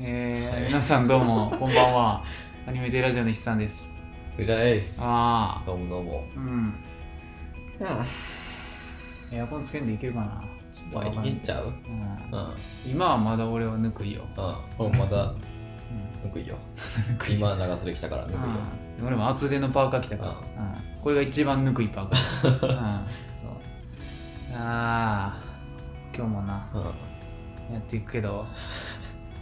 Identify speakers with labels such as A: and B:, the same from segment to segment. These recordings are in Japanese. A: えー
B: はい
A: 皆さんどうもこんばんはアニメテラジオの筆さんです
B: 藤田です
A: ああ
B: どうもどうも
A: うんエアコンつけんでいけるかなちょっと
B: ま
A: わ
B: あ
A: かんない
B: いけちゃう
A: うん
B: うん
A: 今はまだ俺はぬくいよ、
B: うん俺もまだ
A: う
B: ぬくいよ
A: ん、ぬくい
B: 今長袖着たからぬくいよ
A: うん俺も厚手のパーカー着たから、うんこれが一番ぬくいパーカ ー、うん、そうあー今日もな
B: うん
A: やっていくけど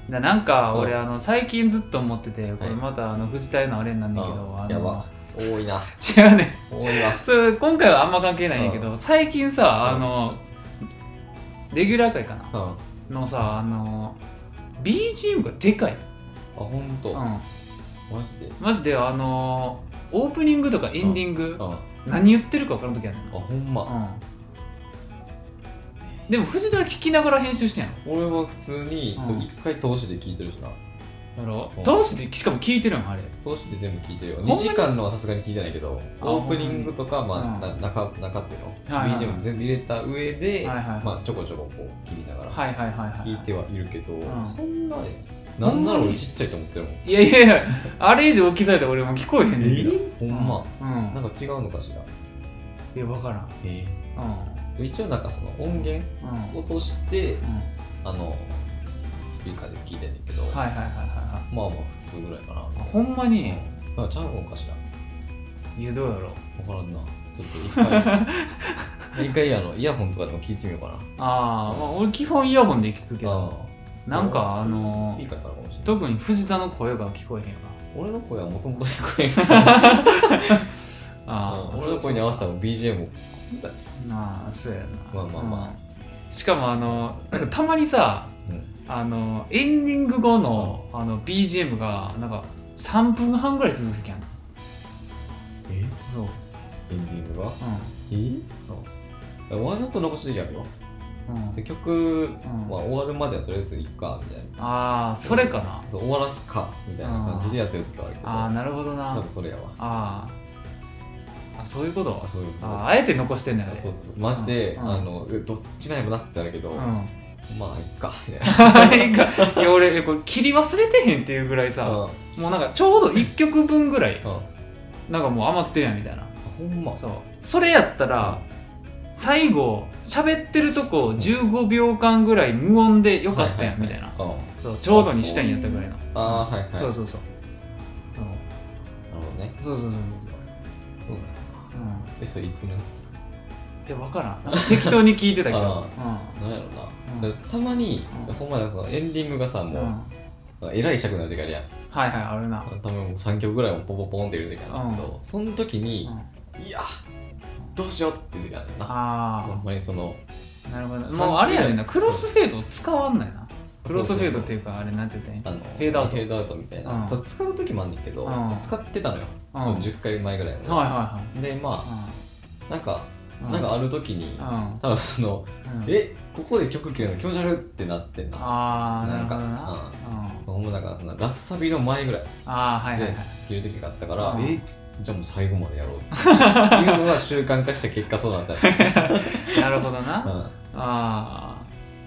A: ななんか俺、
B: うん
A: あの最近ずっと思っててこれ
B: はい
A: またあの藤田へのあれになんだけど、
B: うん
A: あの
B: やば多いな
A: 違うね
B: 多いわ
A: それ今回はあんま関係ないんやけど、最近さあの、レギュラー界かな
B: うんあ
A: のさあの BGM がでかい、
B: ほん
A: う
B: と
A: ん、
B: マジで
A: マジであのオープニングとかエンディング、
B: うんあ
A: 何言ってるか分からん時あるの、
B: ほんま
A: うん、でも藤田は聞きながら編集してんや
B: 俺は普通に
A: うん
B: 一回通しで聞いてるしな
A: ろやろ
B: うん
A: どうしてしかも聞いてるんあれ
B: 通しで全部聞いてるよ
A: ほんま
B: 2
A: に
B: 時間のはさすがに聞いてないけど
A: あ
B: オープニングとか
A: ほん
B: ま
A: ま
B: あ
A: に
B: な中中っていうの
A: はいはいはい
B: BGM 全部入れた上で
A: はいはい
B: まあちょこちょここう切りながら
A: はいはいはいはい
B: 聞いてはいるけど、
A: ん
B: そんなね、
A: ほ
B: なん
A: まに
B: んなら俺ちっちゃいと思ってるもん。
A: いやいやいやあれ以上大きされたら俺もう聞こえへんねんけど、
B: ほんま、
A: うん、うん
B: なんか違うのかしら。
A: いや分からん
B: え
A: う
B: 一応なんかその音源
A: んうん
B: を通して、
A: うん
B: あの、スピーカーで聞いてんねんけど、
A: はいはいはいはいは
B: まあまあ普通ぐらいかな。
A: いほんまに
B: うんなんかちゃうのかしら。
A: いやどうやろう
B: わからんな。ちょっと一 回、一回あの、イヤホンとかでも聞いてみようかな。
A: ああまあ俺基本イヤホンで聞くけど
B: あ
A: なんかあ
B: ス
A: の
B: ピーカーからかもしれない。
A: 特に藤田の声が聞こえへんよな
B: 俺の声はもともと低いから、
A: あ
B: う
A: あ
B: ん俺の声に合わせたら BGM を、
A: まあそうやな
B: まあまあま
A: う
B: あ
A: んしかもあの なんかたまにさ
B: うん
A: あのエンディング後のあの BGM がなんか3分半ぐらい続く時やん
B: え
A: そう
B: エンディングが
A: う
B: え
A: んそう
B: わざと残してるやんよ
A: うん
B: で曲
A: うん
B: は終わるまではとりあえずいっかみたい
A: ああそれかな
B: なそう終わらすかみたいな感じでやってる時はあるけど
A: ああなるほどな
B: 多分それやわ
A: あーあそういうこと
B: あそういうこと
A: あーあえて残してんだよね
B: そうそうそうマジで、
A: うん
B: あのえどっちなんやもなってなるけど、
A: うん
B: まあいっかみたいな
A: なんかいや俺これ切り忘れてへんっていうぐらいさ、
B: うん
A: もうなんかちょうど1曲分ぐらい
B: うんあ
A: なんかもう余ってるやんみたいな
B: ほんま
A: そうそれやったら最後喋ってるとこ15秒間ぐらい無音でよかったやんみたいな
B: ははは
A: そうちょうどにしたんやったぐらいの
B: うんあーはいはい
A: そうそうそうそう
B: なるほどね
A: そうそうそうそう
B: そうなんや
A: うん
B: えそれいつのやつ
A: いや分からんなんか適当に聞いてたけど
B: あなんやろな、
A: うん
B: だからたまに、
A: うん
B: ほんまにそのエンディングがさ
A: う
B: も
A: ん、
B: う
A: う、ん
B: なんかえらい尺になる時あるやん
A: はいはいあるな、
B: 多分もう3曲ぐらいもポポポンって入れてる時あるんだけど、その時に
A: うん、
B: いやどうしようっていう時あるなほ
A: あ
B: んまにその
A: あなるほど
B: 30
A: もうあれやねんなクロスフェードを使わんないなクロスフェードって
B: いう
A: いうかあれなんて言ったらいい
B: あの
A: フェードアウト
B: フェードアウトみたいな、
A: うん
B: 使う時もあんねんけど、
A: うん
B: 使ってたのよ、
A: うん
B: 多分10回前ぐらいの、
A: はいは
B: で
A: い
B: ま
A: は
B: あなんか、
A: い、う
B: なんかある時に、
A: う
B: 多分その、
A: ん、うん、
B: えここで曲切るの気持ち悪いってなってんな
A: ああなるほどな
B: なんかほんまなんかそのラッサビの前ぐらい
A: うん、ああはいはいはい
B: で切る時があったから、
A: うん
B: えじゃあもう最後までやろう っていうのが習慣化した結果そうなったんだよね、
A: なるほどな、
B: うん
A: あ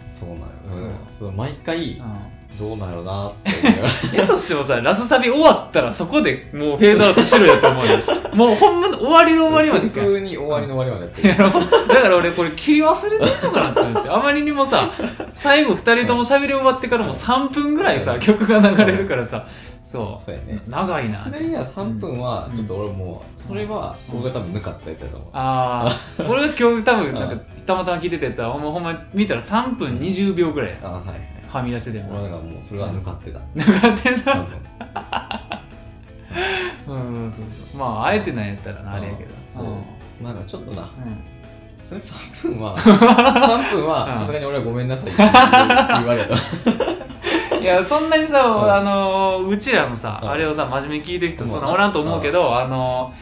B: そうなんよ、
A: そう
B: そう毎回
A: あ、
B: どうなんやろうなって思いながら
A: うん、絵としてもさラスサビ終わったらそこでもうフェードアウトしろよと思 うよもうほんま終わりの 終わりまで
B: 普
A: いくやん
B: 通に終わりの終わりまでや
A: や
B: っ
A: ろ
B: てる
A: だから俺これ切り忘れてんのかなって思ってあまりにもさ最後2人とも喋り終わってからもう3分ぐらいさ曲が流れるからさそ
B: そうや
A: う
B: ね
A: 長いな
B: さすがには3分はちょっと俺もうそれは僕が多分抜かったやつだと思う
A: ああ俺が今日多分なんかたまたま聞いてたやつはほんまほんま見たら3分20秒ぐらい
B: あはいはい
A: はみ出してたよ
B: 俺なんかもうそれは抜かっ てた
A: なんかって
B: 多
A: な
B: 分
A: うんそうそうまああえてなんやったらなあれやけど
B: そう
A: うん
B: なんかちょっとな
A: うん
B: それ 3分は3分はさすがに俺はごめんなさいって言われた
A: いやそんなにさ、
B: うん
A: あのうちらのさ、
B: うん
A: あれをさ真面目に聞いてる人そんな
B: まあ
A: おらんと思うけど、あの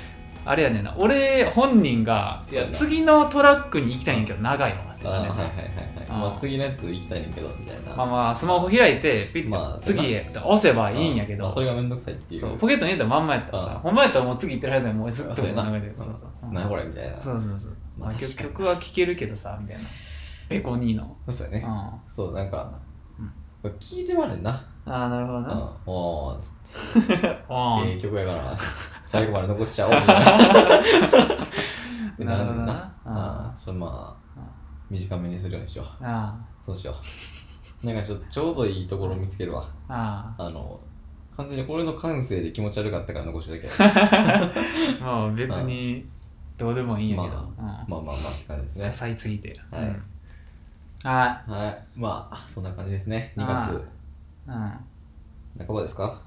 A: あれやねんな俺本人がい
B: そう
A: や
B: やな
A: 次のトラックに行きたいんやけど長いわって
B: あ はい
A: な
B: はいは
A: ね
B: いはい
A: あ
B: まあ次のやつ行きたいねんけどみたいな
A: まあまあスマホ開いてピッ
B: ま
A: と
B: あ
A: 次へって押せばいいんやけど、
B: まあそれがめんどくさいっていう
A: そうポケットに入れたまんまやったら
B: う
A: さ
B: ん
A: ほんまやったらもう次行ってるはずやもうずっ
B: あ
A: と
B: そうやな
A: 眺めて
B: う
A: る
B: ん
A: そうそう
B: なんやこれみたいな
A: そうそうそう、ま
B: まあ
A: あ、
B: 確かに
A: 曲は聴けるけどさみたいなペコニーの、
B: そうや
A: う
B: ね
A: ん
B: そうなんか聞いてはねんな
A: ああなるほど
B: うん、
A: な
B: おーつって
A: あー
B: ええ曲やから、最後まで残しちゃおうみたいな。って
A: なるほど
B: な
A: な
B: あ
A: あ
B: あ、そのま
A: うん
B: あ、短めにするようにしよう。
A: あ
B: そうしよう。なんかちょちょうどいいところ見つけるわ。
A: ああ
B: あの、完全に俺の感性で気持ち悪かったから残してるだけ。
A: あまあ別にどうでもいいんやけど、
B: まあまあまあって感じで
A: うん、
B: すね
A: 些。細すぎて
B: はい
A: うんは
B: はい。まあ、そんな感じですね。2
A: ああ
B: 月
A: いうん
B: 半ばですか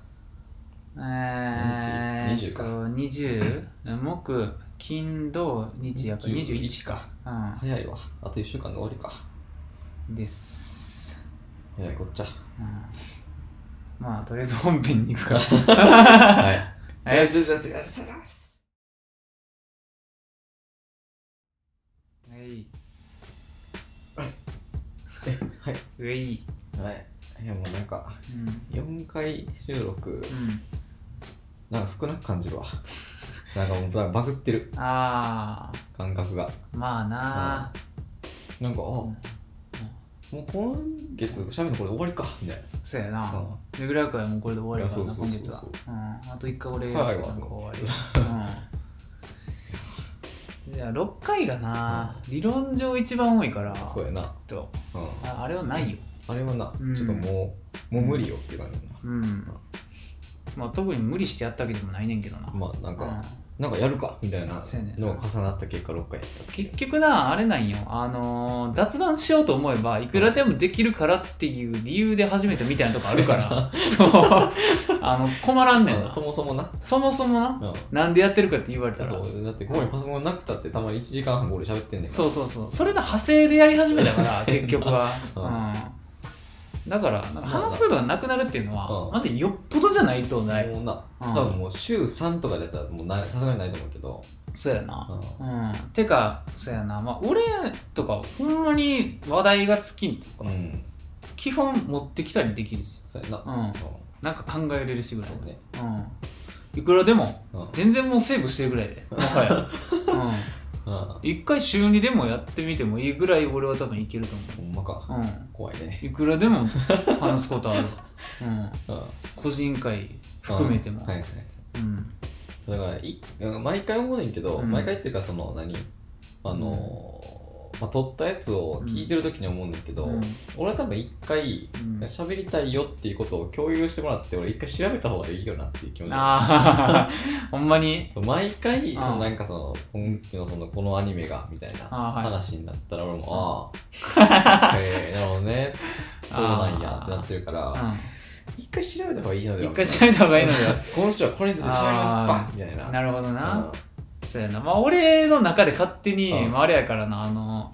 A: えー、
B: 20か
A: 20木金土日やっぱ21
B: か。
A: か、
B: 早いわ。あと1週間で終わりか。
A: うん、です、
B: えらいこっちゃ。
A: うん、まあとりあえず本編に行く か
B: はい。
A: えーすはいう
B: はい。
A: えい
B: はい。いやもうなんか、
A: うん
B: 4回収録、
A: う
B: なんか少なく感 じるわ。なんかもうなんかバグってる、
A: んああ
B: 感覚が。
A: まあな
B: なんか、
A: う
B: あ、も
A: ん
B: う今月、喋るのこれで終わりか、みたい
A: そうや
B: な。
A: な
B: うん
A: レギュラー会はもうこれで終わりやから
B: いや
A: な
B: そう
A: 今
B: そう
A: 月
B: そ
A: は
B: うそう
A: うんあと1回俺や
B: 早い
A: っ
B: わ
A: たらなんか終わりうんいや6回がな理論上一番多いから
B: そうやな
A: ちょっと
B: うん
A: ああれはないよ
B: あれはな、
A: うん
B: ちょっともう、もう無理よって感じだ
A: うんまあ特に無理してやったわけでもないねんけどな
B: な。まあ、なん
A: うん
B: か、なんかやるか、みたいな
A: そうやねんな
B: のが重なった結果、6回やったっていう
A: 結局なあれなんよあのー雑談しようと思えばいくらでもできるからっていう理由で初めてみたいなとこあるから そう あの困らんねん
B: まあ
A: な
B: そもそもな。
A: そもそもな
B: うん。
A: なんでやってるかって言われたらそう
B: そう、だってここにパソコンなくたって、たまに1時間半これ喋ってんねんから。
A: そうそうそれの派生でやり始めたから
B: 派生な
A: 結局は、う
B: う
A: ん、だからなんか話すことがなくなるっていうのは、
B: うん
A: まずよっぽどじゃないとない、
B: もうな、
A: うん
B: 多分もう週3とかでやったらもうなさすがにないと思うけど、
A: そうやな
B: うん
A: うん、てかそうやなまあ俺とかほんまに話題が尽きんとか、
B: うん、
A: 基本持ってきたりできるし
B: そうやな、
A: うん
B: そ
A: なんか考えれるしぐらい、
B: うね、
A: うん、いくらでも
B: うん、うん、
A: 全然もうセーブしてるぐらいでもは や、うん、
B: ほ
A: 一回週にでもやってみてもいいぐらい俺は多分いけると
B: んまか、
A: 思う、うん、
B: 怖いね、
A: いくらでも話すことある、 うん、
B: うん、
A: 個人会含めても、
B: うんはいはい、
A: うん、
B: だからい毎回思うねんけど、
A: うん
B: 毎回っていうかその何あのーまあ、撮ったやつを聞いてる時に思うんだけど、
A: うん
B: 俺は多分一回
A: うん
B: 喋りたいよっていうことを共有してもらって俺一回調べた方がいいよなっていう気持ち
A: ああ ほんまに
B: 毎回、
A: ん
B: そのなんかその、今期のその、このアニメが、みたいな
A: あはい
B: 話になったら、俺も、あ あ、へえ、なるほどね、そうなんや、ってなってるから、
A: う
B: 一回調べた方がいいの
A: ん、
B: で
A: 一
B: は
A: 回調べた方がいいのでは
B: この人はこれについて調べます
A: あ
B: か
A: ー
B: みたいな。
A: な
B: る
A: るほど
B: ほ
A: な、そうやな。まあ、俺の中で勝手に、
B: うん
A: まあ、あれやからな、あの、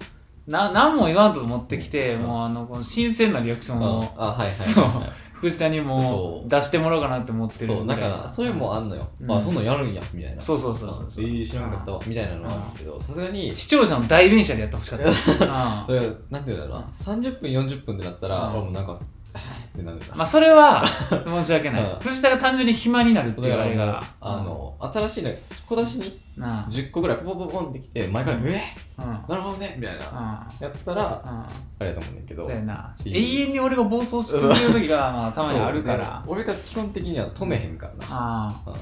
A: な、何も言わんと持ってきて、
B: うん
A: もう、あの、この新鮮なリアクションを、
B: あ、はいはいはい。
A: そう藤田にも
B: そう
A: 出してもらおうかなって思ってる
B: そう、だ
A: ぐ
B: から
A: い
B: ら、それもあんのよ
A: う。ん
B: あ、そんなんやるんや、みたいな。
A: そうそうそうそうそう
B: えー知らなかったわ、みたいなのはあるけど、さすがに、
A: 視聴者の代弁者でやってほしかった。
B: そ
A: うん
B: れなんていうんだろうな、30分、40分ってなったら、
A: うん
B: 俺もなんか、えーってなるな
A: まあ、それは、申し訳ない
B: うん。
A: 藤田が単純に暇になるって
B: そう
A: い
B: だ
A: う
B: か
A: あ
B: ら
A: れ
B: もう
A: が。
B: あの、新しいの、小出しに
A: うん、な
B: 10個ぐらいポンポンポンってきて、毎回、
A: うん
B: え
A: あ、うん。
B: なるほどねみたいな。やったら、
A: うん。うん。
B: あれだと思うんだけど。
A: そうやな。
B: っていう
A: 永遠に俺が暴走し続ける時 が、まあ、たまにあるか
B: そう
A: ら
B: で。俺が基本的には止めへんからな。
A: あ
B: う
A: あ、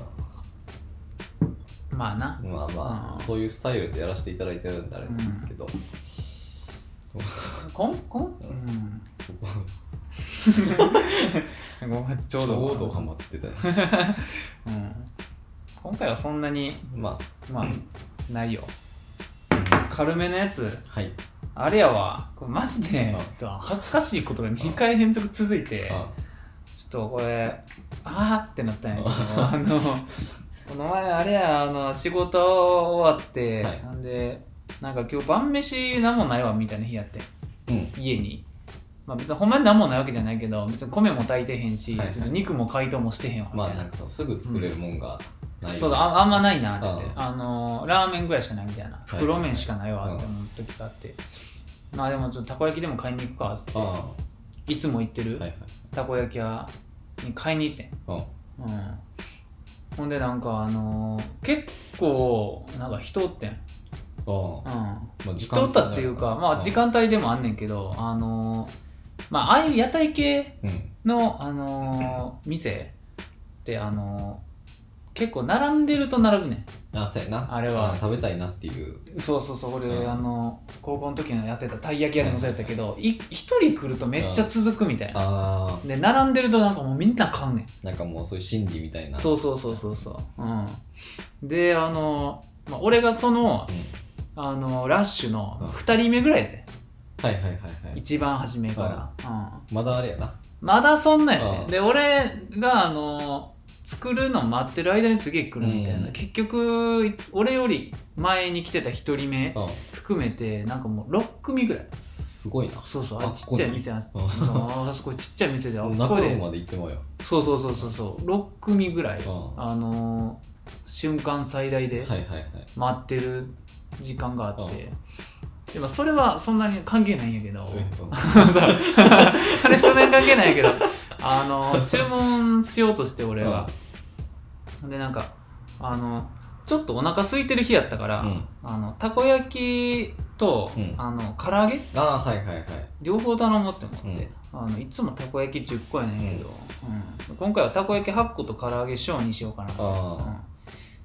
A: まあな。
B: んまあま
A: うん
B: あ、そういうスタイルでやらせていただいてるんであれなんですけど。
A: こん、こん、うん。ごめんち
B: ち
A: ょ
B: ょ
A: う
B: う
A: ど
B: どハマって たよ。
A: うん、今回はそんなに
B: ま
A: まあないよ軽めのやつ
B: あ、はい。
A: あれやわこれマジで
B: うん
A: ちょっと恥ずかしいことが2回連続続いて
B: あ
A: ちょっとこれあーってなったんやけどあのこの前あれやあの仕事終わって、
B: はい
A: なんでなんか今日晩飯なんもないわみたいな日やって
B: うん。
A: 家に、まあ、別にほんまになんもないわけじゃないけど別に米も炊いてへんし、
B: はいはい
A: 別に肉も解凍もしてへんわみたい
B: ま
A: な
B: あ、なんかそうすぐ作れるもんがない。
A: そうだああんまないなって言って
B: うん
A: あのーラーメンぐらいしかないみたいな
B: はい
A: 袋麺しかないわって思う時があって、まあでもちょっとたこ焼きでも買いに行くかっつっ
B: ああ、
A: ていつも行ってる
B: はいはい。
A: たこ焼き屋に買いに行ってん、
B: うん。
A: うん、ほんでなんかあのー結構なんか人おってん、
B: あ
A: う
B: あ
A: ん、
B: まあ時間
A: 人おったっていうかまあ時間帯でもあんねんけどあのーまあああいう屋台系
B: うん。
A: の、あのー店って、あのー結構並んでると並ぶね
B: あそうやな
A: あれは
B: うん食べたいなっていう
A: そうそうそう俺、
B: うん
A: あの高校の時のやってたたい焼き屋でもそうやったけどい一、人来るとめっちゃ続くみたいな、
B: あ
A: で並んでるとなんかもうみんな買うねん
B: あなんかもうそういう心理みたいな
A: そうそうそうそうそううんであのー、まあ、俺がその
B: うん、
A: あのーラッシュの
B: うん
A: 2人目ぐらいやで、
B: はいはいはいはい
A: 一番初めから、うん、
B: まだあれやな
A: まだそんなんやね
B: うん
A: で俺があの作るの待ってる間にすげえ来るみたいな、
B: うん
A: 結局俺より前に来てた1人目
B: う
A: 含めてなんかもう6組ぐらい
B: んすごいな
A: そうそう
B: あ
A: あれちっちゃい店あ
B: ここに
A: うんあそこちっちゃい店であ
B: もう
A: っ
B: 中
A: こ
B: 野
A: で
B: まで行ってもらうよ
A: そうそうそうそうそう6組ぐらい、
B: うんは
A: あのー瞬間最大
B: い
A: で
B: はいはい
A: 待ってる時間があって、でもそれはそんなに関係ないんやけど、
B: う
A: そうそれそれ関係ないけどあの注文しようとして俺は、でなんかあのちょっとお腹空いてる日やったから、
B: ん
A: あのたこ焼きと、
B: うん
A: あの唐揚げ
B: ああはいはいはい
A: 両方頼もうって思って、あのいつもたこ焼き10個やねんけど、うん今回はたこ焼き8個と唐揚げ小にしようかなうん
B: あ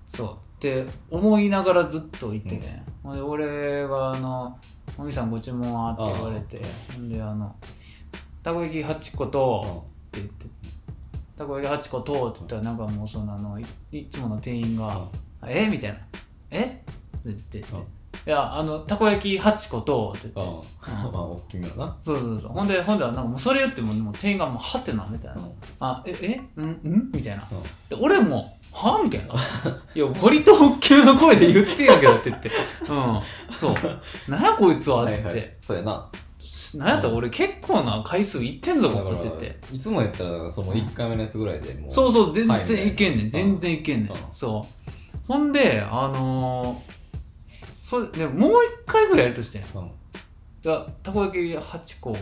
A: そうって思いながらずっと言ってて、ほんで俺があの「おみさんご注文は?」って言われてほんであの「たこ焼き8個
B: あ
A: と」
B: う
A: って言って「たこ焼き8個と」って言ったらなんかもうそのあのいいつもの店員が
B: ん
A: 「えみたいな「えって言って「い
B: うん
A: やあのたこ焼き8個と」って
B: う
A: 言って
B: んまあ大きめやな
A: そうそうそうほんでほんではなんかもうそれ言ってももう店員がもう「はてな」みたいな「あええうんうん?」みたいなで俺も「はみた いな「いや割と補給の声で言ってんやけど」って言って「うんそう 何やこいつは」
B: は
A: っ
B: い
A: て言
B: は
A: っ
B: い
A: て
B: そうや
A: 「
B: な
A: 何やったら俺結構な回数いってんぞ
B: だ
A: ここ」
B: から
A: って言って
B: いつもやったらだからその1回目のやつぐらいでもう
A: そうそう全
B: はいみたい
A: 然
B: ない
A: けんねん全然いけんねん
B: うん
A: そうほんであのーそれでもう一回ぐらいやるとして
B: うんう
A: 「
B: ん
A: いやたこ焼き8個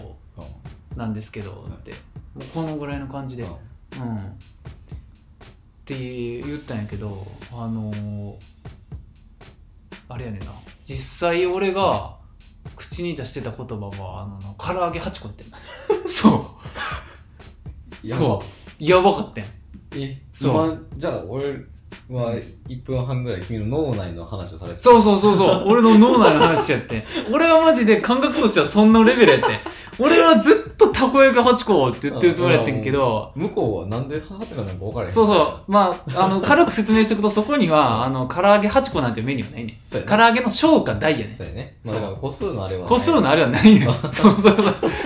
A: なんですけど」ってもうこのぐらいの感じで
B: うん
A: うん、って言ったんやけどあのーあれやねんな実際俺が口に出してた言葉はあのな唐揚げ8個って そう
B: やば
A: そうやばかったん
B: え
A: そう
B: 今じゃあ俺は1分半ぐらい君の脳内の話をされてた
A: そうそうそうそう俺の脳内の話や ってん俺はマジで感覚としてはそんなレベルやってん俺はずっとたこ焼き8個って言ってるつもりやってんけど
B: 向こうはなんでハテナなんか分からへん
A: そうそうまああの軽く説明しておくとそこにはあの唐揚げ8個なんていうメニューはないねん
B: そうや
A: 唐
B: な
A: 揚げの小か大やねん
B: そうやねまあだから個数のあれはね
A: 個数のあれはないねんそうそうそう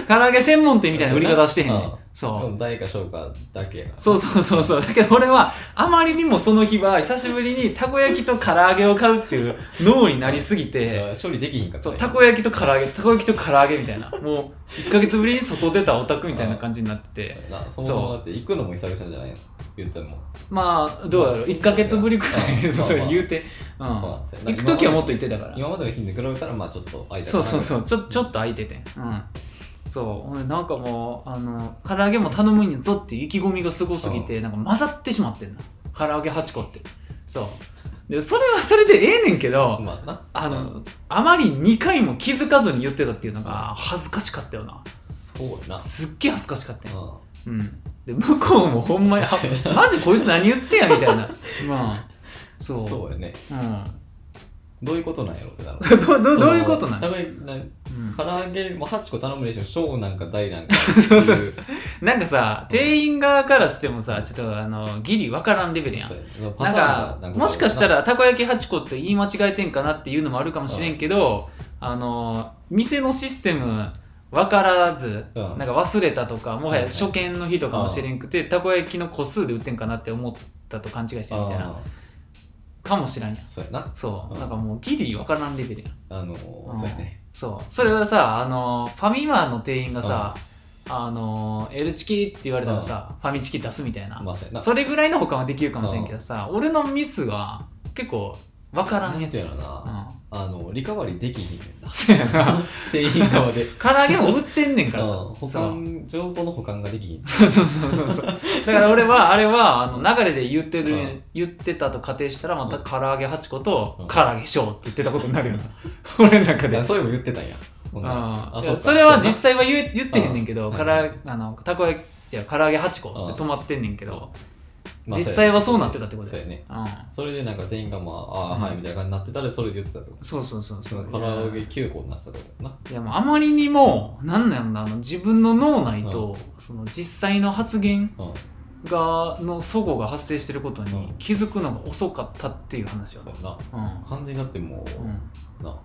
A: 唐揚げ専門店みたいな売り方してへんね
B: うん
A: んそう
B: うん誰か小かだけやから
A: そうそうそうそうだけど俺はあまりにもその日は久しぶりにたこ焼きと唐揚げを買うっていう脳になりすぎて
B: 処理できひんかった
A: そ
B: ん
A: う
B: や
A: たこ焼きと唐揚げたこ焼きと唐揚げみたいなもう1ヶ月ぶりに外出たオタクみたいな感じになってて
B: なそもそもだって行くのも久々じゃないの言ったらもう
A: まあどうやろう1ヶ月ぶりくら
B: う
A: い
B: ん
A: それ言うて、うん、
B: まあそうやな
A: 行く時はもっと行ってたから
B: 今までの日に比べたらまあちょっと空いた
A: そうそうそううちょちょっと空いててうんそうほんでなんかもうあの唐揚げも頼むんやぞっていう意気込みがすごすぎてなんか混ざってしまってんな唐揚げ8個ってそうでそれはそれでええねんけど、
B: まあな
A: あ
B: うん
A: のあまり2回も気づかずに言ってたっていうのが恥ずかしかったよな
B: そうやな
A: すっげえ恥ずかしかったよ、
B: う
A: うん、で向こうもほんまにあ 「マジこいつ何言ってんや」みた いなまあそ
B: ん
A: う
B: そうやね
A: うん
B: どういうことなんやろってなる
A: ど どどういうことな
B: そ
A: の、
B: たこ焼きな
A: うん
B: 唐揚げも8個頼むでしょ小なんか大なんか
A: そうそうそう
B: ってい
A: なんかさ、店員側からしてもさ、ちょっとあの、ギリわからんレベルやん
B: そう。やパ
A: なん
B: ターンが
A: か、もしかした
B: ら
A: ら、たこ焼き8個って言い間違えてんかなっていうのもあるかもしれんけど、あの、店のシステム、わからず、
B: うん
A: なんか忘れたとか、もはや
B: はいはい
A: 初見の日とかもしれんくて、たこ焼きの個数で売ってんかなって思ったと勘違いしてみたいな、
B: あ
A: かもしれんやん
B: ー。そうやな
A: そうう、
B: ん
A: なんかもうギリわからんレベルやん。
B: あのー
A: うん
B: そうやね
A: そうそれはさあのファミマの店員がさ「あのエルチキ」って言われたらさファミチキ出すみたいな、
B: まあそうやな
A: それぐらいの保管はできるかもしれんけどさ俺のミスは結構わからんや
B: なんてい
A: つ
B: うのか
A: う
B: なんあのリカバリーできひんねん な
A: そうや な
B: 店員側で
A: 唐揚げも売ってんねんからさ
B: うん保
A: そう
B: 管情報の保管ができひん
A: そうそうそうそうそうだから俺はあれはあの流れで言ってる、
B: うん
A: 言ってたと仮定したらまた
B: うん
A: 唐揚げ8個と
B: うん
A: 唐揚げ小って言ってたことになるよな 俺の中
B: い
A: で
B: やそういうの言ってたんやほんなら
A: あ
B: あ
A: そうう
B: か
A: それは実際は言え言ってへんねんけど、
B: うん
A: から
B: はい
A: あのたこ焼じゃあ唐揚げ8個
B: うん
A: で止まってんねんけど、
B: まあ
A: 実際はそうなってたってこと
B: そう
A: だよ
B: やね
A: うん、
B: それでなんか店員がまあ、あー
A: うん
B: はいみたいな感じになってたらそれで言ってたってこ
A: そうそうそう
B: とそ
A: そう
B: の唐揚げ9個になってたってことやない
A: やもうあまりにもなんなんだあの自分の脳内と、その実際の発言
B: うん
A: がの齟齬が発生してること
B: う
A: に
B: ん
A: 気づくのが遅かったっていう話よ
B: そう、やな
A: うん
B: 感じになってもう、
A: うん、
B: な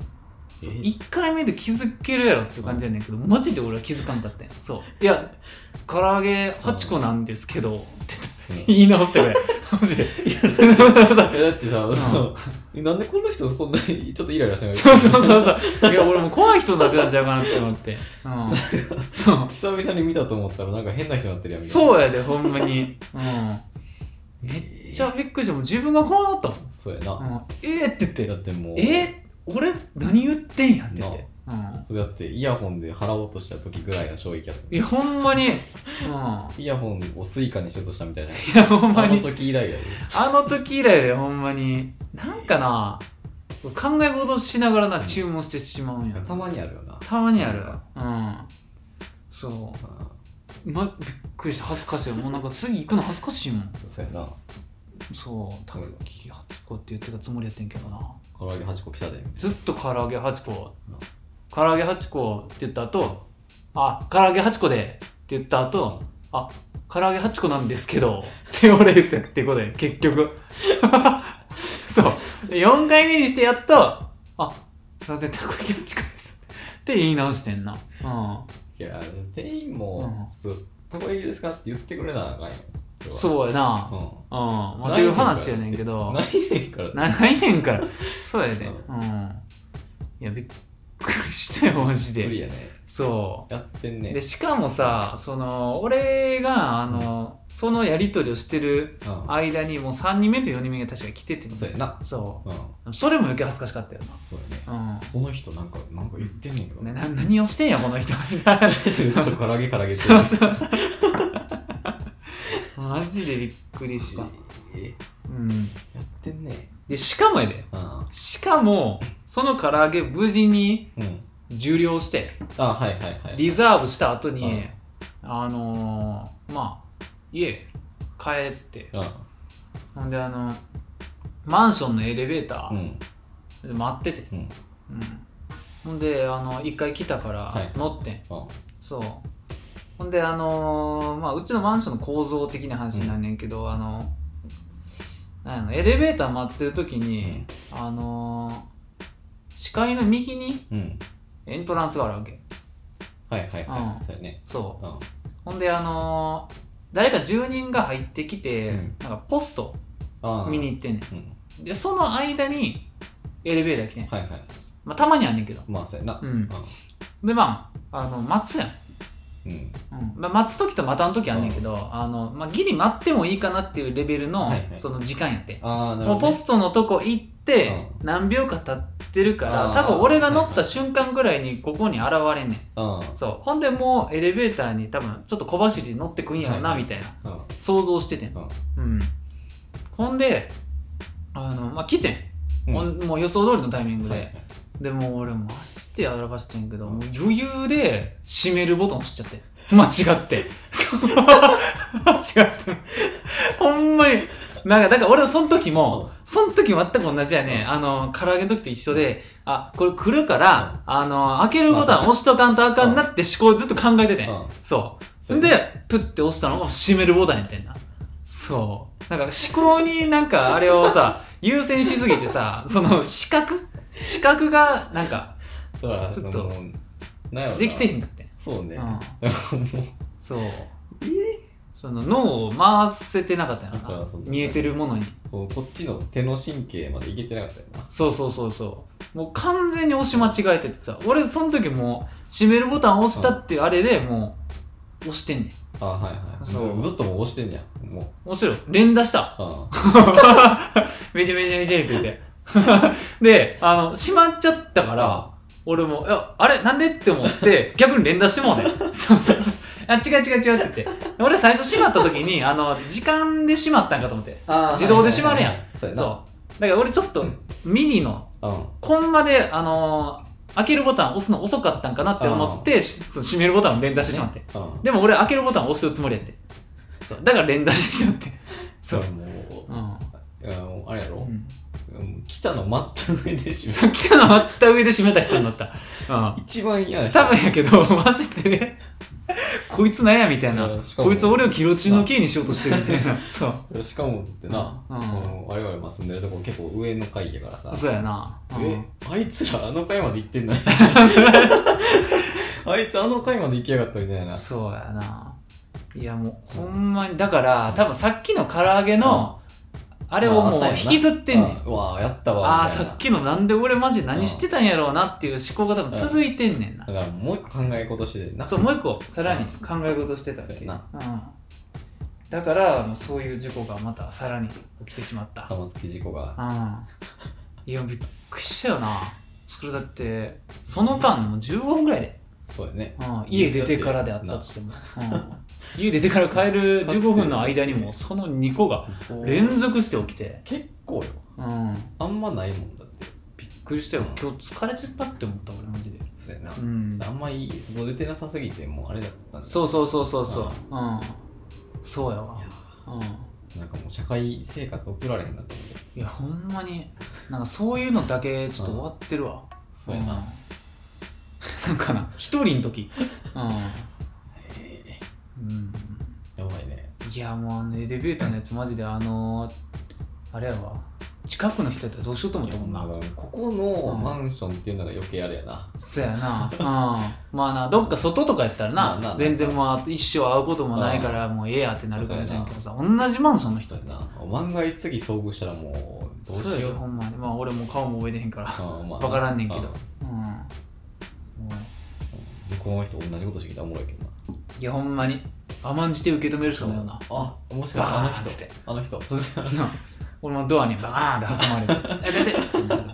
B: え
A: そう1回目で気づけるやろっていう感じやねんけど、マジで俺は気づかんかったんやそういや唐揚げ8個なんですけど、って
B: うん
A: 言い直してくれ マジで
B: いやだってさ、
A: ん
B: そのえなんでこの人こんなにちょっとイライラしてない
A: そうそうそうそういや俺もう怖い人になってたんちゃうかなって思って、うん、そう
B: 久々に見たと思ったらなんか変な人になってるやんみたいな
A: そうやでほんまに、うん、めっちゃびっくりしてもう自分が怖かっ
B: そうや
A: たも
B: な、
A: ん、うん、えー、って言っ
B: だっててもう
A: えー、俺何言ってんやんって言って、うん、
B: だってイヤホンで払おうとした時ぐらいの衝撃やった
A: いやほんまに、うん、い
B: イヤホンをスイカにしようとしたみたいな
A: やほんま
B: あ
A: に
B: の時以来やで
A: あの時以来でほんまになんかな考え事しながらな注文してしまうんや
B: たまにあるよな
A: たまにある
B: なんか
A: うんそ
B: あ
A: う、ま、びっくりした恥ずかしいもうなんか次行くの恥ずかしいもん
B: ーそうやな
A: そうたぬき8個って言ってたつもりやってんけどな
B: 唐揚げ8個来たで
A: ずっと唐揚げ8個
B: うん
A: 唐揚げ8個って言った後あ唐揚げ8個でって言った後あ唐揚げ8個なんですけどって俺言ったってことで結局 そう4回目にしてやっとあすいませんたこ焼き8個ですって言い直してんなう
B: いや店員もちょっと「たこ焼きですか?」って言ってくれなあかんよ
A: ん
B: う
A: そうやな
B: う
A: うんん、まあ、という話やねんけど
B: ないねんからって
A: 長いねんからそうやで
B: う
A: うんいやびっくりしたよマジ
B: 無理
A: で
B: やね
A: そう
B: やってんね
A: でしかもさその俺があの、そのやり取りをしてる
B: うん
A: 間にもう3人目と4人目が確か来てて
B: そうやな
A: そ
B: うん
A: うそれも余計恥ずかしかったよ
B: そうやね
A: な
B: この人なんかなんか言ってんねんけ
A: う
B: ど
A: んな
B: ね
A: な何をしてんやこの 人
B: ずっと唐揚げ唐揚げって
A: そうそうそうマジでびっくりした、
B: え
A: うん、
B: やってんね
A: でしかもやで
B: うん
A: しかもその唐揚げ無事に
B: うん
A: 受領して
B: あはいはいはい
A: リザーブした後に、
B: うん
A: あのーまあ家帰って
B: う
A: ほんであのマンションのエレベータ
B: ん
A: ー
B: うん
A: で待ってて、
B: うん
A: うんほんであの一回来たか
B: は
A: ら
B: い
A: 乗ってん、
B: あ
A: そうほんであのーまあ、うちのマンションの構造的な話になんねんけど、あのなんやろエレベーター待ってる時に、あのー視界の右に
B: うん
A: エントランスがあるわけ
B: はいはいは
A: うん
B: いそうやね
A: そう
B: うん
A: ほんであのー誰か住人が入ってきて、
B: うん
A: なんかポスト
B: あー
A: 見に行ってんね
B: うん
A: んでその間にエレベーター来てん、
B: はいはい
A: まあ、たまにあんねんけど
B: まあそうやな
A: う
B: うん
A: でまああの待つやん、
B: うん
A: うんまあ、待つ時と待たん時あんねんけど、あのまあ、ギリ待ってもいいかなっていうレベルの、
B: はいはい
A: その時間やって、
B: ああなる
A: もう
B: ほど
A: ポ
B: ね
A: ストのとこ行って
B: う
A: 何秒か経ってるから
B: あー
A: 多分俺が乗った瞬間ぐらいにここに現れんねん
B: う
A: そうほんでもうエレベーターに多分ちょっと小走りで乗ってくんやろな
B: はいはい
A: みたいなん
B: うん
A: 想像しててん、
B: うん
A: うん、ほんであの、まあ、来てん、
B: うん
A: ほんもう予想通りのタイミングで、
B: はいはい
A: でも俺マジでやらかしてんけど、もう余裕で閉めるボタン押しちゃって 間違って 間違ってほんまになんかだから俺はその時も、その時全く同じやね、
B: うん
A: あの唐揚げの時と一緒であこれ来るから、あの開けるボタン押しとかんとあかんなって思考ずっと考えてて、
B: うん
A: そう
B: そうやね
A: で、プッて押したのが閉めるボタンやってんな。そう。なんか思考になんかあれを さ、優先しすぎてさ、その視覚視覚がなんか
B: だから
A: ちょっと
B: そのなんやろな
A: できてへんかってん。
B: そうね
A: う
B: だ
A: ん
B: からもう
A: そう。その脳を回せてなかったよ
B: だか
A: な
B: らその。
A: 見えてるものに。
B: こうこっちの手の神経までいけてなかったよな
A: そうそうそうそう。もう完全に押し間違えててさ、俺その時もう閉めるボタン押したっていうあれでもう押してんねん。
B: あはいはい
A: そう
B: ずずっともう押してんねやもう
A: 面白い。連打した。
B: あ
A: めちゃめちゃめちゃって言って。 で、あの、閉まっちゃったから、俺も、いや、あれなんでって思って、逆に連打してもうね。 そうそうそう。あ、違う違う違うって言って。俺最初閉まった時に、あの、時間で閉まったんかと思って。
B: あ
A: 自動で閉まるやん
B: んそうやな
A: そう。だから俺ちょっと、ミニの、
B: う
A: コンマで、あの開けるボタン押すの遅かったんかなって思ってしそう閉めるボタンを連打してしまって
B: うん
A: でも俺開けるボタン押すつもりやってそうだから連打してしまってそう
B: いやも
A: うん
B: ういやもうあれやろ
A: う、ん
B: うん、来たの待った上でし
A: そう来たの割った上で閉めた人になったうん
B: 一番嫌な人
A: 多分やけど、マジでね、こいつなんやみたいな。
B: やしかも
A: こいつ俺をギロチンの刑にしようとしてるみたい な。そう。
B: しかもってな、
A: うん
B: あの我々も住んでるとこ結構上の階やからさ
A: そうやな。うん
B: えあいつらあの階まで行ってんのに あいつあの階まで行きやがったみたいな
A: そうやな。いやもう、ほんまに、だから、多分さっきの唐揚げの、あれをもう
B: まああったんや
A: 引
B: な
A: きずってんねん。
B: あうわあやったわ
A: ああー、
B: みたいな
A: さっきのなんで俺マジ何してたんやろうなっていう思考が多分続いてんねんな。
B: だからもう一個考え事しててな
A: そう、もう一個、さらに考え事してたっ
B: そ
A: け。
B: う
A: う
B: や
A: ん
B: な。
A: だから、もうそういう事故がまたさらに起きてしまった。
B: 玉突き事故が
A: うん。いや、びっくりしたよな。それだって、その間、もう15分ぐらいで、
B: そうやね
A: うん、家出てからであったとしても、うん、家出てから帰る15分の間に も、その2個が連続して起きて、
B: 結構よ
A: うん、
B: あんまないもんだって
A: びっくりしたよ。今日疲れてたって思った、俺、マジで。
B: そうやな、
A: うん。
B: あんまり外出てなさすぎてもうあれだったんだ
A: そうそうそうそうそう。うん。そうやわ
B: い。や
A: うん。
B: なんかもう社会生活送られへんなって思って
A: いや、ほんまに、なんかそういうのだけ、ちょっと終わってるわ。
B: そうやな、
A: うん。なんかな、一人の時。うん。うん。
B: やばいね
A: いや、もうあの、エレベーターのやつ、マジで、あのー、あれやわ。近くの人やったらどうしようと思ったもん
B: だ
A: な。
B: からここのマンションっていうのが余計あれやな、
A: そうやな。うん。まあな、どっか外とかやったら
B: まあ
A: な
B: な、
A: 全然まあ、一生会うこともないから、もうええやってなるかもしれんけどさ、同じマンションの人
B: そう
A: や
B: や
A: ったら。
B: な万が一次遭遇したらもうどう
A: そう
B: し
A: や
B: よ
A: で
B: う
A: ほんまに。まあ、俺も顔も覚えてへんから。
B: あま
A: わからんねんけどう
B: あ
A: ん。そう
B: 向こうの人同じことしてきたらおもろいけどない
A: や、ほんまに。甘んじて受け止めるしかないよな。
B: あもしかしてあ
A: バ
B: の
A: ーンっ
B: 人
A: つって
B: あの人つって
A: な 俺もドアにバーンって挟まれて「 え出て!」ってなるう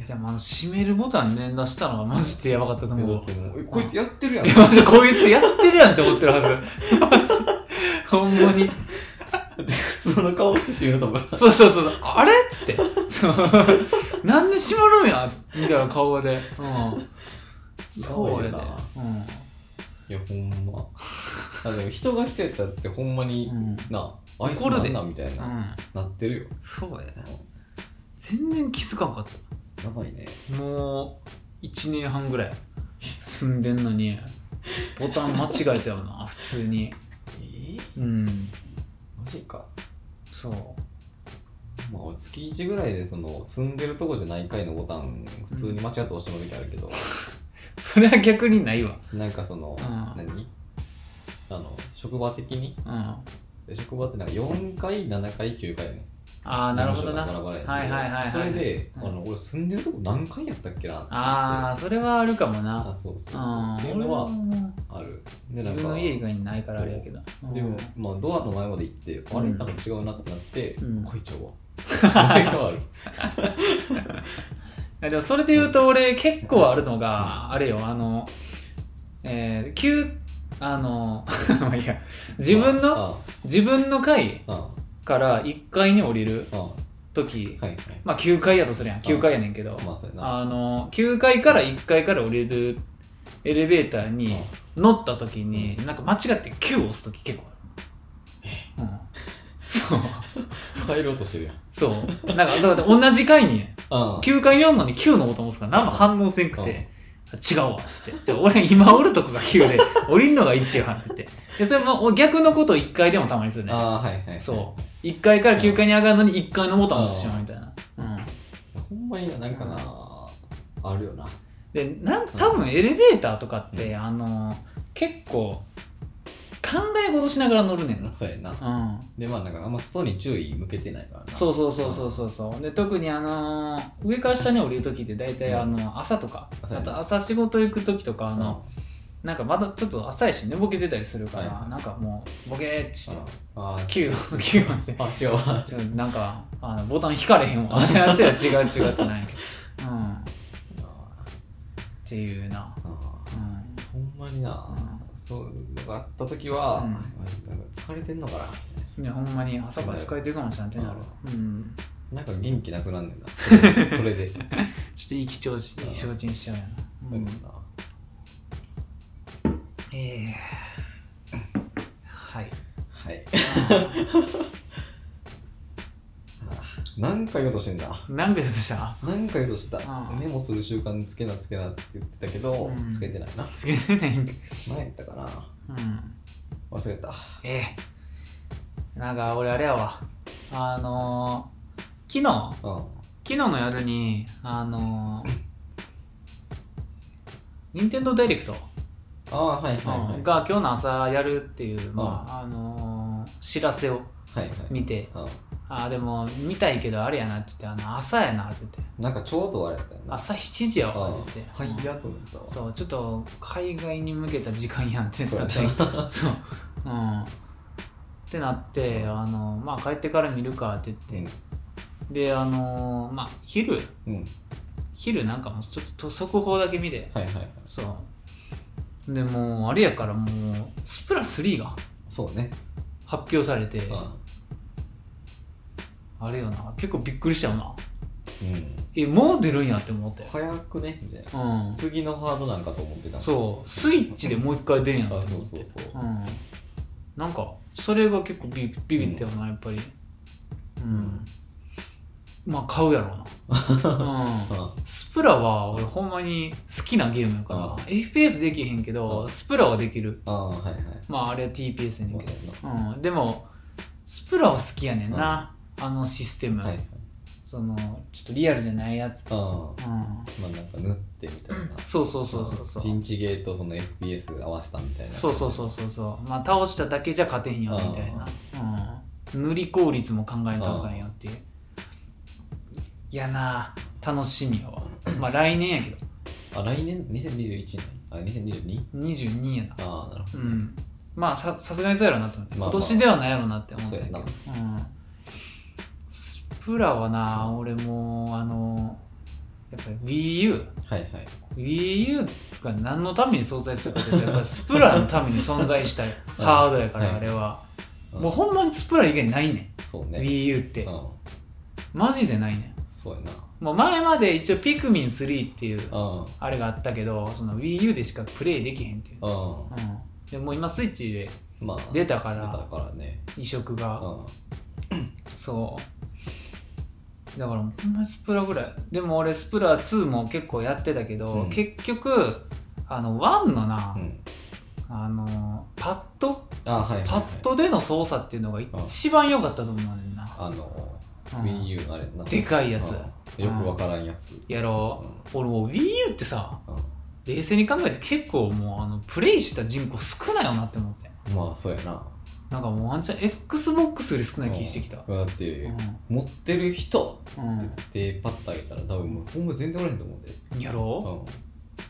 A: んじゃあもうあの閉めるボタン連打したのはマジでやばかったと思うわ
B: だってもうえこいつやってるやん
A: いやマジでこいつやってるやんって思ってる はずマジほんまに
B: 普通の顔して死ぬと思う
A: そうそうそうあれっつってそうなんで閉まるんやみたいな顔で、うん、そうやで、
B: いやほんまあでも人がしてたってほんまに、
A: うんうん
B: なあいつ
A: 怒る
B: な
A: で
B: んなんみたいな、
A: うん、
B: なってるよ
A: そうやな全然気づかんかった
B: やばいね
A: もう1年半ぐらい住んでんのにボタン間違えたよな 普通に
B: え
A: うん
B: マジか
A: そう
B: まあ、月1ぐらいでその住んでるとこじゃない階のボタン普通に間違って押しても時あるけど、
A: それは逆にないわ
B: なんかその、
A: うん
B: 何あの職場的に
A: うんあ
B: 職場ってなんか4階7階9階やね
A: あーなるほどな
B: 事務所がバラ
A: は
B: バラ
A: い
B: やねんけど
A: はいはいはい
B: それで、
A: うん
B: あの俺住んでるとこ何階やったっけな
A: ああそれはあるかもな
B: あそうそう
A: う
B: そ
A: ん
B: うっていうのは
A: 俺も
B: あるで
A: 自
B: なんか
A: 分の家以外にないからあれやけど
B: でも、まあ、ドアの前まで行って、あれ
A: うん
B: なんか違うなってなって、
A: うん
B: 書いちゃうわ。それがある
A: いやでもそれで言うと俺結構あるのがあれよあのえー、急あの まあいいや 自分の
B: あ
A: 自分の階
B: ああ
A: から1階に降りる
B: ああ
A: 時
B: はいはい。
A: まあ9階やとするやん9階やねんけど
B: まあ、そうやな。
A: あの9階から1階から降りるエレベーターに乗った時になんか間違って9を押す時結構ある、うん、そう
B: 帰ろうとしてるやん。
A: そうなんかそうだって同じ階に
B: あ
A: 9階におんのに9のボタン押すから何も反応せんくて違うわっつってじゃあ俺今おるとこが9で 降りるのが1やんっつってでそれも逆のことを1階でもたまにするね
B: あ、はいはい。
A: そ1階から9階に上がるのに1階のボタンを押してしまうみたいなうん
B: う。ほんまになんかな、あるよな。
A: でなん多分エレベーターとかって、あの結構考え事しながら乗るねんな、
B: そうやな。
A: うん、
B: で、まあ、なんかあんま外に注意向けてないからな。
A: そうそうそうそうそうそうで特にあの上から下に降りる時って大体
B: うん
A: あの朝とか、
B: そう
A: あ
B: やな
A: と朝仕事行く時とかあ
B: あ
A: の、なんかまだちょっと朝やし寝ぼけてたりするから、
B: はい
A: なんかもうボケーってして
B: ああ、
A: キュー キューして
B: あ、違うわ。
A: ちょなんかあのボタン引かれへんわ ってなって違う違うってないうんっ
B: あ
A: ていうな
B: あ
A: うん
B: ほんまにな、そういうのがあったときは、
A: うん
B: なんか疲れてんのかな。
A: ね、ほんまに朝から使えてるかもしれんってなる。うん。
B: なんか元気なく なんねんなそれでそれで
A: ちょっと意気調子意気消沈しちゃうよな、うんええはい
B: はいなんか言おうとしてんだ
A: 何か言うとした
B: なんか言おうとしてた
A: うん
B: メモする習慣つけなつけなって言ってたけど、
A: うん
B: つけてないな
A: つけてないんか
B: 何やったかな
A: うん
B: 忘れた
A: ええなんか俺あれやわあのー、昨日
B: うん
A: 昨日の夜にあのー、任天堂ダイレクト
B: ああはいはいはい、
A: が今日の朝やるっていう、ま
B: う
A: ああのー知らせを
B: はいはい
A: 見て
B: うん
A: あーでも見たいけどあれやなって言ってあの朝やなって言って
B: なんかちょうどあれだったよな。
A: 朝7時やわって言って
B: は
A: うん
B: い、やと思ったわ。
A: そうちょっと海外に向けた時間やんって
B: そう
A: な
B: や
A: って
B: な
A: そううんってなってあのまあ帰ってから見るかって言って、であのまあ昼
B: うん。うん。
A: 昼なんかもうちょっと速報だけ見て
B: はいはいはい。
A: そうでもうあれやからもうスプラ3が
B: そうね。
A: 発表されて、
B: うん。
A: あれよな結構びっくりしたよな
B: うん。
A: えもう出るんやって思ったよ、
B: 早くね、みたいな。
A: うん
B: 次のハードなんかと思ってたう。
A: そうスイッチでもう一回出んやんって
B: あ、
A: 思って
B: そうそうそう。
A: うん、なんかそれが結構ビビビったよな、やっぱりうん、まあ買うやろうな、 うん、
B: う
A: スプラは俺ほんまに好きなゲームやから、
B: ああ
A: FPS できへんけど、
B: うん
A: スプラはできる
B: ん。ああ、はいはい。
A: まああれは TPS やねん
B: そう
A: け
B: そうや
A: ど、うん、でもスプラは好きやねんな、あのシステム、
B: な。はいはい。
A: そのちょっとリアルじゃないやつ、
B: あ
A: う
B: あ。
A: ん、
B: まあなんか縫ってみたいな。
A: そうそうそうそうそう
B: 陣地ゲーとその FPS 合わせたみたいな。
A: そうそうそうそうそうまあ倒しただけじゃ勝てへんよみたいな、うん、塗り効率も考えたあかんよっていういやな楽しみ やわまあ来年やけど
B: あ、来年 ?2021 年あ、2022?
A: 22やな
B: ああ、なるほ
A: う
B: ど。
A: んまあささすがにそうやろうなと思って、
B: まあまあ
A: 今年ではないやろうなって思ったけど
B: そう
A: うんスプラはな俺もうあのやっぱり WiiU
B: はいはい。
A: WiiU が何のために存在するかっていうとやっぱりスプラのために存在したい
B: うん
A: ハードやから、
B: はい
A: あれは、
B: うん
A: もうほんまにスプラ以外ないね、
B: そうんね。
A: WiiU って、
B: うん。
A: マジでないね
B: そうやな。
A: んもう前まで一応ピクミン3っていう
B: うん。
A: あれがあったけどその WiiU でしかプレイできへんっていう、
B: う
A: うん、でもう今スイッチで
B: ん。まあ。
A: 出たか
B: 出た
A: ら
B: からね。
A: 移植
B: う
A: が
B: ん。
A: そうだからほんまにスプラぐらいでも俺スプラ2も結構やってたけど、
B: うん
A: 結局あの1のな、
B: うん
A: あのパッド
B: あはいはいはい
A: パッドでの操作っていうのが一番良かったと思うねんな、
B: あの
A: うん
B: WiiU のあれな
A: でかいやつ
B: うんよくわからんやつ
A: やろう、俺もう WiiU ってさ
B: うん
A: 冷静に考えて結構もうあのプレイした人口少ないよなって思って
B: うんまあそうやな
A: なんかもうワンチャン XBOX より少ない気してきた
B: うんだっ
A: う
B: て
A: ん、
B: 持ってる人
A: うん
B: でパッとあげたら多分もうほんま全然おらへんと思うで
A: や
B: う
A: ろ
B: ん
A: う、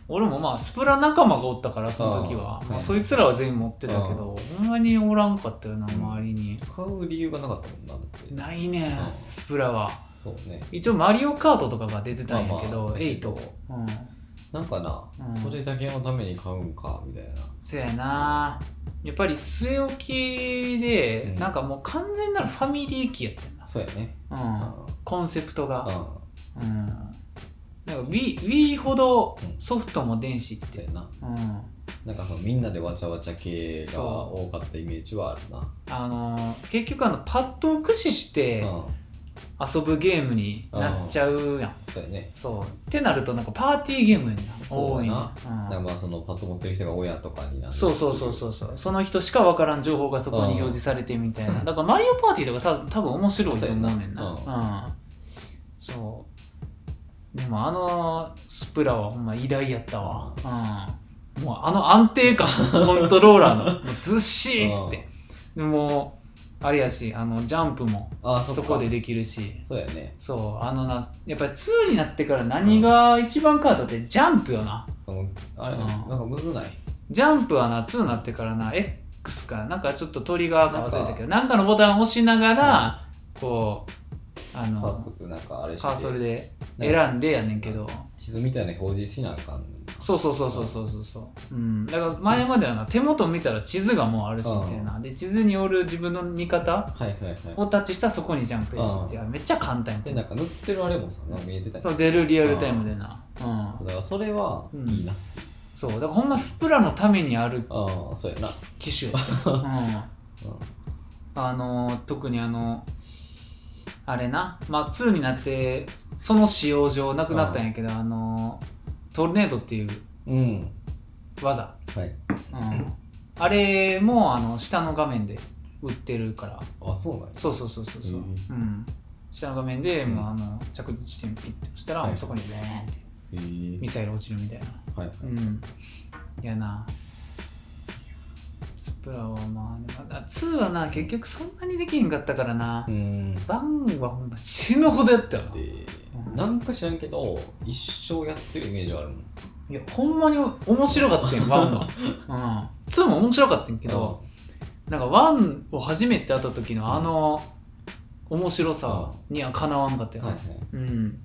A: 俺もまあスプラ仲間がおったからその時は
B: あー
A: ま
B: は
A: あ、
B: い
A: そいつらは全員持ってたけどほんまにおらんかったよな周りに、
B: 買う理由がなかったもんなだって
A: ないね
B: うん
A: スプラは
B: そうね
A: 一応マリオカートとかが出てたんやけ
B: まあ
A: ど、
B: まあ
A: エイトうん
B: なんかな
A: うん
B: それだけのために買うんかみたいな
A: そやなやっぱり据え置きで、
B: うん
A: なんかもう完全なるファミリー機やってんな、
B: そうやねうん
A: うん、コンセプト
B: う
A: が、
B: ん
A: うん、なんか Wii, Wii ほど
B: うん
A: ソフトも電子っ
B: そう
A: て、
B: やな
A: うん、
B: なんかそのみんなでわちゃわちゃ系が
A: そ
B: 多かったイメージはあるな
A: あのー結局あのパッドを駆使して
B: うん
A: 遊ぶゲームになっちゃうやん、
B: そうやね
A: そうってなるとなんかパーティーゲームやんな
B: そう
A: 多い
B: や
A: な
B: な、
A: うん
B: なんかまあそのパッと持ってる人が親とかになる
A: そうそうそうそうそうその人しか分からん情報がそこに表示されてみたいなだからマリオパーティーとか多分多分面白いと思うねんな、
B: そううん
A: そうでもあのスプラはほんま偉大やったわうんもうあの安定感 コントローラーのもうずっしーっつってでもうあれやしあのジャンプも
B: あそっ
A: そ
B: か
A: こでできるし
B: そうやね
A: そうあのなやっぱり2になってから何が一番変わったってジャンプよな、
B: あのあれ、
A: うん
B: なんかむずない
A: ジャンプはな、2になってからな、X か、なんかちょっとトリガーか忘れたけど、なんかのボタンを押しながら、こう、あ
B: パー
A: の
B: ソルなんかあれして
A: カーソルで
B: なんか
A: 選んでやねんけど
B: 地図みたいな表示しなあかん
A: そうそうそうそうそうそうそう、うん、だから前まではな手元見たら地図がもうあるしみたいなで地図による自分の見方
B: はいはいはい
A: をタッチしたらそこにジャンプやしっていうめっちゃ簡単やった
B: でなんか塗ってるあれもさなんか見えてたり
A: そう出るリアルタイムでなうん
B: だからそれは
A: うん
B: いいな、
A: そうだからほんまスプラのためにある
B: ああそうやな、
A: 機 種やった、うん
B: う、
A: あの特にあのあれな、まあ、2になってその使用上なくなったんやけど、あのトルネードっていうん
B: うん、
A: 技、
B: はい
A: うん、あれもあの下の画面で売ってるから
B: あそうなんや
A: そうそうそうそうそう、
B: へえ
A: うん、下の画面で、
B: うん
A: もうあの着地点ピッとしたら、
B: はい
A: そこにベーンって
B: へえ
A: ミサイル落ちるみたいな
B: はいはい、
A: うんやなスプラはまあねまあ2はな結局そんなにできへんかったからな、
B: うん
A: バンはほんま死ぬほどやったよな。
B: で
A: うん
B: なんか知らんけど一生やってるイメージはあるもん
A: いや、ほんまに面白かった よ、ワンは。うん。ツーも面白かったんやけど、なんかワンを初めて会った時のあの、面白さにはかなわんかった
B: うん
A: よ
B: はい
A: な
B: は。い
A: うん。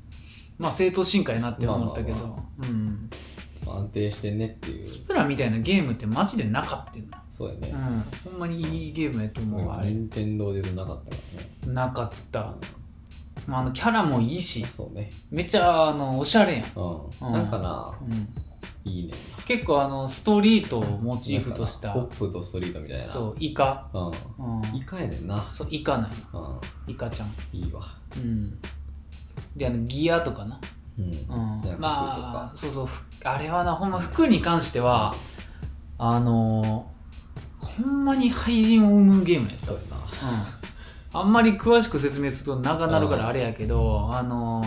A: まあ、正当進化やなって思ったけど、
B: まあま
A: うん。
B: 安定してんねっていう
A: スプラみたいなゲームってマジでなかったよな。
B: そうや
A: う
B: ね、
A: ん。ほんまにいいゲームやと思うわ、あれ。
B: 任天堂でなかったからね
A: なかった。まあ、あの、キャラもいいし、
B: そうね
A: めっちゃ、あの、おしゃれやん。
B: うん、
A: うん
B: なんかな
A: うん。
B: いいね
A: 結構、あの、ストリートをモチーフとした
B: なん。かなポップとストリートみたいな
A: そう、イカ。
B: う、
A: うん
B: ん、イカやねんな、
A: そう、イカなんよ
B: う
A: イカちゃん。
B: ん、いいわ
A: うん。で、あの、ギアとかな。
B: うん
A: うん
B: なんか服と。か
A: まあ、そうそう、ふあれはな、ほんま服に関しては、あのー、ほんまに廃人を生むゲームや
B: そ
A: さ。
B: う
A: うん。
B: やな
A: あんまり詳しく説明すると長なるからあれやけど、あの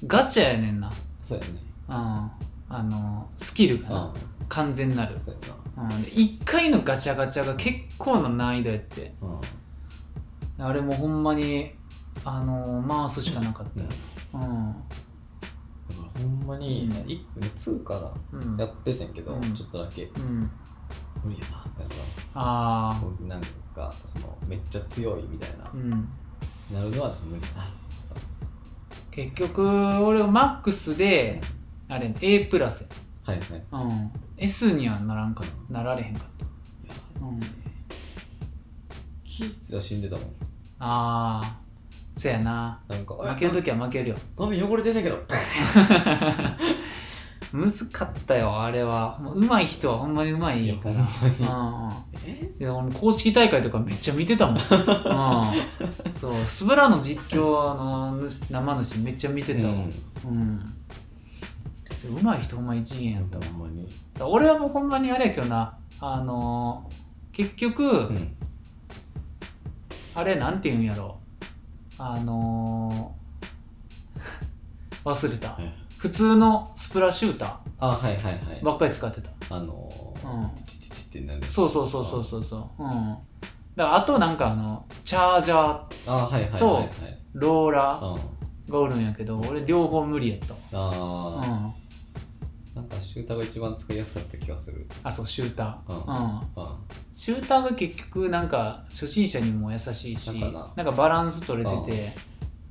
A: ー、ガチャやねんな。
B: そうやね
A: うん。あのー、スキルが
B: う、
A: なん完全なる。
B: そうや
A: うん。で一回のガチャガチャが結構な難易度やって。
B: なうん
A: あれもほんまにあのー、回すしかなかっ
B: だか
A: たうん
B: らほんまに、
A: うん
B: い2か
A: うん
B: らやっててんけど、
A: うん
B: ちょっとだけ
A: うん
B: 無理やなってなった
A: ああ
B: なんかそのめっちゃ強いみたいな、
A: うん
B: なるのはちょっと無理だな
A: 結局俺マックスであれ A プラス
B: はいはいいや
A: うん S にはならんかなられへんかったうん
B: キーツは死んでたもん
A: ああそやな
B: なんか
A: 負けるときは負けるよ
B: 画面汚れてんねんけどバーン
A: むずかったよあれはもう上手い人はほんまに上手いから
B: いやほんまに
A: うんうん
B: え
A: いや俺公式大会とかめっちゃ見てたもん、うん、そうスプラの実況あの主生主めっちゃ見てたわ
B: うん
A: うんうまい人ほんま一元やったわ
B: ほんまに
A: だから俺はもうほんまにあれやけどなあのー結局、
B: うん
A: あれなんて言うんやろあのー 忘れた
B: はい
A: 普通のスプラシュータ
B: あはいはいはい
A: ーばっかり使ってた
B: あの
A: うん
B: ーチチチチってなんで
A: そうそうそうそうそうそううんだからあとなんかあのチャージャー
B: あはいはいはい
A: と
B: はい
A: ローラー
B: うん
A: がおるんやけど俺両方無理やったわ
B: あー
A: うん
B: なんかシューターが一番使いやすかった気がする
A: あそうシュータ
B: うん
A: ーうん
B: あ
A: シューターが結局なんか初心者にも優しいしな
B: な
A: んん
B: か
A: か
B: な
A: バランス取れてて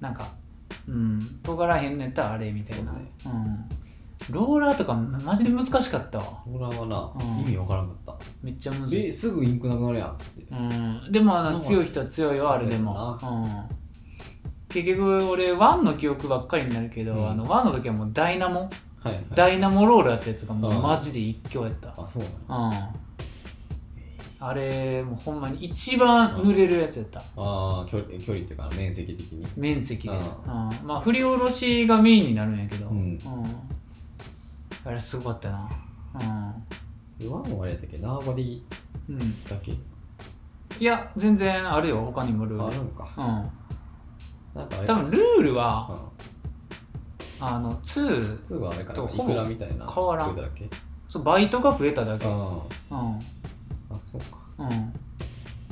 A: なんかうん尖らへんねったらあれみたいな
B: そうね
A: うんローラーとかマジで難しかったわ
B: ローラーはな、
A: うん
B: 意味わからんかった
A: めっちゃむずい
B: えすぐインクなくなるやんっつって
A: うんでもあの強い人は強いよあれでも、うん、結局俺ワンの記憶ばっかりになるけど、
B: うん
A: あのワンの時はもうダイナモ
B: はいはい
A: ダイナモローラーってやつがもううんマジで一強やった、
B: あそうなの
A: うん、あれもうほんまに一番濡れるやつやった、
B: ああ距離距離っていうか面積的に
A: 面積で、
B: う
A: うんんまあ振り下ろしがメインになるんやけど、
B: うん
A: あれすごかったな
B: ワンはあれやったっけ縄張り
A: うん、うん、
B: だけ
A: いや全然あるよ他にもル
B: あ
A: ー
B: る
A: ル
B: んか
A: うん
B: なんかあれ
A: 多分ルールは
B: う
A: あの2
B: ん、2はあれか
A: と
B: な
A: ほ
B: い
A: ぼ
B: くらみたいな
A: 変わらん
B: 増えただけ
A: そうバイトが増えただけうん
B: あああそうか
A: うんい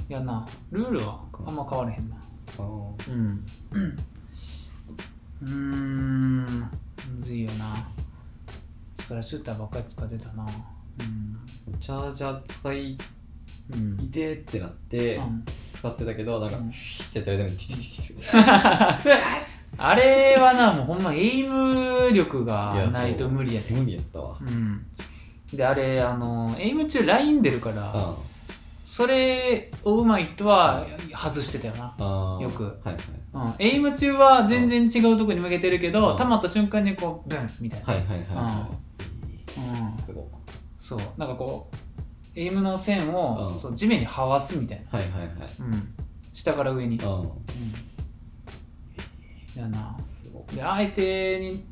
A: やなルールはあんま変われへんな
B: あー
A: うんうーんむずいよなスプラシューターばっかり使ってたなう
B: チャージャー使い
A: んうん
B: いてーってなって
A: うん
B: 使ってたけどなんか
A: うん
B: ヒッてやったらでもチチチチチうわっ
A: あれはなもうほんまエイム力が
B: や
A: ないと無理やね
B: 無理やったわ
A: うんであれあのエイム中ライン出るから、
B: あ
A: それをうまい人は外してたよな、
B: あー
A: よく
B: はいはい
A: うん、エイム中は全然違うとこに向けてるけど、
B: うん
A: 溜まった瞬間にこうブンみたいな、
B: はいはいはいはい
A: うん、
B: すごい
A: そうなんかこうエイムの線を、
B: うん
A: そう地面にはわすみたい
B: はいはいはい
A: な、うん、下から上に、うん、
B: う
A: だなん
B: すごい
A: で相手に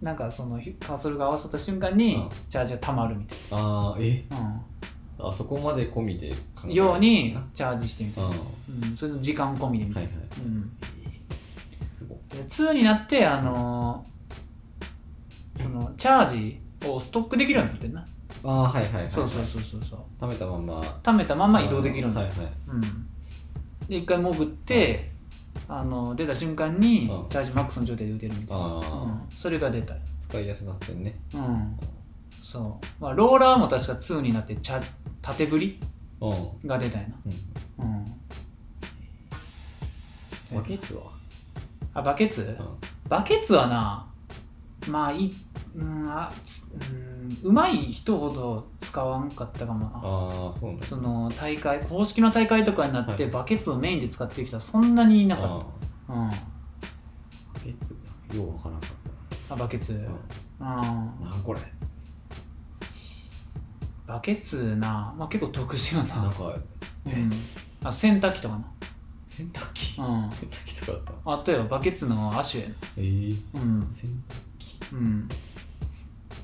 A: なんかそのカーソルが合わさった瞬間に、
B: うん
A: チャージが溜まるみたい
B: ああえ
A: な、うん
B: あそこまで込みで考える
A: ように
B: うん
A: チャージしてみたい
B: は
A: な、うん、それの時間込みでみ
B: い
A: た
B: はいい
A: な、うん、
B: すごい
A: で2になってあのーそのチャージをストックできるようになってんな、
B: ああはいはいはいはい
A: そうそうそうそうそう
B: 食べたまんま
A: 溜めたまんま移動できるように
B: は
A: ないっ
B: は
A: て、
B: い
A: うん、で一回潜って、あの出た瞬間に
B: うん
A: チャージマックスの状態で打てるみたいな、
B: ああ、
A: うん、それが出た
B: 使いやすなってんね
A: うんそう、まあ、ローラーも確か2になってチャ縦振り
B: うん、うん、
A: が出たよな、うん、
B: バケツは、
A: あバケツ、
B: う
A: バケツはなまあいうんあつうんうまい人ほど使わんかったかも
B: ん、
A: な
B: ああそうなんだ
A: その大会公式の大会とかになって、
B: はい
A: バケツをメインで使ってる人はそんなにいなかっ
B: あ
A: たうん
B: ーバケツようわからんかっ
A: あバケツ、
B: たな、
A: うん、
B: なんこれ
A: バケツな、まあ、結構特殊や
B: なん
A: な、
B: か
A: う
B: え
A: ん、あ洗濯機とか
B: 洗濯機
A: な、うん、
B: 洗濯機とかあった
A: あとはバケツの亜種や
B: えー、
A: なうん、
B: 洗
A: うん、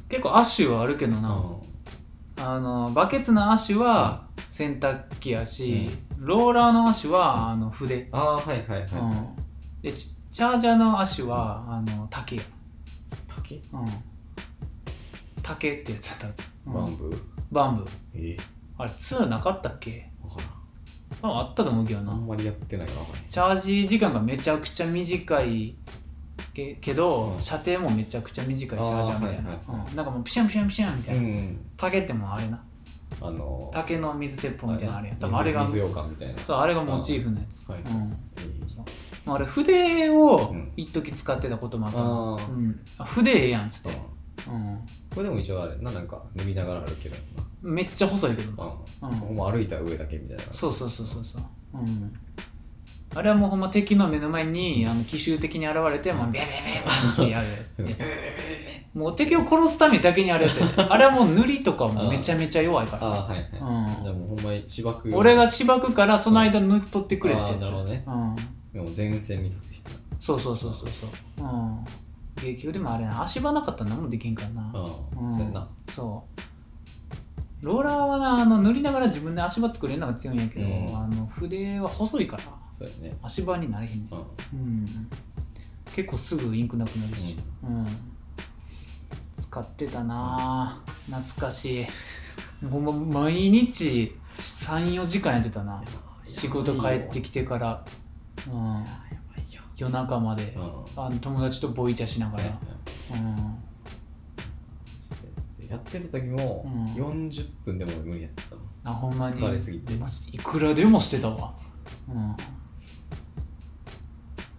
A: 結構亜種はあるけど
B: う
A: な、
B: ん
A: あのバケツの足は洗濯機やし、ローラーの足はあの筆、
B: ああはいはいはい、
A: うんでチチャージャーの足はあの竹や、
B: 竹
A: うん、竹ってやつだった、うん
B: バンブー
A: バンブー
B: ええ
A: あれ2なかったっけ
B: わからん
A: 多分あったと思うけど
B: あ
A: なん
B: まりやってないから分か
A: チャージ時間がめちゃくちゃ短いけけど、
B: うん
A: 射程もめちゃくちゃ短いチャージャーみたいな、
B: あーはいはいはい
A: うんなんかもうピシャンピシャンピシャンみたい
B: ら
A: な、
B: んうん
A: 竹ってもうあれな
B: あの
A: 竹の水鉄砲みたいなのあれやん多分
B: あ
A: あれが
B: 水羊羹みたいな
A: そうあれがモチーフのやつ、
B: はい
A: うん
B: えー
A: まあ、あれ筆を
B: うん
A: 一時使ってたこともあったな、
B: あー
A: うんあ筆ええやんっつって、
B: うん
A: うん、
B: これでも一応あれななんか飲みながら歩けるのか
A: めっちゃ細いけどな
B: な
A: う
B: うんん、ほんま歩いた上だけみたいな
A: そうそうそうそうそう、うん、あれはもうほんま敵の目の前にあの奇襲的に現れて、もうビャビャビャビャってや
B: う
A: る
B: ん
A: や つもう敵を殺すためだけにあるやつやであれはもう塗りとか もめちゃめちゃ弱いから
B: ああーはいはい、
A: うん
B: じゃあもうほんまに芝生
A: 俺が芝生からその間塗っとってくれってやつ
B: あーなるほどね
A: うん、
B: でも前線に立つ人
A: そうそうそうそうそううん劇場でもあれな足場なかったら何もできんからな
B: うん、
A: うん
B: そうやな
A: そうローラーはなあの塗りながら自分で足場作れるのが強いんやけど、
B: うん
A: あの筆は細いから
B: そうやね
A: 足場になれへんね
B: うん
A: うん結構すぐインクなくなるし、うん使ってたなあ懐かしいほんま毎日34時間やってたな仕事帰って
B: き
A: きてから、うん、夜中まで
B: うん、は
A: あの友達とボイチャしなが
B: い
A: ら、うん、
B: でやってる時も
A: うん
B: 40分でも無理やったな
A: あほんまに
B: 疲れすぎて
A: マジでいくらでもしてたわ、うん、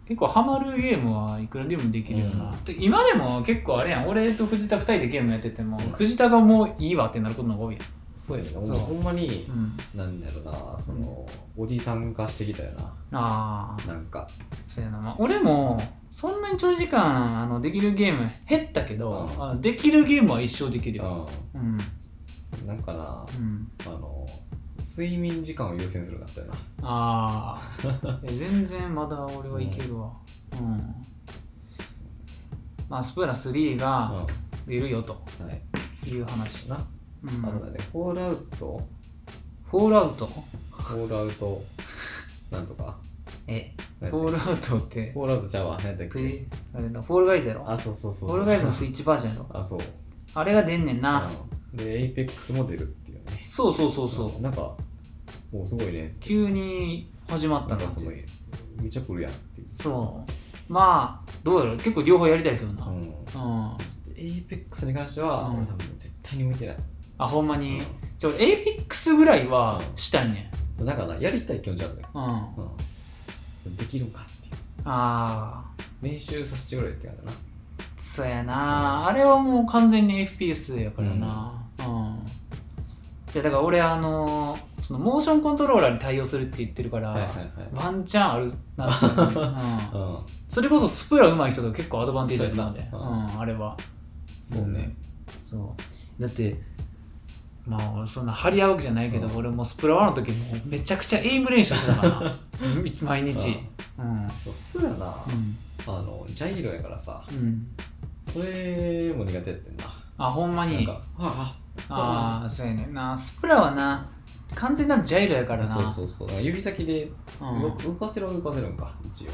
A: 結構ハマるゲームはいくらでもできるよな、
B: うん
A: で今でも結構あれやん俺と藤田2人でゲームやってても、
B: うん
A: 藤田がもういいわってなることの方が多いや
B: そうやね
A: そう
B: ほんまに
A: ん、うん、
B: なんやろなそのおじさん化してきたよな
A: ああ
B: なんか
A: そうやな、まあ、俺もそんなに長時間あのできるゲーム減ったけど、
B: うん
A: あのできるゲームは一生できるよ
B: う
A: うん
B: んなんかな
A: うん
B: あの睡眠時間を優先するようになったよな
A: あ あ全然まだ俺はいけるわうん、まあスプラ3が、
B: う
A: 出るよと
B: んはい
A: いう話、
B: な
A: うん、
B: あのねフォールアウ ト
A: フォールアウト
B: フォールアウトなんとか
A: え
B: 何やったっ
A: フ
B: け
A: ォールアウトって
B: フォールアウトちゃうわ何やったっ
A: プ
B: け
A: レあれなフォールガイズやろ
B: あそうそう
A: フ
B: そう
A: ォ
B: そ
A: ール
B: う
A: ガイズのスイッチバージョンやろ
B: あそう
A: あれが出んねんな、
B: うんでエイペックスも出るっていうね
A: そうそうそうそう、
B: んなんかもうすごいね
A: 急に始まった
B: なん
A: な
B: か
A: っ
B: その
A: て
B: めっちゃ来るやんっていう
A: そうまあどうやろ結構両方やりたいけどな
B: う
A: うん、
B: んエイペックスに関して
A: う
B: は
A: ん
B: 俺多分絶対に向いてない
A: あほんまに、
B: う
A: ちょエイピックスぐらいは
B: うん
A: したいね
B: んなんかなやりたい気持ちあるね
A: んうんあ
B: うんできるんかっていう
A: あー
B: 練習させてくれって感じだな
A: そうやなあれはもう完全に FPS やからなうん、じゃあだから俺あのそのモーションコントローラーに対応するって言ってるから、
B: はいはい
A: ワンチャンあるな って思う、うん
B: は
A: それこそスプラ上手い人とか結構アドバンテージだったんで、う、
B: そうやなん
A: あれはい
B: うんそうね
A: そうだってまあ俺そんな張り合うわけじゃないけど、
B: うん
A: 俺もスプラ1の時もうめちゃくちゃエイム練習してたから うんいつ毎日うん
B: そうスプラな
A: うん
B: あのジャイロやからさ
A: うん
B: それも苦手やってんな
A: あほんま
B: なん
A: に
B: かはあは
A: ああそうやねんなスプラはな完全なるジャイロやからな
B: そうそうそうだから指先で
A: うん
B: 動動かせるは動かせるんか一応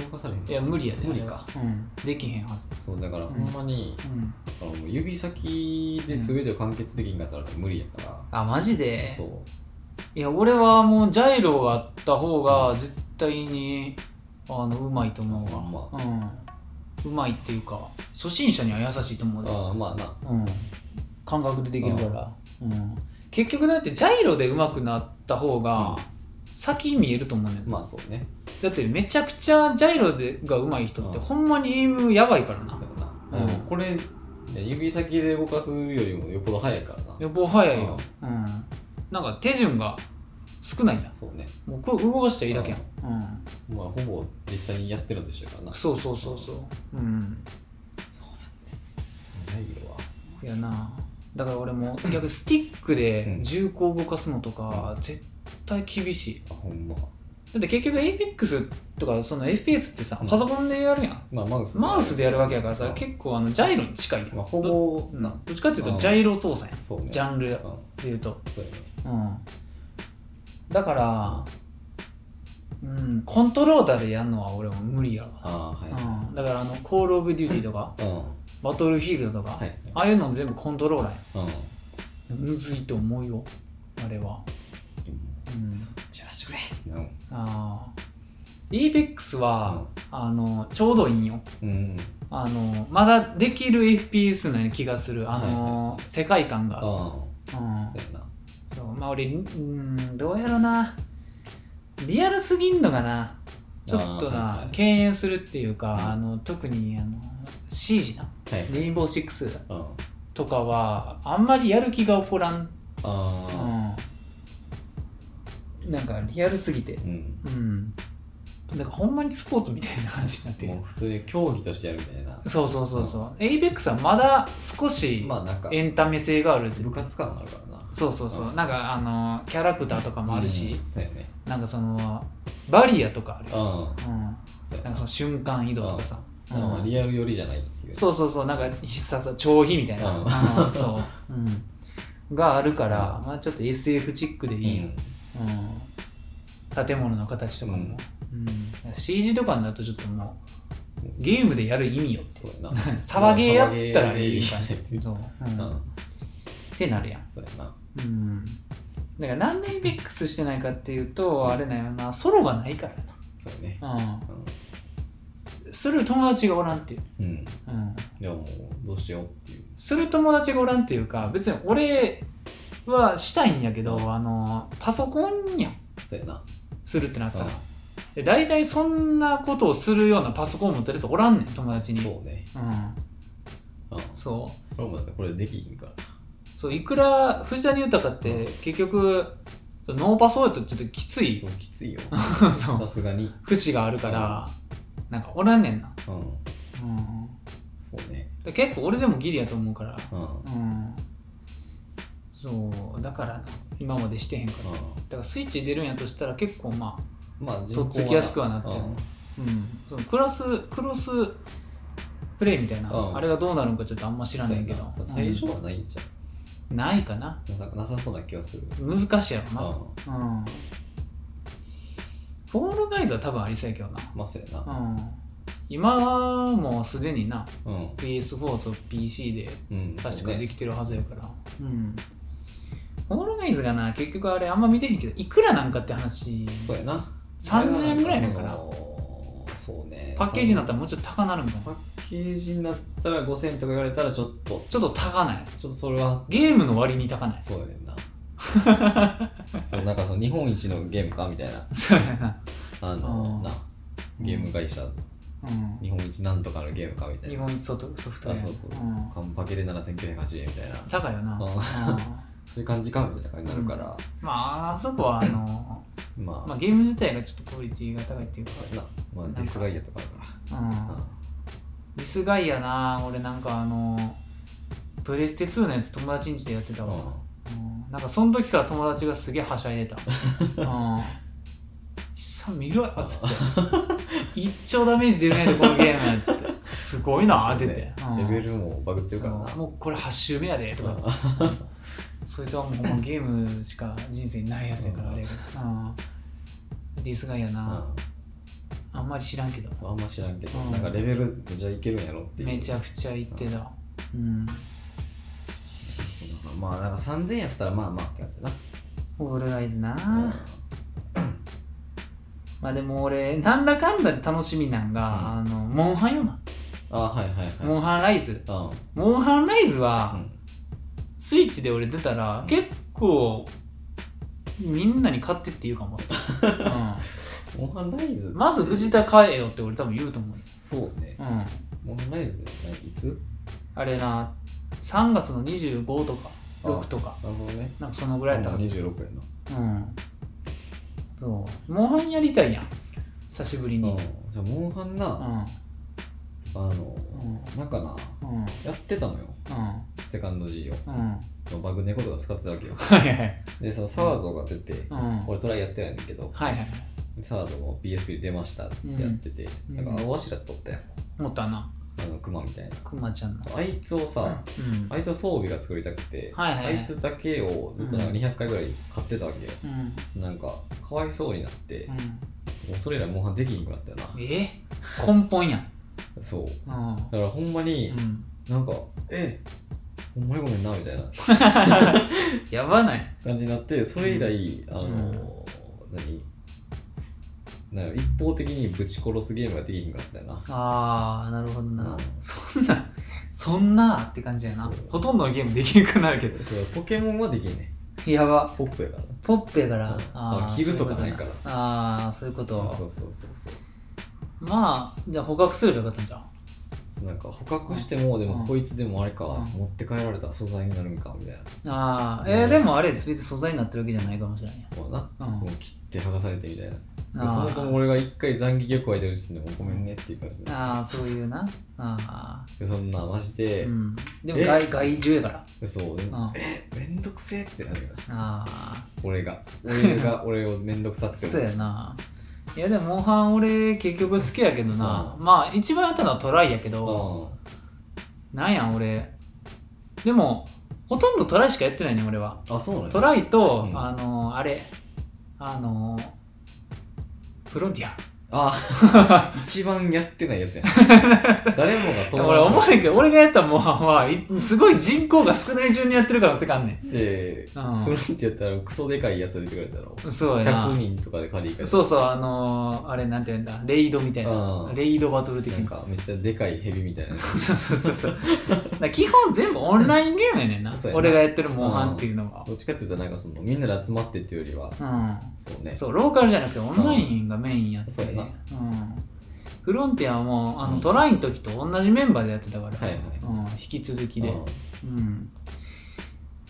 B: 動かされへん
A: いや無理やで
B: 無理か、
A: うん、できへんはず
B: そうだから
A: ん
B: ほんまに、
A: うん
B: あのもう指先で全てを完結できんかったら無理やか
A: あマジ
B: ら、
A: で
B: そう
A: いや俺はもうジャイロがあった方が絶対にあのうまいと思
B: あほ
A: うわうんうまいっていうか初心者には優しいと思うで、
B: ああまあな
A: うん、感覚でできるから、うん、結局だってジャイロでうまくなった方が先見えると思うねん、
B: まあそうね
A: だってめちゃくちゃジャイロでがうまい人って
B: うん
A: ほんまにエイムやばいから
B: そう
A: な
B: やな、
A: うん
B: うんこれ指先で動かすよりもよっぽど早いからな
A: 予防早いよ、うん、なんか手順が少ないんだ
B: そうね
A: もうこう動かしちゃいいだけやん、うん
B: まあほぼ実際にやってるんでしょうからな
A: そうそうそうそううん
B: ジャイロはい
A: やなだから俺も逆にスティックで
B: うん
A: 銃口動かすのとか絶対厳しい
B: あほんま
A: だって結局 APEX とかその FPS ってさ
B: うん
A: パソコンでやるやん
B: まあマウス
A: マウスでやるわけやから
B: う
A: さ
B: ん
A: 結構あのジャイロに近いやん
B: まあほぼ
A: うん
B: な、
A: どっちかっていうとジャイロ操作やん
B: そうね
A: ジャンルで
B: うん
A: 言うと
B: そうやね
A: うんだからうんコントローラーでやるのは俺も無理やわ
B: ああは
A: うん、だからあのコール・オブ・デューティーとか
B: いうんは
A: バトルフィールドとか、
B: いはい
A: ああいうの全部コントローラーや
B: うんで
A: むずいと思うよあれは、
B: も
A: うん、
B: そっちやらしてくれうん
A: あー EPEX は、あのちょうどいいんよ
B: うん
A: あのまだできる FPS のような気がするあの、世界観が、
B: あ
A: うん
B: あ、そうやな
A: そうまあ俺うんどうやろなリアルすぎんのがなちょっとな、
B: あーはいはい
A: 敬遠するっていうか、
B: うん
A: あの特にあの C 時な
B: はい
A: レインボーシックス
B: うんあ
A: とかはあんまりやる気が起こらん、
B: あ
A: うん、なんかリアルすぎて
B: うん
A: うんなんかほんまにスポーツみたいな感じになってる
B: もう普通に競技としてやるみたいな
A: そうそうそうそう ABEX はまだ少し
B: まあなんか
A: エンタメ性があるっていう
B: 部
A: か
B: 活感があるからな
A: そうそうそう
B: うん
A: なんかあのキャラクターとかもあるし、
B: うんそうやね
A: なんかそのバリアとかある
B: うん
A: よ、うん、
B: そうや
A: なん
B: な
A: かその瞬間移動とかさ、
B: だからまあ
A: うん
B: リアル寄りじゃないっていう
A: そうそうそうなんか必殺超飛みたいな、
B: うん
A: うんそう、うん、があるから、まあ、ちょっと SF チックで
B: う
A: いいよ、
B: ん
A: うん、建物の形とかも、うん CG とかになるとちょっともうゲームでやる意 味よって
B: そうやな
A: サバゲーやったらいい
B: サ
A: 感
B: バゲ
A: じ
B: ーやり
A: そう、う
B: うんん
A: ってなるやん、
B: そうやな
A: うん、だからなんで ABEX してないかっていうとあれだよなソロがないから
B: そうやね
A: な、うん、する友達がおらんっていう、
B: うんうん
A: うん、
B: いやもうどうしようっていう
A: する友達がおらんっていうか別に俺はしたいんやけど、あのパソコンやん
B: そうやな
A: するってなったら、
B: うん
A: で大体そんなことをするようなパソコン持ってるやつおらんねん友達に
B: そうね
A: うん、
B: うん
A: そう
B: 俺もだってこれできひんから
A: そういくら藤谷豊って結局そのノーパソやとちょっときつい
B: そうきついよ
A: そ
B: さ
A: う
B: すがに
A: 節があるから、なんかおらんねんな、
B: うん
A: うん
B: そうね
A: で、結構俺でもギリやと思うから
B: うんうん
A: うんそうだからな今までしてへんからだからスイッチ出るんやとしたら結構まあ
B: まあ
A: とっつきやすくはなってる
B: うん
A: うん、そのクラスクロスプレイみたいな、
B: うん
A: あれがどうなるんかちょっとあんま知らんねんけど
B: そうやな最初はないんじゃ
A: うんないかなん
B: なさなさそうな気がする
A: 難しいやろ
B: うん
A: なうんフォールガイズは多分ありそうやけどな
B: まあそうやな
A: うん今はもうすでにな
B: うん
A: PS4 と PC で
B: うん
A: 確かで
B: き
A: きてるはずやからうんフォールガイズがな結局あれあんま見てへんけどいくらなんかって話
B: そうやな
A: 3000円ぐらいなんかな
B: そうそうね
A: パッケージになったらもうちょっと高なるみたい
B: パ
A: な
B: ッケージになったら5000とか言われたらちょっと
A: ちょっと高ない
B: ちょっとそれは
A: ゲームの割に高ない
B: そうやねんな そうなんかその日本一のゲームかみたいな
A: そうやな
B: あの
A: うん
B: なゲーム会社
A: うん、
B: 日本一なんとかのゲームかみたい
A: 日
B: な。
A: 本一ソフトウェア
B: あそうそう
A: うん
B: カンパケで7980円みたいな。
A: 高いよな、
B: うん
A: うん
B: そういう感じかみたいな感じになるから、
A: まああそこはあの、
B: まあ、
A: まあ、ゲーム自体がちょっとクオリティが高いっていうか、
B: なまあ、ディスガイアとかあるか
A: うん
B: ら。うん
A: ディスガイアな俺なんかあのプレステ2のやつ友達ん家でやってたわ、うんなんかその時から友達がすげえはしゃいでた「うん久々見ろよ」っつって「一丁ダメージ出るねでこのゲーム」っつって「すごいな」って
B: そう
A: 言っ
B: ね
A: て、うん
B: レベルもバグってるからな。
A: そうもうこれ8周目やでとか言って
B: うん
A: そいつはもうほんまゲームしか人生にないやつやから
B: うん
A: あれが、うん、ディスガイアな、あんまり知らんけど
B: そうあんま知らんけど、
A: うん
B: なんかレベルじゃいけるんやろっていう。
A: めちゃくちゃ言ってたうん
B: なんかまあなんか3000円やったらまあまあってやってな。
A: オールライズな、
B: うん
A: まあでも俺なんだかんだで楽しみなんが、あのモンハンよな、
B: あはいはいはい。
A: モンハンライズ
B: うん
A: モンハンライズ
B: う
A: は、
B: ん
A: スイッチで俺出たら結構みんなに買ってって言うか も、う
B: モンハンライズ
A: ん、まず藤田買えよって俺多分言うと思うんです、
B: そうね
A: う。ん、
B: モンハンライズっていつ
A: あれな3月の25とか
B: あ
A: 6とか
B: なるほどね。
A: なんかそのぐらいやったか
B: 二十六円の。
A: らうんそうモンハンやりたいやん久しぶりに
B: うんじゃあモンハンな、
A: うん
B: あの、
A: う
B: なんかな、
A: うん
B: やってたのよ。
A: う
B: セカンド G
A: んうん
B: を。バグ猫とか使ってたわけよ。
A: はいはい
B: で、そのサードが出て、
A: うん
B: 俺トライやってないんだけど、
A: はいはいはい
B: サードも PSP で出ましたってやってて、
A: うん
B: なんか青柱取ったやん。
A: 思ったな
B: あの、クマみたいな。
A: くまちゃんの
B: あいつをさ、
A: うん
B: あいつは装備が作りたくて、
A: はいはいはい
B: あいつだけをずっとなんか200回ぐらい買ってたわけよ。
A: うん
B: なんか、かわいそうになって、も
A: う
B: うそれ以来モンハンできひんくなったよ
A: んえ根本やん
B: な。そう。
A: うん
B: だからほんまに、
A: うん
B: なんか、えほんまにごめんな、みたいな
A: やばない
B: 感じになって、それ以来、あの、何なんか一方的にぶち殺すゲームができひんくなったよな。
A: ああなるほどな
B: うん
A: そんなそんなって感じやな
B: そう
A: ほとんどのゲームできなくなるけど
B: そうポケモンはできんね
A: やば
B: ポップやから。
A: ポップやから
B: うん
A: あー
B: あ着るとかないから
A: ああーそういうこと
B: そうそうそうそう。
A: まあじゃあ捕獲すればよかったんじゃん
B: なんか捕獲しても、で
A: う
B: も
A: ん
B: こいつでもあれか、
A: うん
B: 持って帰られた素材になるんかみたい
A: ああえーでもあれです別に素材になってるわけじゃないかもしれない
B: な、まあな、
A: うん
B: もう切って剥がされてみたい
A: あ
B: な
A: ー
B: そもそも俺が一回斬撃を加えてるうちにもうごめんねっていう感じで
A: ああそういうなあ
B: でそんなマジ
A: あ
B: で、
A: うんでも
B: え
A: 害害獣やから
B: そう、
A: ん
B: えめんどくせえってなるよな
A: ああ
B: 俺が俺が俺をめんどくさって
A: そう
B: 思
A: やないやでもモンハン俺結局好きやけどな、
B: う
A: まあ一番やったのはトライやけど、
B: う
A: なんやん俺でもほとんどトライしかやってないねん俺は
B: うんあそうなの
A: トライと、
B: うん
A: あのあれあのフロンティア
B: あ 一番やってないやつやん誰もが
A: でも俺
B: 止
A: 思
B: ま
A: うねんけど俺がやったモンハンはいすごい人口が少ない順にやってるからせかんねん
B: って
A: うん
B: フロンティアってあのクソでかいやつ出てくるやつやろ
A: そうやな
B: 100人とかで借りる
A: そうそうあのあれなんて言うんだレイドみたいな
B: うん
A: レイドバトル的
B: なん
A: な
B: かめっちゃでかいヘビみたいな
A: そうそうそうそうそう。だから基本全部オンラインゲームやねんな。
B: そうやな
A: 俺がやってるモンハンっていうのは。
B: どっちかっていうとなんかそのみんなで集まってっていうよりは
A: う
B: そうね
A: ん。そう、ローカルじゃなくてオンラインがメインやって。
B: そうやな
A: うん。フロンティアもあの、
B: うん
A: トライの時と同じメンバーでやってたから、
B: はいはい
A: うん、引き続きで
B: うん。
A: うん。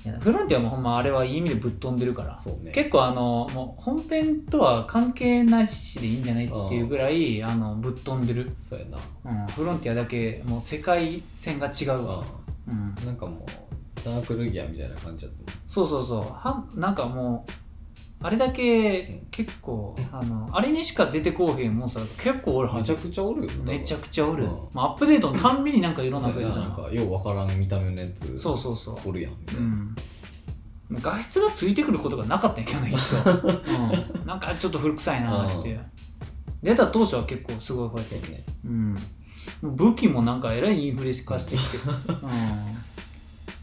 A: いやフロンティアもほんまあれはいい意味でぶっ飛んでるから。
B: そうね
A: 結構あのもう本編とは関係なしでいいんじゃないっていうぐらいあのぶっ飛んでる、
B: そうやな
A: うん、フロンティアだけもう世界線が違うわ、
B: う
A: うん、
B: んなんかもうダークルギアみたいな感じだった
A: そうそうそうはなんかもうあれだけ結構、あのあれにしか出てこうへんモンスター結構おるは
B: めち
A: ず
B: ゃくちゃおるよ
A: めちゃ
B: くち
A: くちゃおる、
B: うん
A: まあ、アップデートのたんびになんかいろんな
B: そ
A: の
B: う
A: が
B: や
A: 出
B: な
A: てた
B: なん
A: な
B: かようわからん見た目のやつ
A: そうそうそ
B: おるやんみた
A: う、、
B: いうなん
A: 画質がついてくることがなかったんやけどね一 生、うん、なんかちょっと古臭いなーって、
B: うん
A: 出た当初は結構すごいこうやっ
B: そ
A: て
B: うね
A: うん、もう武器もなんかえらいインフレ化して きて、うん、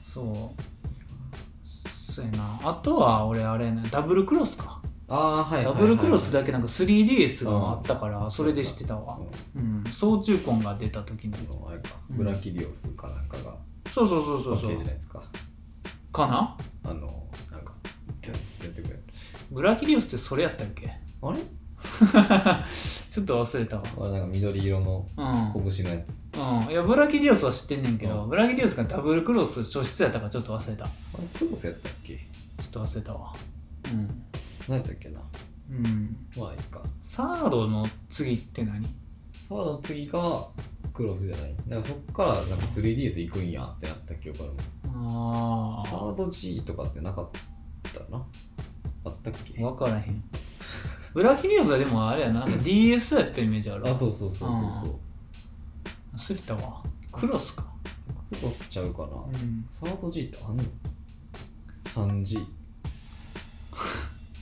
A: そうそうやなあとは俺あれやねダブルクロスか、
B: ああーはいはいはい
A: ダブルクロスだけなんか 3DS があったからそれで知ってたわ
B: うん、
A: うん、総中婚が出た時の
B: あのあれか
A: うん
B: ブラキリオスかなんかが
A: そうそうそう
B: パ
A: そう
B: ッケ
A: そう
B: ージのやつか
A: かな
B: あのなんかドゥンってやってくるや つ
A: ブラキリウスってそれやったっけ
B: あれ
A: ちちょっと忘れたわ
B: あれなんか緑色の
A: うん、
B: 拳のやつ。
A: うん、いやブラキディオスは知ってんねんけど、
B: うん
A: ブラキディオスがダブルクロス初出やったからちょっと忘れたちょ
B: あれ、クロスやったっけ
A: っと忘れたわ
B: 何やったっけな。
A: うん、うん、
B: まあいいか。
A: サードの次って何
B: サードの次がクロスじゃない。なんかそっからなんか 3DS 行くんやってなった記憶あるもん。
A: あ
B: サ
A: あ
B: ード G とかってなかったよな。あったっけ
A: 分からへんブラキディオスはでもあれやななんか DS やったイメージある
B: あ、そうそうそうそうそう。
A: 忘れたわクロスか
B: クロスちゃうかな。
A: うん
B: サード G ってあんの ?3G。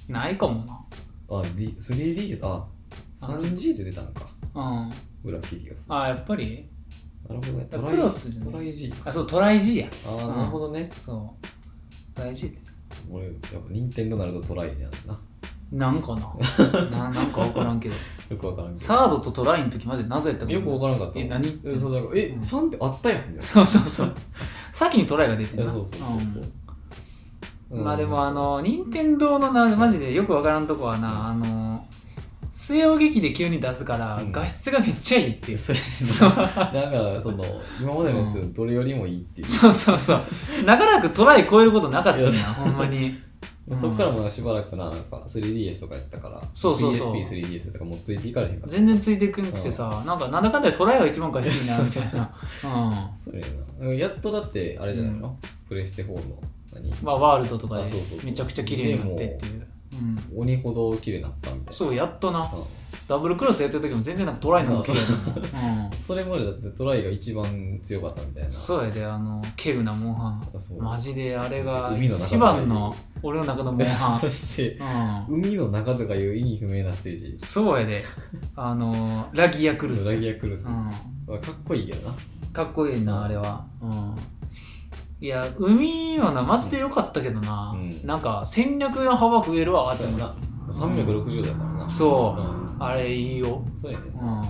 A: ないかもな
B: あ、D、3D、あ、3G で出たんか。
A: うん
B: 裏キリオス。な
A: あやっぱり
B: るほどね。
A: だ
B: ト
A: から
B: ライ
A: クロスじゃない
B: トライ G か。
A: あそうトライ G や
B: あー、なるほどね。
A: そうトライ G って
B: 俺、やっぱ、任天堂なるとトライやんな。
A: なんかな ななんか分からんけど
B: よくわからんけど。
A: サードとトライの時マジでなぜやったか
B: よくわからんかった。
A: え何
B: え、そうだから、え、
A: うん
B: 3ってあったやんみたいな。
A: そうそうそう先にトライが出てん
B: え
A: な
B: そうそうそうそう。
A: うん
B: うん
A: まあでもあ、の任天堂のなマジでよくわからんとこはなあの末尾劇で急に出すから
B: うん
A: 画質がめっちゃいいっていう
B: それ
A: そう
B: なんか、その、今までのや
A: う
B: つ、どれよりもいいっていう。
A: そうそうそう長らくトライ超えることなかったんだ
B: いや
A: ほんまにうん
B: そっからもうしばらくな、なんか 3DS とかやったから、
A: そうそうそう
B: PSP、3DS とかもうついていかれへんから。
A: 全然ついてくんくてさ、なんかなんだかんだでトライが一番かいいなみたい な、う
B: そうやな。やっとだって、あれじゃないの、プレステ4の、何
A: んまあ、ワールドとかで
B: あそうそうそう
A: めちゃくちゃ綺麗になってっていううん、
B: 鬼ほど綺麗になったみたいな。
A: そうやっとな
B: うん
A: ダブルクロスやってる時も全然なんかトライの方が綺麗だったもん、うん、
B: それまでだってトライが一番強かったみたいな。
A: そうやであの稀有なモンハン
B: あそう
A: マジであれが
B: 海の中
A: 一番の俺の中のモンハ
B: そ して、
A: ン、うん、
B: 海の中とかいう意味不明なステージ。
A: そうやであのラギアクルス、
B: ラ
A: う
B: ギアクルス。
A: ん、
B: まあかっこいいけどな。
A: かっこいいなあれは、うん、いや海はなマジで良かったけどな、
B: うん
A: なんか戦略の幅増えるわあ
B: そうや
A: と
B: な。360だからな。
A: そう
B: うん
A: あれいいよ、
B: そうやね
A: う。ん、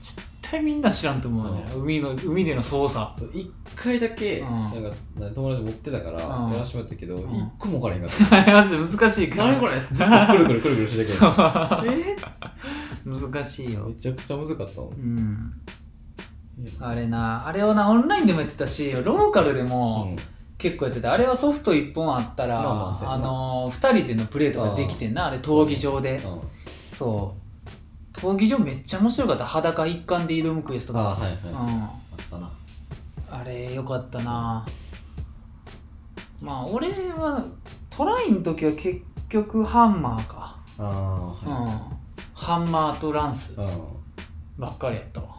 A: 絶対みんな知らんと思うね、海の海での操作
B: 一回だけ、
A: うん
B: なんか、なんか友達持ってたから、
A: うん
B: やらしてもらったけど、
A: うん
B: 一個も分からへんかっ
A: あれマジで難しい
B: た。
A: から
B: 何これずっとくるくるくるくるして
A: そ
B: た
A: う
B: けど。え
A: 難しい
B: ーめ
A: よ、
B: ちゃくちゃ難かったもん
A: う。ん、
B: いや
A: あれなあれをなオンラインでもやってたしローカルでも
B: うん
A: 結構やってた、あれはソフト1本あったら、
B: まあまあそうや
A: あ
B: な
A: の2人でのプレーとかできてんなあれ闘技場で
B: うん
A: そう闘技場めっちゃ面白かった裸一貫で挑むクエスト
B: あ
A: が
B: あ、はいはい。
A: うん
B: あったな。
A: あれよかったなまあ俺はトライの時は結局ハンマーか
B: ああ、
A: うん
B: は
A: ハンマーとランス
B: い。うん
A: ばっかりやったわ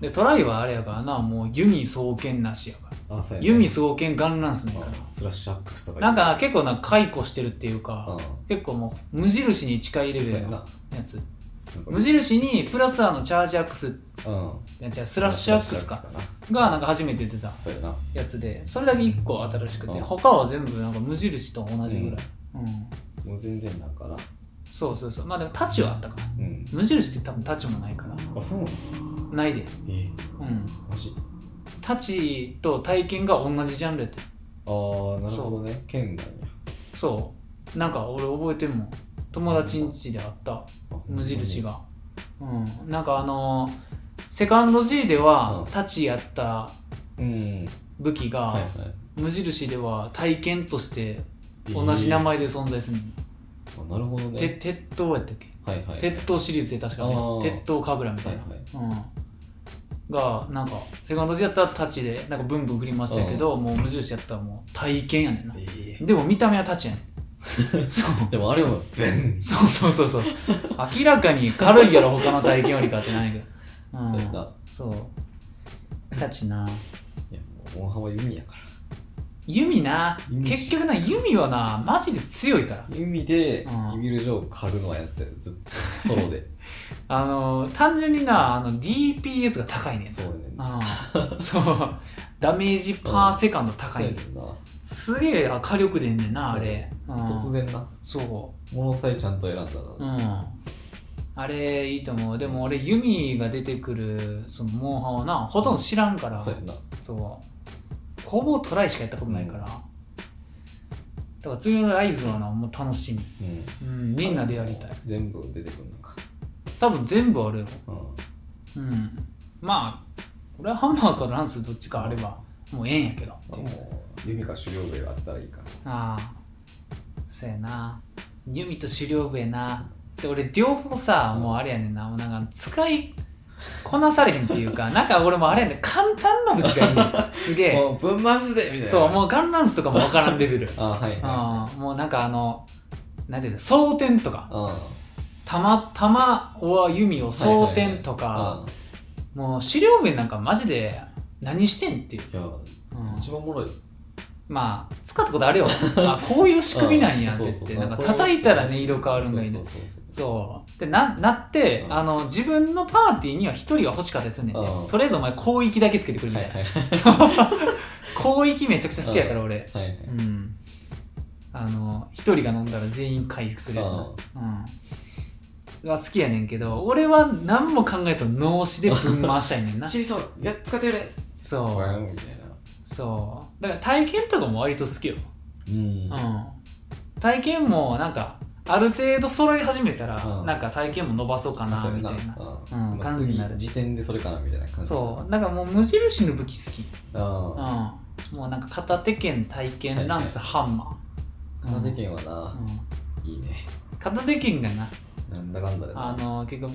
A: でトライはあれやからなもう弓双剣なしやから
B: あ、そうやね
A: 弓双剣ガンランスねんか
B: あスラッシュアックスとか。
A: らなん、か結構な解雇してるっていうか
B: う
A: 結構もう無印に近いレ
B: ん。
A: ベ
B: そうや
A: ル
B: な
A: の。やつ
B: なんか
A: 無印にプラスあのチャージアックス
B: うん。
A: いや違うス
B: ス
A: ラッシュアックスか
B: ラッシュアックスか
A: がなんか初めて出た
B: そうやな。
A: やつでそれだけ1個新しくて
B: うん
A: 他は全部なんか無印と同じぐらい、うん
B: もう全然なんかな。
A: そうそうそうまあでもタチはあったから
B: うん。
A: 無印って多分タチもないから
B: あ、そうなの
A: ないで
B: えー、
A: うん
B: マジ
A: タチと体験が同じジャンルやって
B: ああ、なるほどね。剣なんや。
A: そうなんか俺覚えてるもん友達ん家であった
B: あ
A: 無印。がうんなんかあのーセカンド G では
B: うん
A: タチやった
B: ほんまにうん。
A: 武器
B: はい
A: が
B: はい。
A: 無印では体験として同じ名前で存在するの
B: えー。あなるほど
A: て
B: ね。
A: 鉄塔やったっけ、
B: はいはい。
A: 鉄塔シリーズで確か
B: あ
A: ね
B: ー
A: 鉄塔神楽みたいな、
B: はい
A: うん、がなんかセカンド G やったらタチでなんかブンブン振りましたけど、もう無印やったらもう体験やねんな
B: えー
A: でも見た目はタチやね んそう
B: でもあれも、ベン
A: そうそうそうそう明らかに軽いやろ他の体験よりかってないけど、う
B: そ
A: ん、
B: うやな。
A: そうタチない
B: や、もう、モンハンは弓やから。
A: 弓な
B: 弓
A: 結局な弓はなマジで強いから
B: 弓で
A: うん、
B: イビル・ジョーを狩るのはやってる。ずっと、ソ ロで。
A: あの単純になあの DPS が高いねん
B: そうやねんな。
A: うんそうダメージパーセカンド高いねん、
B: そうやねん
A: すげえ火力出んねんなあ
B: そう
A: れ、うん
B: な。突然な。
A: そ
B: ものさえちゃんと選んだな。
A: ううんあれいいと思うでも俺ユミが出てくるそのモンハンはなほとんど知らんから、
B: そうやな。
A: そうほぼトライしかやったことないから、だから次のライズはなもう楽しみ、
B: うん。
A: うん、みんなでやりたい
B: 全部出てくるのか。
A: 多分全部あるよ
B: うん
A: うんまあこれはハンマーかランスどっちかあればもうええんやけど
B: まあ、もう弓か狩猟笛があったらいいか
A: ああそうやな弓と狩猟笛なで俺両方さもうあれやねんなもうなんか使いこなされへんっていうか なんか俺もあれやねん簡単な武器がいいね んすげ
B: ら
A: え
B: もう分回すぜみたいな
A: そうも
B: う
A: うガンランスとかもわからんレベル
B: あはいは い
A: うんもうなんかあのなんていうの装填とか
B: あ
A: 弾弾を弓を装填とか、もう狩猟笛なんかマジで何してんっていう、
B: いや
A: うん
B: 一番おもろい
A: まあ使ったこと あるよあこういう仕組みなんやって言っ
B: そう
A: て
B: そう
A: なんか叩いたら音色変わるんがいい
B: そ
A: ね
B: うそう
A: そうでななって、
B: うん
A: あの自分のパーティーには一人は欲しかったですんねんね、
B: うん
A: とりあえずお前広域だけつけてく
B: そう
A: るみ
B: は
A: た
B: い
A: いな、
B: はいはい
A: 広域めちゃくちゃ好きやから俺
B: はいは
A: う
B: い
A: んあの一人が飲んだら全員回復するやつなうんは好きやねんけど俺は何も考えと脳死でぶん回したいねんな
B: 死に そうや使ってるです
A: そう、
B: ワンみたいな
A: そうだから体験とかも割と好きよ、
B: うん
A: うん、体験もなんかある程度揃い始めたら、
B: うん
A: なんか体験も伸ばそうかな
B: そうや
A: みたいな
B: うん
A: うん
B: まあ
A: 感じになる
B: 次時点でそれかなみたいな感じ
A: そうなんかもう無印の武器好き、
B: あ
A: うん、もうなんか片手剣体
B: は
A: 剣
B: い
A: ランスハンマ
B: あ
A: ー、うん
B: 金手剣はな
A: う
B: いいね
A: ん片手剣がな
B: なんだかんだでな
A: あの結構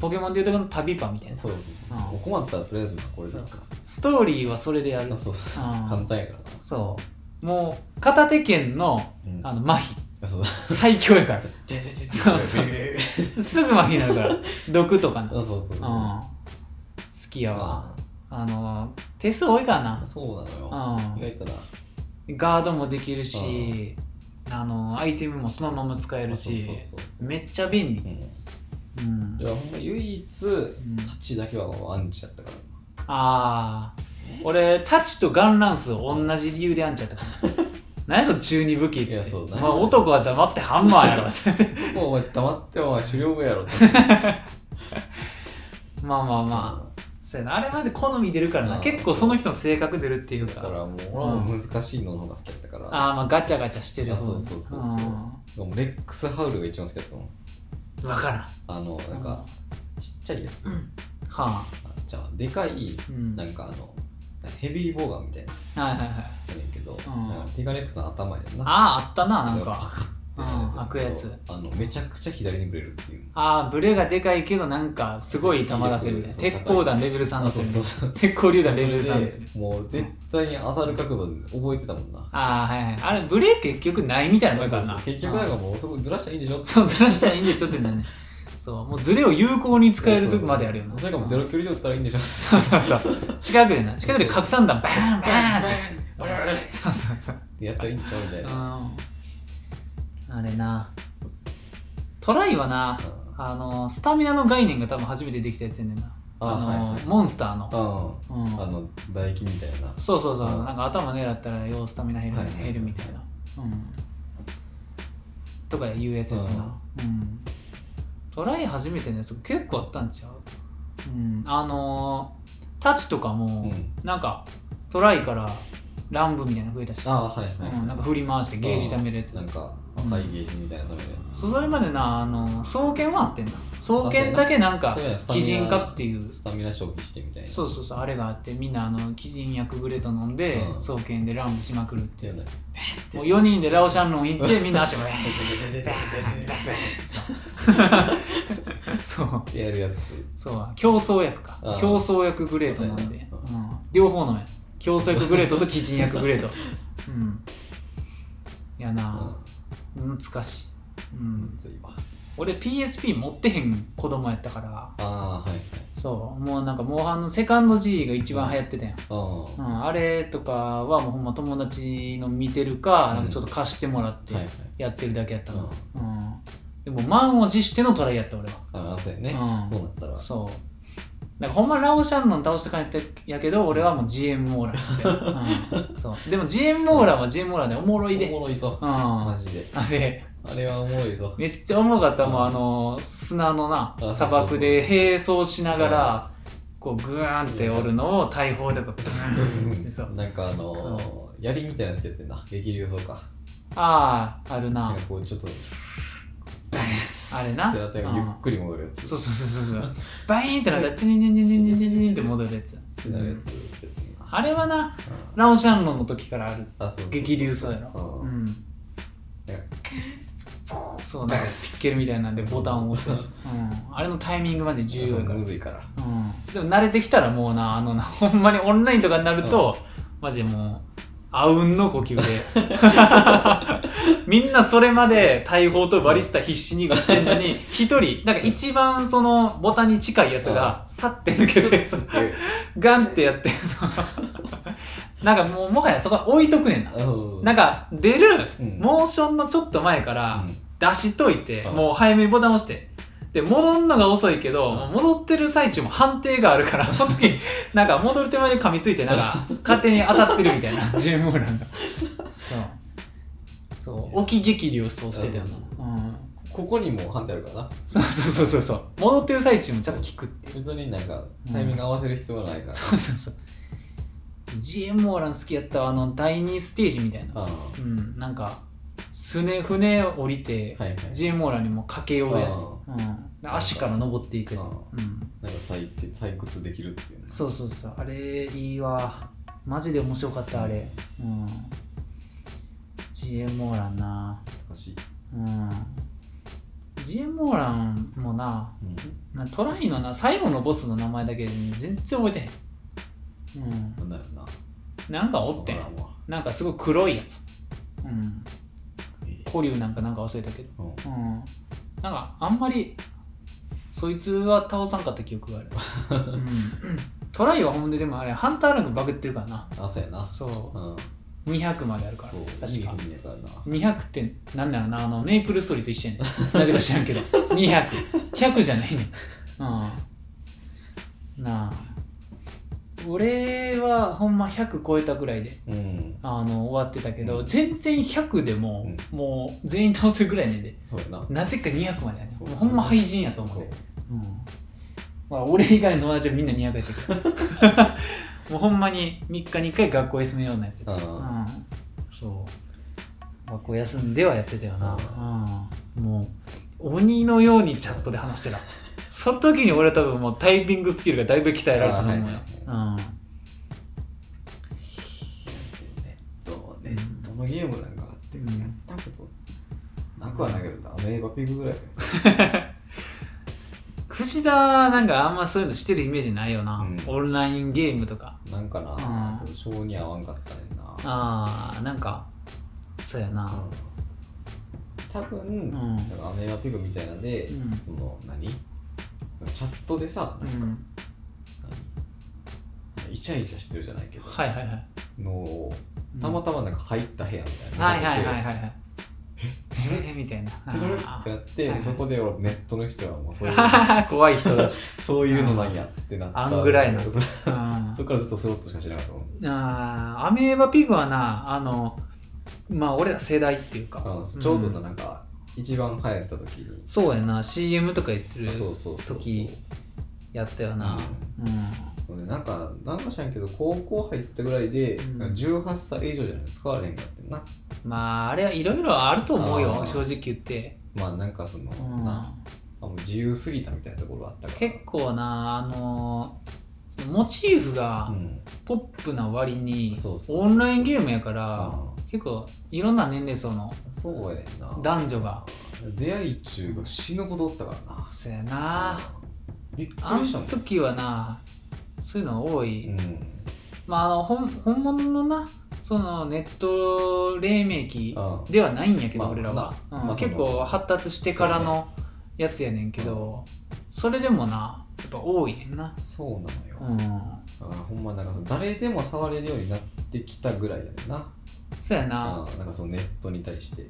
A: ポケモンでいうとこの旅パみたいな
B: そうそうそう
A: うん
B: もう困ったらとりあえずこれでいいか
A: ストーリーはそれでやる
B: あそうそう
A: うん
B: 簡単やからな
A: そうもう片手剣の
B: うん
A: あの麻痺
B: あそうだ
A: 最強や から
B: そう
A: そう
B: あ
A: すぐ麻痺になるから毒とかな
B: そうそ
A: う
B: う
A: ん、好きやわ
B: あ
A: あの手数多いからな
B: あそうなのよ意
A: う
B: 外とな。
A: んガードもできるしあのアイテムもそのまま使えるし
B: そうそうそうそう
A: めっちゃ便利、
B: うん
A: うん
B: いや、ほんま唯一、
A: うん
B: タッチだけはもうアンチやったから。
A: あー俺タチとガンランスを同じ理由であんちゃ ったから何やその中二武器っ
B: い
A: つっ
B: や
A: て
B: そう
A: お
B: 何
A: 前男は黙ってハンマーやろって言って
B: もうお前黙ってお前狩猟部やろって。
A: まあまあまあそうやなあれマジ好み出るからな
B: あー
A: 結構その人の性格出るっていう
B: だ
A: か
B: からもう、俺はもう難しいのの方が好きやったから。
A: ああまあガチャガチャしてる
B: あ
A: 方
B: そうそうそうそう。でもレックスハウルが一番好きだったもん。
A: 分からんは
B: あの、なんか、ちっちゃいやつ。
A: あ
B: あじゃあ、でかい、
A: うん
B: なんかあの、ヘビーボーガンみたいなの
A: はいはいはい
B: やねんけど、
A: ん
B: なんかティガレックスの頭やんな。
A: あああったななん
B: パ
A: か
B: カッ
A: う
B: っ
A: ん
B: て
A: 開くやつ
B: そうあの、めちゃくちゃ左にぶれるっていう。
A: ああブレがでかいけどなんかすごい球出せるみたいな
B: そう
A: 鉄鋼弾レベル3
B: あ
A: です
B: そ
A: よ
B: うそう
A: ね
B: そう。
A: 鉄鋼榴弾レベル
B: そ
A: 3
B: れ
A: で
B: です
A: ね
B: もう絶対に当たる角度で覚えてたもんな。
A: ああはいはいあれブレ結局ないみたいなもんやから
B: そう
A: な
B: そう結局なんかもうそこずらしたらいいんでしょ
A: そうずらしたらいいんでしょってなんねそうもうズレを有効に使えるとこまであるよな
B: それかもうゼロ距離で打ったらいいんでしょ
A: そうそうそう近くでな近くで拡散弾バーンバーンって
B: バラバラバラっ
A: そうそうそう
B: てやったらいいんでしょみたいな。
A: うんあれなトライはな
B: うん
A: あのスタミナの概念が多分初めてできたやつやねんな
B: あ
A: の、
B: はいはい
A: モンスターの、
B: う
A: うん
B: ん。あの、唾液みたいな。
A: そうそうそう、
B: うん
A: なんか頭狙ったらようスタミナ減る,、
B: はいはいはい
A: 減るみたいな、うん、とかいうやつやったな、うんトライ初めてのやつ結構あったんちゃう、うん、あのータチとか
B: う
A: も、
B: ん。
A: なんかトライから乱舞みたいなの増えたし、
B: あはいはいはい。
A: うん、なんか振り回してゲージ貯めるやつ
B: なんか、赤いゲージみたいなの食べるや
A: そうそれまでなあの双剣はあってんな双剣だけなんか
B: そうやな
A: 鬼人化っていう
B: つスタミナ消費してみたいな。
A: そうそうそうあれがあってみんなあの鬼人薬グレと飲んで、
B: うん
A: 双剣で乱舞しまくるっていう
B: うね。
A: もう4人でラオシャンロン行 ってみんな足もねそう
B: でやるやつ。
A: そう競争薬か
B: あー
A: 競争薬グレートなんで、
B: そう
A: う
B: や
A: ん、両方のや競争薬グレートと鬼人薬グレー トうんいやな懐かしい、う
B: うんん。、ついわ。
A: 俺 PSP 持ってへん子供やったから
B: あーはいはい。
A: そうもうなんかモンハンのセカンド G が一番流行ってたやん、
B: あ
A: うんあれとかはもうほんま友達の見てるか,、
B: うん
A: なんかちょっと貸してもらっ
B: ーはいは
A: て
B: い。
A: やってるだけやったから、うんでも満を持してのトライやった俺は
B: ああ、そうやね。
A: うん
B: そうなったら。
A: そうなんかほんまラオシャンロン倒した感じやけど俺はもう GM オーラみたいな、うん、そうでも GM オーラは GM オーラでおもろいで、う
B: おもろいぞ。
A: ん、あ
B: マジで。
A: れ
B: あれはおもろいぞ。
A: めっちゃ重かったもうあの砂のな
B: あ
A: 砂漠で並走しながらこうグーンっておるのを大砲でこうブーンってそう
B: なんかあの
A: そ
B: ー、槍みたいなやつやってんな。激流走か。
A: ああある
B: な
A: な
B: んかこうちょっと、
A: あれな
B: ってなったらゆっくり戻るや
A: うん
B: つ
A: そうそうそうそうそうバイーンってなったらチリンチリンチリンチリンチリンチリンって戻るやつ
B: ってなるやつですけどね
A: あれはな
B: うん
A: ラオシャンロンの時からある
B: あそうそうそう
A: 激流そうやろ
B: う
A: うんん
B: ね
A: そうなんかピッケルみたいなんでボタンを押すやつ、うん、あれのタイミングマジで重要やから
B: むず いから
A: うん、でも慣れてきたらもうなあのな ほんまにオンラインとかになると、マジでもうあうんの呼吸 でみんなそれまで大砲とバリスタ必死に打ってんのに一人なんか一番そのボタンに近いやつがさって抜けてその
B: で
A: ガンってやってそのなんかもうもはやそこは置いとくねんななん
B: か
A: か出る
B: うん
A: モーションのちょっと前から、出しといて、
B: うん
A: もう早めにボタン押して。で、戻んのが遅いけど、
B: うん
A: もう戻ってる最中も判定があるから、その 時に、なんか戻る手前に噛みついて、なんか、勝手に当たってるみたい な、ジェームーランが。そう。そう、起き激流をそうしてたよな。うん。
B: ここにも反対あるからな
A: そうそうそうそうそう。戻ってる最中もちゃんと聞くっていう。
B: 別になんかタイミング合わせる必要はないから
A: そうそうそう。ジェームーラン好きやったわあの、第2ステージみたいな。
B: ああ
A: うん、なんか、すね、船降りて、
B: はいはい
A: J モーラにもかけようやつ、うん、で足から登っていくやつ、
B: う
A: うん、
B: なんか採掘採掘できるっていうね
A: そうそうそうあれいいわマジで面白かったあれ、うん、J モーランな、
B: 懐かしい
A: うん、J モーランもな
B: うん
A: なトライのな最後のボスの名前だけで全然覚えてへん、うん、
B: なんだよな
A: なんかおってん
B: わからんわ
A: なんかすごい黒いやつ、うん、
B: ええ
A: 古竜なんかなんか忘れたけど
B: うん
A: うんなんかあんまりそいつは倒さんかった記憶が ある、うんトライはほんででもあれハンターランクバグってるからな
B: あそうやな
A: そ
B: うん
A: う200まであるから
B: そう
A: 確か
B: いい国やからな
A: 200ってなんだろうなあのメイプルストーリーと一緒やねん なぜか知らんけど200100じゃないねんうんなあ俺はほんま100超えたぐらいで
B: うん
A: あの終わってたけど、
B: うん
A: 全然100でも、もう全員倒せるぐらいやねんで
B: そうやな
A: なぜか200までやねん
B: そう
A: もうほんま廃人やと思う
B: そ
A: でう
B: う
A: んまあ、俺以外の友達はみんな200やったけど もうほんまに3日に1回学校休むようなやつやっ
B: あ
A: た、うん、そう学校休んではやってたよな、うん、もう鬼のようにチャットで話 してたその時に俺は多分もうタイピングスキルがだいぶ鍛えられたと思うよ、
B: あネットネットのゲームなんかあってや
A: うん
B: ったことなくはないけどなアメーバピグぐらい
A: うん藤田なんかあんまそういうのしてるイメージないよな、
B: うん
A: オンラインゲームとか
B: なんかな性に合わんかったねんな
A: ああなんかそうやな
B: 多分
A: ん
B: なんかアメーバピグみたいなんで
A: うん
B: その何チャットでさ
A: う
B: なん
A: ん、
B: か何イチャイチャしてるじゃないけど
A: はいはいはい
B: のをたまたまなんか入った部屋みたいな
A: はいはいはいはいはいえみたいな
B: でそれってなって、
A: はいはい
B: そこで俺ネットの人はも うそういう
A: あー怖い人 だし、
B: そういうのなんやってなった
A: あんぐらいの
B: そう
A: うん、あ
B: そっからずっとスロットしかしなかったもん
A: ーアメーバピグはなあのまあ俺ら世代っていうか
B: あのちょうどななんんか一番流行った時に、
A: そうやな CM とか言ってる
B: あそうそうそう
A: 時やったよなうん
B: そうでなんかなんか知らんけど高校入ったぐらいで、
A: うん
B: 18歳以上じゃない使われへんかってんな
A: まああれはいろいろあると思う
B: あ
A: よ
B: ー
A: 正直言って、
B: まあなんかその、
A: うん
B: なあもう自由すぎたみたいなところはあったから
A: 結構なあのそのモチーフが
B: うん
A: ポップな割に、
B: そうそう
A: オンラインゲームやから
B: あ
A: 結構いろんな年齢層の
B: そうやねんな
A: 男女が
B: 出会い中が死ぬほどおったからな
A: そうやな
B: びっく
A: あ
B: り
A: の
B: したもん
A: 時はなそういうの多い、
B: うん
A: まああの本本物のなそのネット黎明期
B: あ
A: ではないんやけど、
B: まあ
A: 俺らは、
B: まあ
A: うん
B: まあその
A: 結構発達してからのやつやねんけどそ,、れでもなやっぱ多いねんな
B: そうなのよ、
A: うん
B: あーほんまなんかその誰でも触れるようになってきたぐらいやねんな
A: そうやな
B: あーなんかそのネットに対して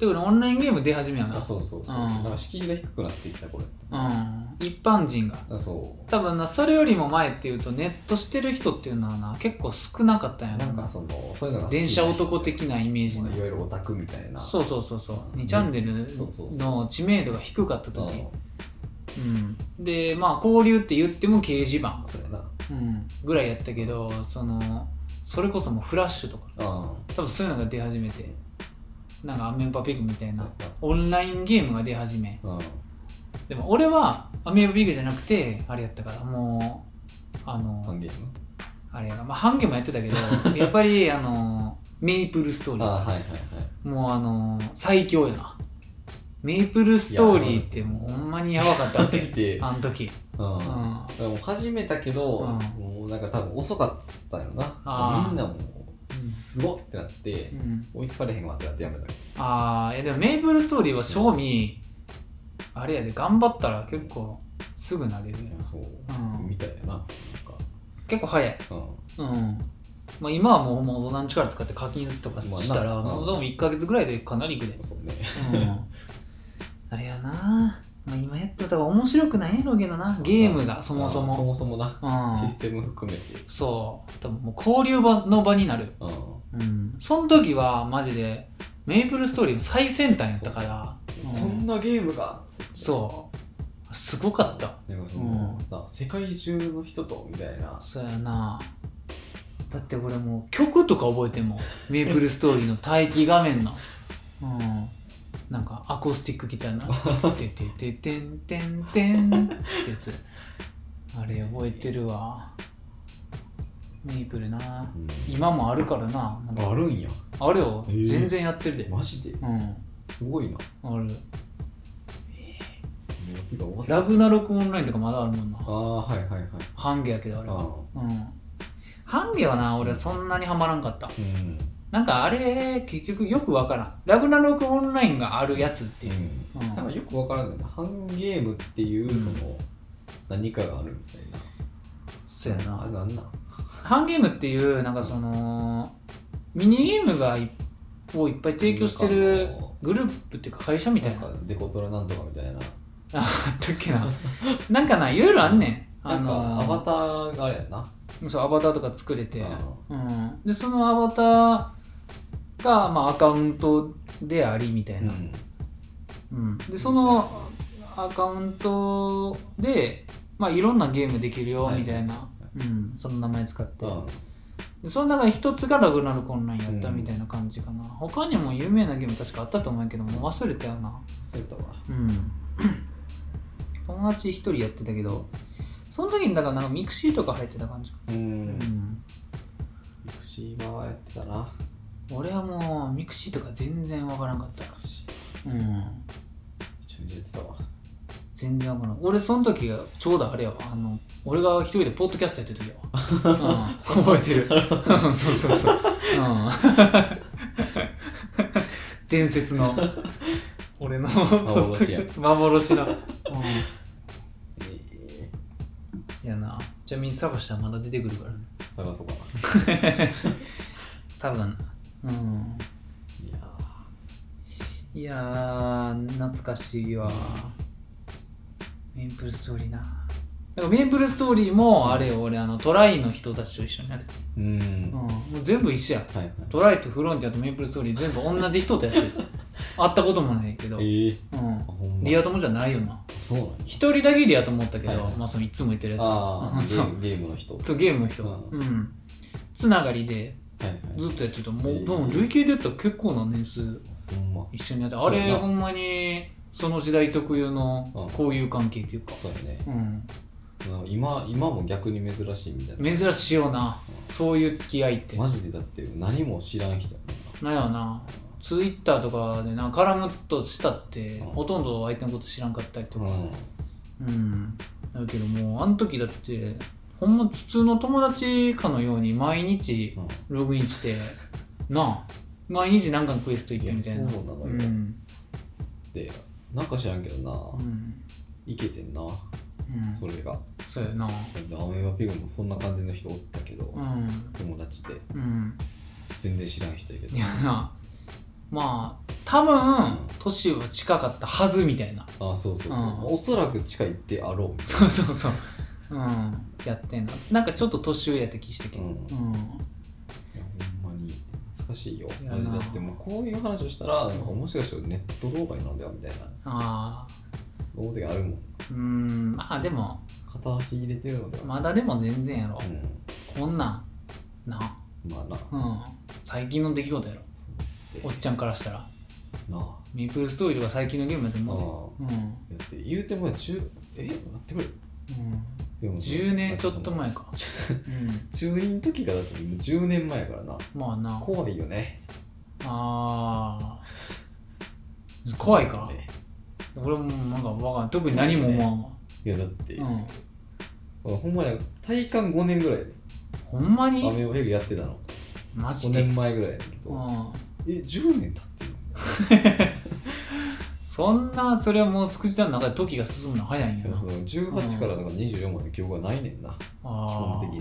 A: ていうかオンラインゲーム出始めやな
B: あそうそうそう、
A: うん
B: なんか敷居が低くなってきたこれ
A: うん一般人が
B: あそ
A: 多分なそれよりも前っていうとネットしてる人っていうのはな結構少なかったん
B: う
A: や
B: なんかそのそういうのが好きな
A: 電車男的なイメージ
B: ま
A: の
B: あいわゆるオタクみたいな
A: そうそうそうそう2チャンネル
B: そうそうそう
A: の知名度が低かった
B: あ
A: 時
B: の
A: うんでまあ交流って言っても掲示板、
B: そうやな
A: うん、ぐらいやったけどそのそれこそもうフラッシュとか
B: あ
A: 多分そういうのが出始めてなんかアメンパピグみたい
B: そ
A: な
B: うやった
A: オンラインゲームが出始め
B: うん
A: でも俺はアメーバビーグじゃなくてあれやったからもうあ
B: ハ
A: の
B: ンゲーム
A: あれやなまあハンゲもやってたけ どやっぱりあのメイプルストーリー、
B: ああはいはいはい
A: もうあの最強やなメイプルストーリーってもうほんまにやばかった
B: マ
A: わけ
B: ジで
A: あの時
B: うん
A: うんあ
B: でも始めたけど、
A: うん
B: もうなんか多分遅かったよ
A: あ
B: な
A: ー
B: みんなもうすごっってなって、
A: うん
B: 追いつかれへんわってなってやめた
A: あーいやでもメイプルストーリーは賞味あれやで頑張ったら結構すぐなれるやん
B: そう、
A: うん
B: みたいやななんか、
A: 結構早い
B: うん、
A: うんまあ、今はもうもう大人の力使って課金とかした
B: ま
A: ら、
B: あな
A: もうでも1か月ぐらいでかなりいくで、
B: そうね
A: うん、 あれやな、まあ、今やってたら面白くないやろうけどなゲームがそもそ
B: あーそ
A: も
B: もそもな、
A: う
B: シ
A: ん
B: ステム含めて
A: そう多分もう交流場の場になる
B: うん
A: うんその時はマジでメイプルストーリーの最先端やったから
B: こんなゲームが
A: そうすごかった
B: なんかその、な世界中の人とみたいな
A: そうやなだって俺もう曲とか覚えてんもんメイプルストーリーの待機画面のうんなんかアコースティックギターな「ててててんてんてん」ってやつあれ覚えてるわメイプルな
B: うん
A: 今もあるからなまだ
B: あるんや
A: あるよ
B: へえ
A: 全然やってるで
B: マジで
A: うん
B: すごいな
A: ある
B: メロピが終わった
A: ラグナロクオンラインとかまだあるもんな
B: ああはいはいはい
A: ハンゲやけどあれは
B: あ
A: うんハンゲはな俺はそんなにハマらんかった
B: ーうん
A: なんかあれ結局よくわからんラグナロクオンラインがあるやつっていう、うん
B: なんかよくわからないなハンゲームっていう
A: うん
B: その何かがあるみたいな
A: そうやな
B: あれなんなん
A: ハンゲームっていうなんかそのミニゲームがいをいっぱい提供してるグループっていうか会社みたいな
B: な
A: あ
B: んかデコトラなんとかみたいな
A: あったっけななんかないろいろあんねんあ
B: なん
A: の
B: かアバターがあれやな
A: そうアバターとか作れて、
B: う
A: うん、でそのアバターが、まあ、アカウントでありみたいな、うん、でそのアカウントで、まあ、いろんなゲームできるよ
B: はい
A: みたいな、うん、その名前使って、
B: うん
A: でその中で一つがラグナルコンラインやったみたいな感じかな、他にも有名なゲーム確かあったと思うけどもう忘れたよな
B: そうやったわ
A: うん友達一人やってたけどその時にだからなんかミクシーとか入ってた感じか
B: う
A: な、うんん、
B: ミクシーはやってたな
A: 俺はもうミクシーとか全然わからんかった
B: ミ、クシー
A: うん、
B: めちゃめちゃやってたわ
A: 全然わからん俺その時がちょうどあれやわあの俺が一人でポッドキャストやってる時やわ、うん、覚えてるうんそうそうそう、うん、伝説の俺の
B: 幻や
A: 幻の、うん、
B: え
A: やなじゃあ水探したらまだ出てくるからね
B: ー探そうかな
A: 多分うん
B: いや
A: いやー懐かしいわメイプルストーリーなだからメイプルストーリーもあれよ俺あのトライの人たちと一緒にやって
B: ーうん
A: うん、
B: は
A: もう全部一緒や
B: いはい
A: トライとフロンティアとメイプルストーリー全部同じ人とやって る会ったこともないけど、
B: ええ
A: うん
B: ほんま
A: リア友じゃないよな
B: そうなんや
A: 一人だけリア友おったけど、
B: はいはい
A: まあそのいつも言ってるやつ
B: ああゲ
A: そう
B: ームゲームの人はい
A: そうゲームの人う
B: う
A: んつながりで
B: はい
A: ずっとやってたも
B: え
A: う
B: ー
A: 多分累計で言ったら結構な年数
B: ほんま
A: 一緒にやって
B: そ
A: あ
B: うや
A: れ
B: な
A: ほんまにその時代特有の
B: うん
A: 交友関係っていうか
B: そうやね
A: うん
B: なんか今今も逆に珍しいみたいな
A: 珍しいよなそういう付き合いって
B: マジでだって何も知らん人やもん
A: な
B: な
A: んやろなツイッターとかでなんか絡むとしたって、
B: うん
A: ほとんど相手のこと知らんかったりとか
B: うん
A: うんだけどもうあの時だってほんま普通の友達かのように毎日
B: うん
A: ログインしてなあ毎日何かのクエスト行っ
B: い
A: て
B: や
A: み
B: そ
A: た
B: う
A: い
B: な
A: な
B: の
A: う
B: よっ
A: ん
B: てなんか知らんけど
A: う、
B: なんいけてんな
A: うん、
B: それが
A: そうやな
B: アメバピグもそんな感じの人おったけど
A: うん
B: 友達で
A: うん
B: 全然知らん人やけど
A: いやなまあ多分年は近かったはずみたいな
B: あそうそうそ
A: う
B: う、
A: ん
B: おそらく近いってあろうみたい
A: そうそうそううんやってんのなんかちょっと年上やった気してけど
B: うん
A: うん
B: ないやほんまに懐かしいよ
A: いや
B: マジで
A: な
B: だってもうこういう話をしたらなんかもしかしたらネット動画になんだよみたいな
A: ああ
B: 思う時あるもん
A: うんまあでも
B: 片足入れてるのでは、
A: まだでも全然やろ
B: うん
A: こんなんな
B: まあな、
A: うん最近の出来事やろ
B: そう
A: おっちゃんからしたら
B: なあ
A: ミープルストーリーとか最近のゲームやと思うで、うん
B: だって言うても中え待ってくれ
A: う
B: でも
A: ん、10年ちょっと前か、うん、
B: 中2の時がだってもう10年前やからな
A: まあな
B: 怖いよね
A: あー怖いか
B: ね
A: 俺もなんかわかんない特に何も思わんわ、
B: いやだって、
A: うん、
B: ほんまに体感5年ぐらいで
A: ほんま
B: ア
A: に
B: メオヘビやってたの
A: マジ
B: 5
A: で、
B: 年前ぐらいやけど、
A: うん、
B: え10年経ってる
A: そんなそれはもうつくじさんの中で時が進むの早いんや
B: いや
A: な
B: その18からなんか24まで記憶がないねんな、基
A: あ
B: 本的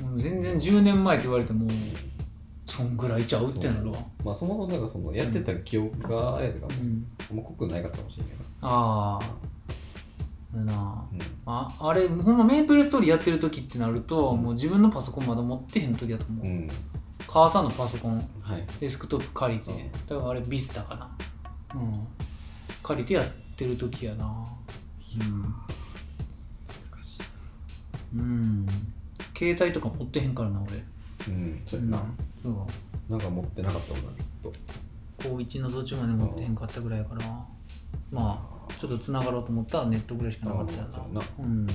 A: ー
B: に
A: もう全然10年前って言われてもそんぐらいちゃうってなるわ、
B: まあそもそもなんかそのやってた記憶があれやとか
A: う
B: も、
A: ん、
B: あんま濃くないかったかもしれないか
A: ああだな
B: ら、
A: ああれほんまメイプルストーリーやってる時ってなるともう自分のパソコンまだ持ってへん時だと思う、
B: うん、うん、
A: 母さんのパソコン
B: はい
A: デスクトップ借りて、
B: うん
A: だからあれビスタかなうん借りてやってる時やな
B: 懐かし
A: うん、うん、携帯とか持ってへんからな俺
B: いうんそうや
A: ん
B: な、
A: そう
B: なんか持ってなかったもんなずっと
A: 高1の途中まで持ってへんかったぐらいやからまあちょっとつながろうと思ったらネットぐらいしかなかったや
B: あーそうや
A: な
B: な
A: うん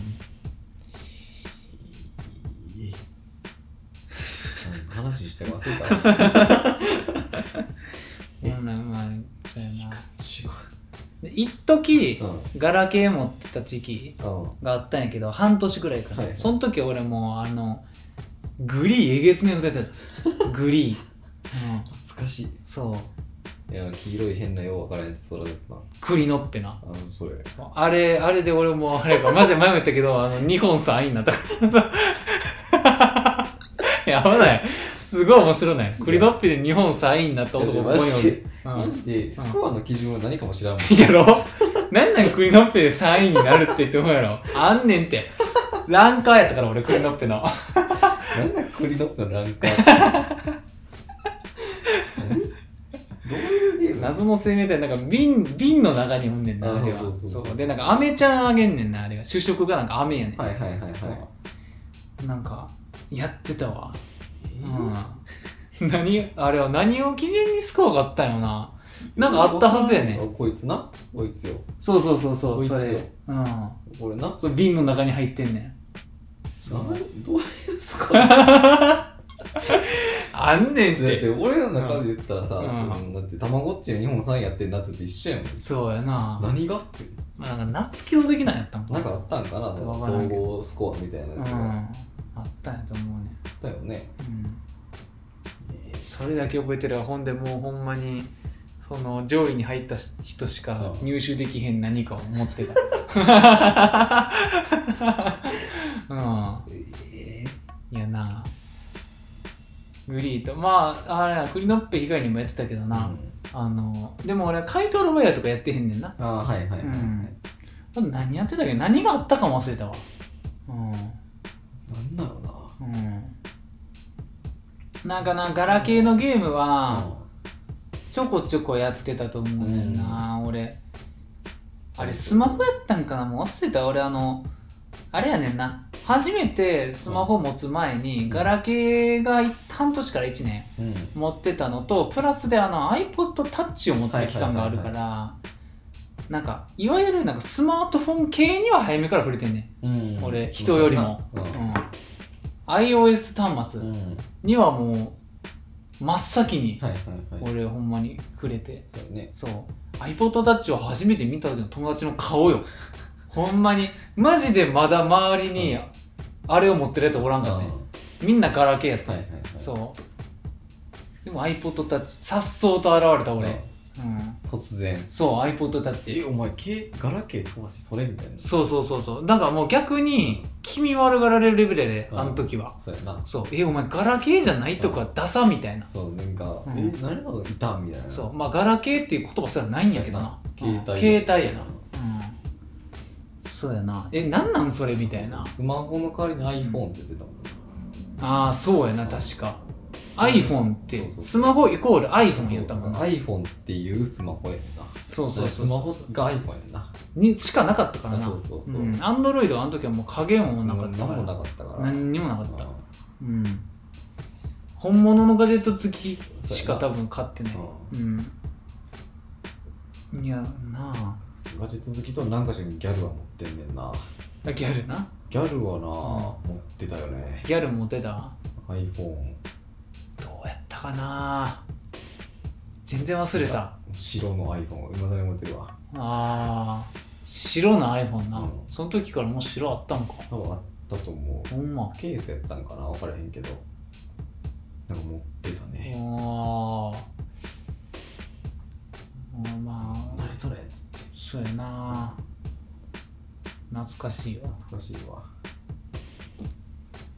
B: いい話してます からえ
A: ほんならまあそうやな
B: 違
A: で一時
B: ううん
A: ガラケー持ってた時期
B: あ
A: があったんやけど半年ぐらいかな、
B: はい
A: その時俺もうあのグリーえげつねえ歌ってたグリ ー、うん、
B: 懐かしい
A: そう
B: いや黄色い変なよう分からんやつ空ですな
A: 栗のっぺな
B: あのそれ
A: あれあれで俺もあれかマジで前も言ったけどあの日本3位になったからさ やばないすごい面白ない栗のっぺで日本3位になった男がここに
B: マ
A: お
B: ジ
A: る
B: で、
A: う
B: マ
A: ん
B: ジでスコアの基準は何かも知らんもん
A: やろなんなんクリノッペで3位になるって言ってもやろあんねんって。ランカーやったから俺クリノッペの。
B: なんだ栗ドッグのランカー 何どういうゲームなの
A: 謎の生命体、なんか瓶、瓶の中におんねんな、
B: あ
A: あれは。
B: そうそうそうそう
A: そうで、なんか飴ちゃんあげんねんな、あれが。主食がなんか飴やねん。
B: はいはいはいはい
A: そう。なんか、やってたわ。
B: えー
A: うん。 何、あれは何を基準にスコアがあったよな。なんかあったはずやねん。
B: あこいつなこいつよ
A: そうそうそうそう、
B: こいつ
A: そ
B: よ
A: れ。うん。
B: これな
A: そう、瓶の中に入ってんねん。
B: なんどういうスコア
A: あんねんっ。
B: だってて俺らの中で言ったらさ、
A: うん
B: そのだってたまごっちが日本3位やってんなってて一緒やもん
A: そうやな。
B: 何がって
A: まあ、なんか夏キロ的なんやったんか
B: なんかあったんかな
A: ちょっ
B: そ
A: と
B: の
A: わから
B: 総
A: んけど
B: 合スコアみたいな
A: うん
B: やつが、あっ
A: あったんやと思うね、
B: たよね
A: うん、それだけ覚えてるわほんでもうほんまにその上位に入った人しか
B: うん
A: 入手できへん何かを持ってたうん
B: え
A: いやなグリーとまああれやクリノッペ以外にもやってたけど
B: ー
A: な
B: う、ん
A: あのでも俺怪盗ロボヤとかやってへんねんな
B: ああはいはいはい、はい
A: うん何やってたっけ何があったかも忘れたわうん
B: なんだろうな
A: うんなんかなガラケーのゲームはちょこちょこやってたと思うねんな、俺あれスマホやったんかなもう忘れた俺あのあれやねんな初めてスマホ持つ前に
B: ん
A: ガラケーがい半年から1年
B: うん、うん
A: 持ってたのとプラスであの iPodTouch を持ってる期間があるか
B: はい
A: らなんかいわゆるなんかスマートフォン系には早めから触れてんねん
B: うん
A: 俺人よりも、
B: うん
A: うん、iOS 端末
B: うん
A: にはもう真っ先に
B: はいはいはい
A: 俺ほんまに触れて
B: そうよね
A: そう iPodTouch を初めて見た時の友達の顔よ ほんまにマジでまだ周りに
B: うん
A: あれを持ってるやつおら
B: なん
A: かね
B: は
A: みんなガラケーやっ
B: い
A: た、
B: はいはい
A: そうでも iPodTouch さっそうと現れた俺、うん、
B: 突然
A: そう
B: え
A: iPodTouch
B: お前けガラケー飛ばしそれみたいな
A: そうそうそうそうだからもう逆に気味悪がられるレベルやで
B: うん
A: あの時は
B: そうやな
A: そうえお前ガラケーじゃないとかダサみたいな
B: そうなんか、
A: うん
B: え何なのいたみたいな
A: そうまあガラケーっていう言葉すらないんやけどな
B: そうやな
A: うん
B: 携帯
A: 携帯やな、うん、そうやなえなんなんそれみたいな
B: スマホの代わりに iPhone って言ってたもん、
A: ああそうやな確か iPhone って
B: そうそう
A: スマホイコール
B: そう
A: iPhone やったもんな
B: iPhone っていうスマホやねんな
A: そうそうそう
B: スマホ
A: そう
B: が iPhone やねんな
A: にしかなかったからな
B: そうそうそう
A: うん、アンドロイドはあの時はもう影もなか
B: 何
A: ったか
B: もな
A: ら
B: かったから
A: 何にもなかった
B: うん
A: うん本物のガジェット付きし
B: そうや
A: か
B: な
A: 多分買ってないうんいやなあ
B: ガジェット好きと何かしらにギャルは持ってんねんな
A: あギャルな
B: ギャルはな、持ってたよね
A: ギャルモテた
B: iPhone
A: どうやったかな全然忘れたあ
B: 白の iPhone いまだに持ってるわ
A: あー白の iPhone な、
B: うん
A: その時からもう白あったんか
B: 多分あったと思
A: ほんま
B: うケースやったんかな分からへんけどなんか持ってた
A: あ
B: ね
A: ーまあ
B: 何それっつって
A: そうやな懐かしいわ
B: 懐かしいわ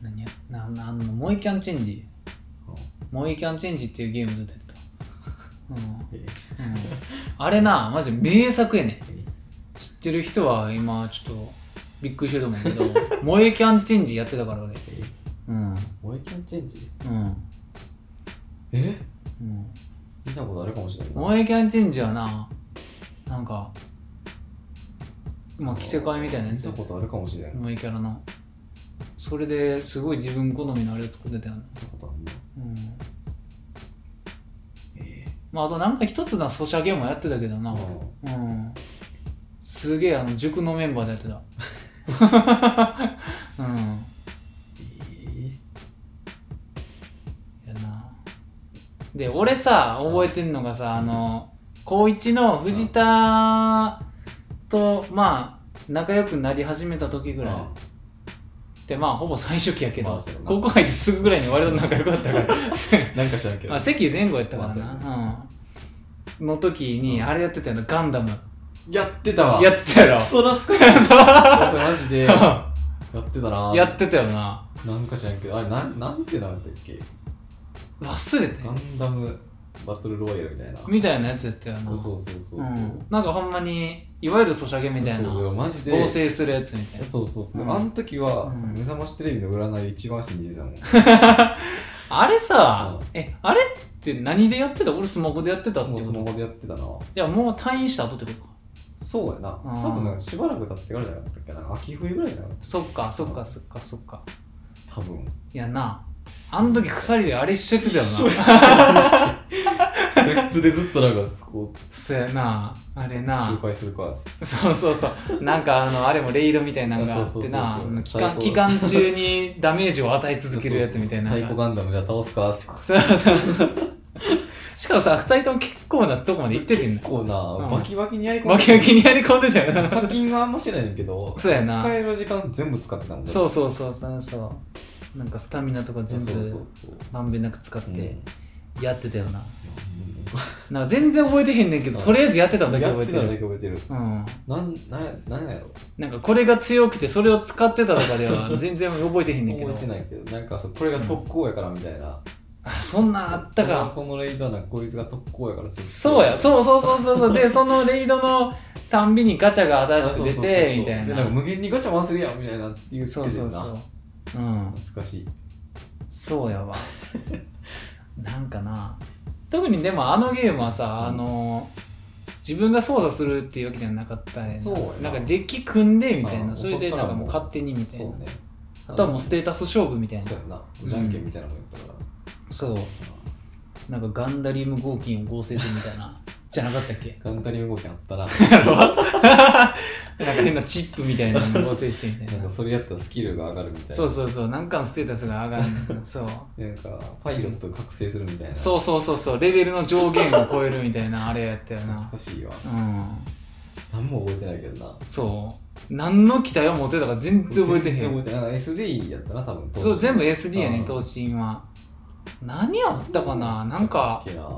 A: 何やななあのモイキャンチェンジ
B: うん
A: モイキャンチェンジっていうゲームずっとやってた うん、うん、
B: え
A: あれなマジ名作やねん
B: え
A: 知ってる人は今ちょっとびっくりしてると思うけど 萌えキャンチェンジやってたから俺
B: え
A: うん
B: 萌えキャンチェンジ
A: うん、
B: え
A: うん、
B: 見たことあるかもしれないな
A: 萌えキャンチェンジはななんかまあ着せ替えみたいなやつ
B: 見たことあるかもしれない見
A: 萌えキャラのそれですごい自分好みのあれを作ってたよね
B: たことあるな
A: うん
B: え
A: まああとなんか一つなソシャゲもやってたけどな
B: う
A: うんすげえあの塾のメンバーでやって たうん
B: え
A: やなで俺さ覚えてんのがさあの高一の藤田とまあ仲良くなり始めた時ぐらい
B: あ
A: でまあほぼ最初期やけど、
B: まあそうやな
A: 高校入ってすぐぐらいに割と仲良かったから
B: なんか知らんけど
A: まあ席前後やったからな、
B: ま
A: うん、の時にあれやってたよなガンダム
B: やってたわ
A: やってたや ろ
B: クソ懐かしいそうマジでやってたな
A: やってたよな
B: なんか知らんけどあれなんなんてなんだっけ
A: 忘れて
B: ガンダムバトルロイヤルみたいな
A: みたいなやつやったよな
B: そうそうそうそう、
A: うん、なんかほんまにいわゆるソシャゲみたいな
B: そうマジで
A: 合成するやつみたいな
B: そうそうそう、
A: うん
B: あの時は、
A: うん
B: 目覚ましテレビの占い一番信じてたもん
A: あれさ、
B: うん
A: え、あれって何でやってた俺スマホでやってたって
B: も
A: こ
B: うスマ
A: と
B: ホでやってたな
A: じゃあもう退院した後ってことか。
B: そうやな多分なんかしばらく経ってからじゃなかったっけな秋冬ぐらいじゃなかっ
A: そっか、そっか、そっか、そっか。
B: た多分
A: いやな、あの時鎖であれしちゃってたよな。
B: 別室でずっとなんか こう
A: そうやな、あれ
B: 周
A: な。
B: 回するから
A: そうそうそう。なんかあの、あれもレイドみたいなのがあっ
B: そう
A: て
B: そうそうそう
A: な、あの期
B: 最
A: 間
B: 高
A: 期間中にダメージを与え続けるやつみたいな
B: そう
A: の
B: そうそうサイコ
A: が。
B: ガンダムじゃあ倒すかってこ
A: そうそうそう。しかもさ、二人とも結構なとこまで行っててんの。
B: うな、
A: うん
B: バキバキにやり込んで
A: バキバキにやり込んでたよな。
B: 課金はあんましてないねんけど
A: そうやな
B: 使える時間全部使ってたもんね
A: そうそうそうそうそうなんかスタミナとか全
B: そうそう
A: 部
B: そう
A: まんべんなく使っ
B: うんいや
A: てやってたよな、
B: も
A: なんか全然覚えてへんねんけどとりあえずやってたの
B: う
A: だけ
B: や
A: 覚
B: っ
A: え
B: て
A: て
B: た
A: る
B: のだけ覚えてる
A: うん、
B: なんなんなんやろ
A: なんかこれが強くてそれを使ってたとかでは 全然覚えてへんねんけど
B: 覚えてないけどなんかそうこれが特攻やからみたいな
A: あそんなんあったか
B: このレイダーなこいつが特攻やから
A: そうや
B: う
A: そうそうそうそうそうでそのレイドのたんびにガチャが新しく出てみたい
B: でなんか
A: な
B: 無限にガチャ回せるやんみたいなって言ってた
A: そ
B: よ
A: う
B: な
A: そうそううん
B: 懐かしい
A: そう やわなんかな特にでもあのゲームはさ、あの自分が操作するっていうわけじゃなかったね
B: そうや
A: な
B: なん
A: かデッキ組んでみたい
B: あ
A: な
B: あ
A: それでなんかもう
B: そっからもう
A: 勝手にみたい
B: そ
A: な、
B: うね
A: あとはもうステータス勝負みたいな
B: そうやなじゃんけんみたいなもんやったから
A: そうなんかガンダリウム合金を合成するみたい なじゃなかったっけ
B: 簡単に動きあっ たら
A: やろなんか変なチップみたいなのを合成してみた
B: ないん
A: な
B: か それやったらスキルが上がるみたいな
A: そうそうそうなんかのステータスが上がるんだけどそう
B: なんかパイロットを覚醒するみたいな
A: そうそうそうそうレベルの上限を超えるみたいなあれやったよな
B: 懐かしいわ
A: うん
B: 何も覚えてないけどな
A: そう何の期待を持ってたか全然覚えてへん
B: 全然覚えてないなんか SD やったな多分当時
A: そう全部 SD や
B: う
A: ね
B: ん
A: 投資は何やったかななんか
B: だっけな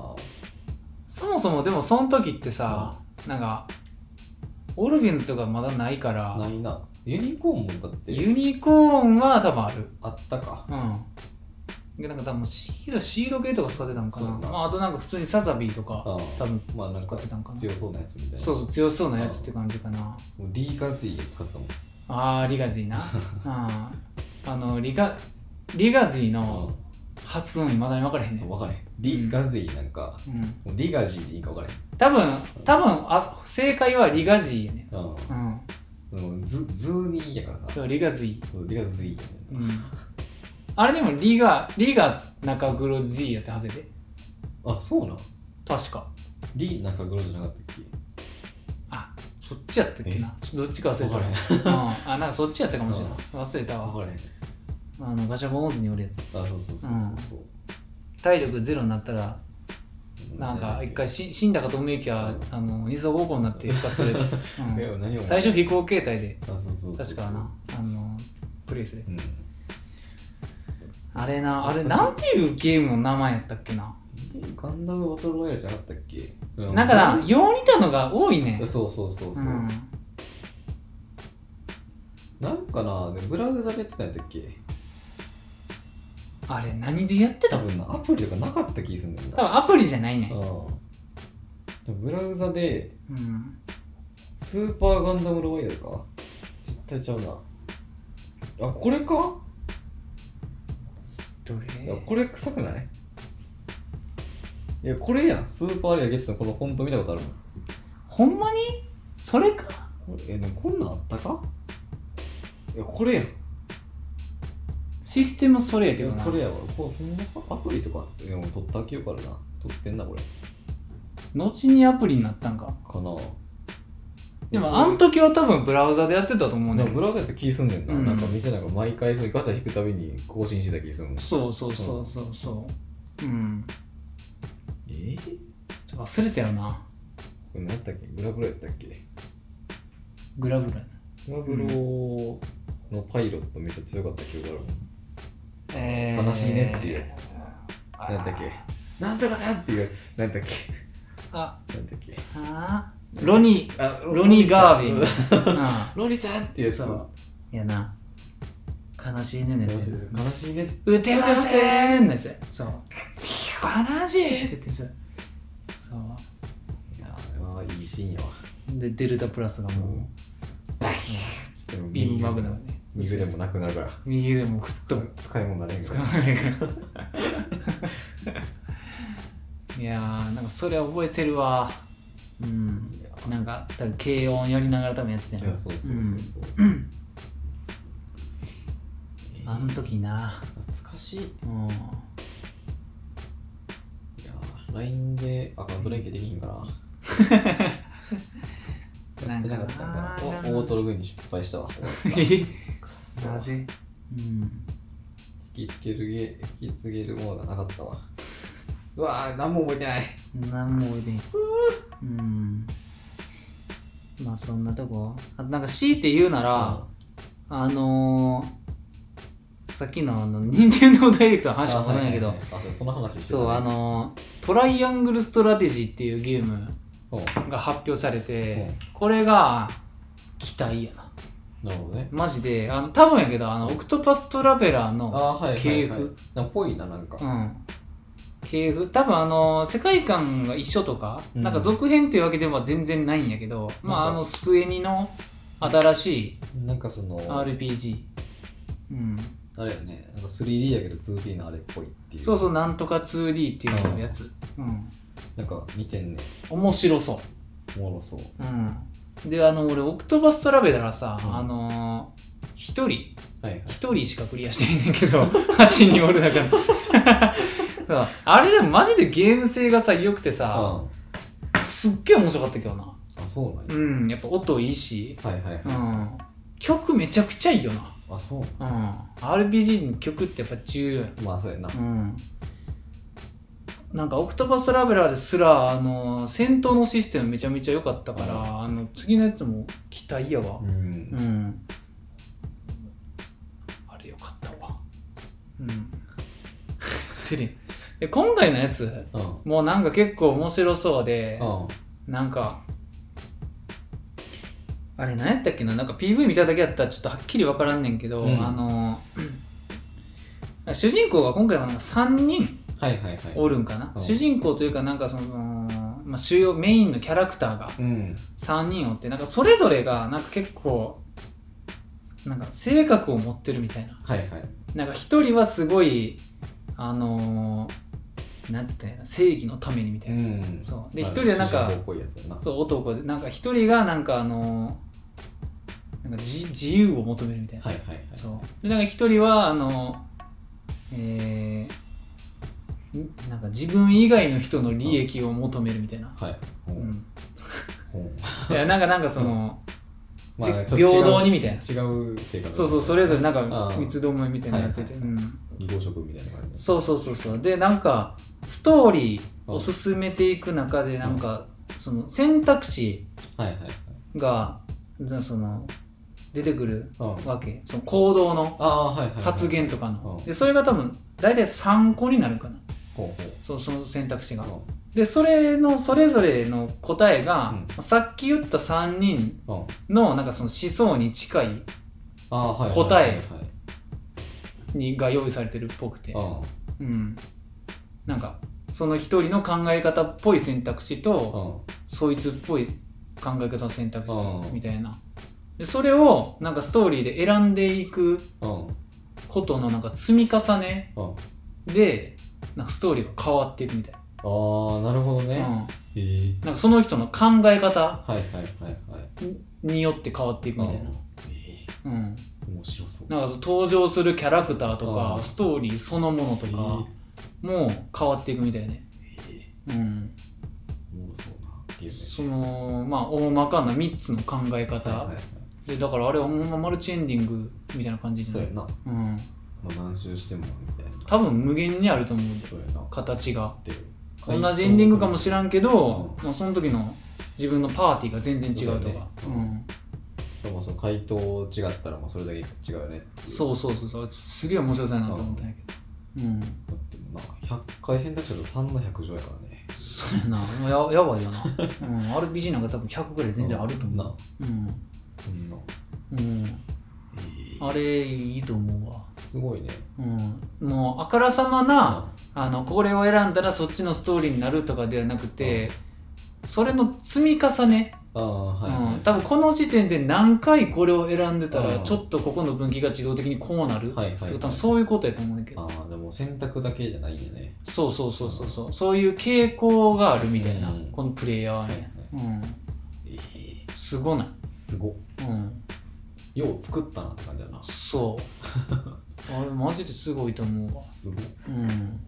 A: そもそもでもその時ってさなんかオルビンズとかまだないから
B: ないなユニコーンもだって
A: ユニコーンは多分ある
B: あったか
A: うんでなんか多分シードシード系とか使ってたんかな
B: そうだな
A: まあ、あとなんか普通にサザビーとか
B: あ
A: 多分
B: まあなん
A: 使
B: か
A: ってたんかな
B: 強そうなやつみたいな
A: そうそう強そうなやつって感じかな
B: もうリーガーティー使ってたもん
A: あーリガジーな、うん、あのリガリガジーの、発音いまだに分からへんねん、
B: 分からへんリガゼイなんか、
A: うん、
B: もうリガジーでいいか分からへ
A: 多分多分あ正解はリガジーやね
B: ん、
A: ん、うん、
B: うん、でもズズーニーやからさ
A: そうリガジ
B: そうリガゼイやね
A: ー、うん、あれでもリが、リが中黒 G やったはずやで。
B: あそうなん
A: 確か。
B: リ中黒じゃなかったっけ
A: あ、そっちやったっけな。ちょっとどっちか忘れ
B: 分
A: た
B: か
A: わ
B: らへ
A: う
B: ん。
A: ん、あ、なんかそっちやったかもしれない。忘れた
B: 分
A: わ。
B: からへん
A: あの、ガシャボンオズにおるやつ。
B: あそうそうそうそうそう、
A: 体力ゼロになったら、
B: う
A: なんか一回し死んだかと思いきや、
B: うん
A: あの、二層高校になって復活するやつ。 うん
B: いや何を
A: 最初飛行形態で、
B: あそうそうそう
A: 確かな、あの、プレイするやつ
B: うんな
A: あれな、あれなんていうゲームの名前やったっけな。
B: ガンダムバトルロイヤルじゃなかったっけ
A: だから、よう似たのが多いね。
B: そうそうそうそう、
A: うん。
B: なんかなでブラウザでやってたんやったっけ
A: あれ何でやってた
B: 多
A: の
B: 分なアプリとかなかった気すんねん
A: 多
B: な
A: 分アプリじゃないね。
B: うんブラウザで
A: うん。
B: スーパーガンダムロイヤルか絶対ちゃうなあこれか
A: ど
B: いや
A: れ
B: これ臭くないいやこれやんスーパーアリアゲットのこのフォント見たことあるもん
A: ほんまにそれか
B: これえでもこんなんあったかいやこれやん
A: システムそれや
B: い
A: けど
B: や
A: な。
B: これやわこれほんまかアプリとかでも取ってあげようからな取ってんなこれ
A: 後にアプリになったんか。
B: かな
A: でもあの時は多分ブラウザでやってたと思う
B: で
A: ね
B: も。ブラウザやって気すんねんな、
A: うん
B: なんか見てなんか毎回それガチャ引くたびに更新してた気するもん
A: そうそうそうそうそう。うん。
B: えー、こ
A: ちょっと忘れたよな。
B: れ何やったっけグラブロやったっけ
A: グラブル。
B: グラブロのパイロットめっちゃ強かった記憶あるもん、
A: え
B: 悲しいねっていうやつ
A: あ。
B: なんだっけなんとかさんっていうやつなんだっけ
A: あ、
B: なんだっけ
A: あーロニ
B: あ
A: ー、ロニー・ガービン。
B: ン
A: うん
B: ロニさんっていうやつ
A: そうやな。悲しいねのや
B: 悲しい
A: つ
B: で。す悲しいね
A: 打てませんのやつ。そう。悲しいって言ってさ。そう。
B: いやあいいシーンやわ
A: でデルタプラスがもう、
B: うんでも
A: ビームマグナムね
B: 右でもなくなるから
A: 右でもくっとも
B: 使い物になれへん
A: 使
B: か
A: わ
B: ら
A: ないからいやーなんかそれは覚えてるわうん
B: いや
A: なんか多分軽音やりながら多分やってた
B: い
A: よ
B: やそうそうそうそう、えー
A: あの時な
B: 懐かしいい
A: うん
B: やー LINE でアカウント連携できひんからやってなかったんか
A: なんかな
B: なおオートログインに失敗した わくっそ
A: なぜうん
B: 引きつけるげ引きつけるものがなかったわうわー何も覚えてない
A: 何も覚えてない
B: くっそ
A: うんまあそんなとこあとなんか強いて言うなら、あのー、さっきのあの任天堂ダイレクトの話も
B: あ
A: 分からないけど、
B: はいはいはいあそうその話してた
A: そうあのートライアングルストラテジーっていうゲーム
B: うん
A: が発表されて、
B: うん
A: これが期待やな
B: なるほどね
A: マジであの多分やけどあのオクトパストラベラー
B: あ
A: の
B: ーはいはい
A: 系
B: はい
A: 譜
B: なんかぽいななんか、
A: うん系譜多分あのー世界観が一緒とか、
B: うん
A: なんか続編っていうわけでは全然ないんやけど、まああのスクエニの新しい
B: なんかその
A: RPG うん
B: あれよね、なんか 3D やけど 2D のあれっぽいっていう。
A: そうそう、なんとか 2D っていうのやつ。うん。
B: なんか見てんね、
A: 面白そ
B: おもろそう。
A: う。うん。で、あの、俺、オクトバストラベラーさ、
B: うん
A: あのー、一人、
B: はいはい。
A: 一人しかクリアしてないんだけど、8人 おるだ から。そうあれでもマジでゲーム性がさ、良くてさ、
B: あ
A: すっげえ面白かったけどな。
B: あ、そうなんや。
A: うん、やっぱ音いいし、
B: はいはいはい。
A: うん。曲めちゃくちゃいいよな。
B: あ、そうなん
A: うん。RPG の曲ってやっぱ重要やん
B: まあ、そうやな。
A: うんなんかオクトパストラベラーですらあの戦闘のシステムめちゃめちゃ良かったから、あの次のやつも期待やわ
B: う
A: うん、
B: ん。
A: あれ良かったわうん てれんで今回のやつ
B: うん。
A: もうなんか結構面白そうで
B: うん。
A: なんかあれ何やったっけななんか PV 見ただけやったらちょっとはっきり分からんねんけど、
B: うん
A: あの 主人公が今回はなんか3人
B: はいはいはい。
A: おるんかな、
B: うん
A: 主人公というかなんかその、まあ、主要メインのキャラクターが
B: うん。
A: 3人おってなんかそれぞれがなんか結構なんか性格を持ってるみたいな
B: はいはい。
A: なんか一人はすごいあのー、なんて言ったらいいの正義のためにみたいな、
B: ん
A: そうで一人はなんか
B: 主人公っぽいやつやな。
A: そう男でなんか一人がなんかあのーなんか自自由を求めるみたいな、
B: はいはいはい。
A: そうでなんか一人はあのーえーんなんか自分以外の人の利益を求めるみたいな、
B: はい。
A: う
B: うん
A: ん、いやなんかなんかその、
B: まあ
A: ぜ
B: ちょっと違う
A: 平等にみたいな
B: 違う生活。
A: そうそうそれぞれなん
B: あ
A: か
B: ー
A: 三つどもえみたいなのやってて、
B: は
A: うん、
B: 二号食みたいな感じ。
A: そうそうそうそうでなんかストーリーを進めていく中でなんか、その選択肢
B: はいはいはい。
A: がなその出てくる
B: うん
A: わけその行動の
B: ああはいはいはい。
A: 発言とかの
B: うん
A: でそれが多分大体3個になるかな
B: ほう
A: そのその選択肢が
B: ほ
A: でそれのそれぞれの答えが、
B: う
A: さっき言った3人
B: う。うんうん
A: のなんかその思想に近い
B: ああはいはいはいはい。
A: 答え
B: はい
A: にが用意されてるっぽくて
B: うん
A: うんなんかその一人の考え方っぽい選択肢と、
B: うん
A: そいつっぽい考え方の選択
B: う
A: 肢
B: ん
A: みたいなでそれをなんかストーリーで選んでいく
B: うん
A: ことのなんか積み重ね
B: うん。
A: でなんかストーリーが変わっていくみたい
B: ああなるほど
A: な,、
B: ね。へえ。
A: うん、なんかその人の考え方
B: はいはいはいはい。
A: によって変わっていくみたいな
B: うん、え
A: うん、
B: え面白そう。
A: なんかその登場するキャラクターとか
B: うん
A: ストーリーそのものと
B: ええ
A: かも変わっていくみたいね、う
B: え
A: ん、
B: えおもろそうなゲームやね。
A: そのまあ大まかな3つの考え方、
B: はいはいはい
A: でだからあれはほんまマルチエンディングみたいな感じじゃ
B: そう
A: ない
B: やな。
A: うん
B: まあ何周してもみたいな。
A: 多分無限にあると思うんです
B: そうやな。
A: 形が
B: って
A: 同じエンディングかもし
B: れ
A: らんけど、まあ、その時の自分のパーティーが全然違うとか
B: そうう,、だ
A: ん、
B: でもその回答違ったらまあそれだけ違うよねっていう
A: そうそうそうそうすげえ面白そうやなと思ったんやけどうん
B: だってもうな100回選択肢だと3の100乗やからね
A: そうやなもうややばいよな、うん、RPG なんか多分100ぐらい全然あると思う
B: な
A: うん、
B: そんな
A: うん、あれいいと思うわ
B: すごいね
A: うん、もうあからさまなあのこれを選んだらそっちのストーリーになるとかではなくて、それの積み重ね、
B: ああはいはい、
A: うん、多分この時点で何回これを選んでたら、
B: うん
A: ちょっとここの分岐が自動的にこうなる、
B: はいはいはい
A: 多分そういうことやと思うんだけど、
B: ああでも選択だけじゃないよね
A: そうそうそうそうそうそういう傾向があるみたいな、
B: うん
A: このプレイヤーはね、うん、
B: ええ
A: すごない、
B: すごっ
A: うん、
B: よう作ったなって感じだな
A: そう あれマジですごいと思うわ、
B: すごっ
A: うん、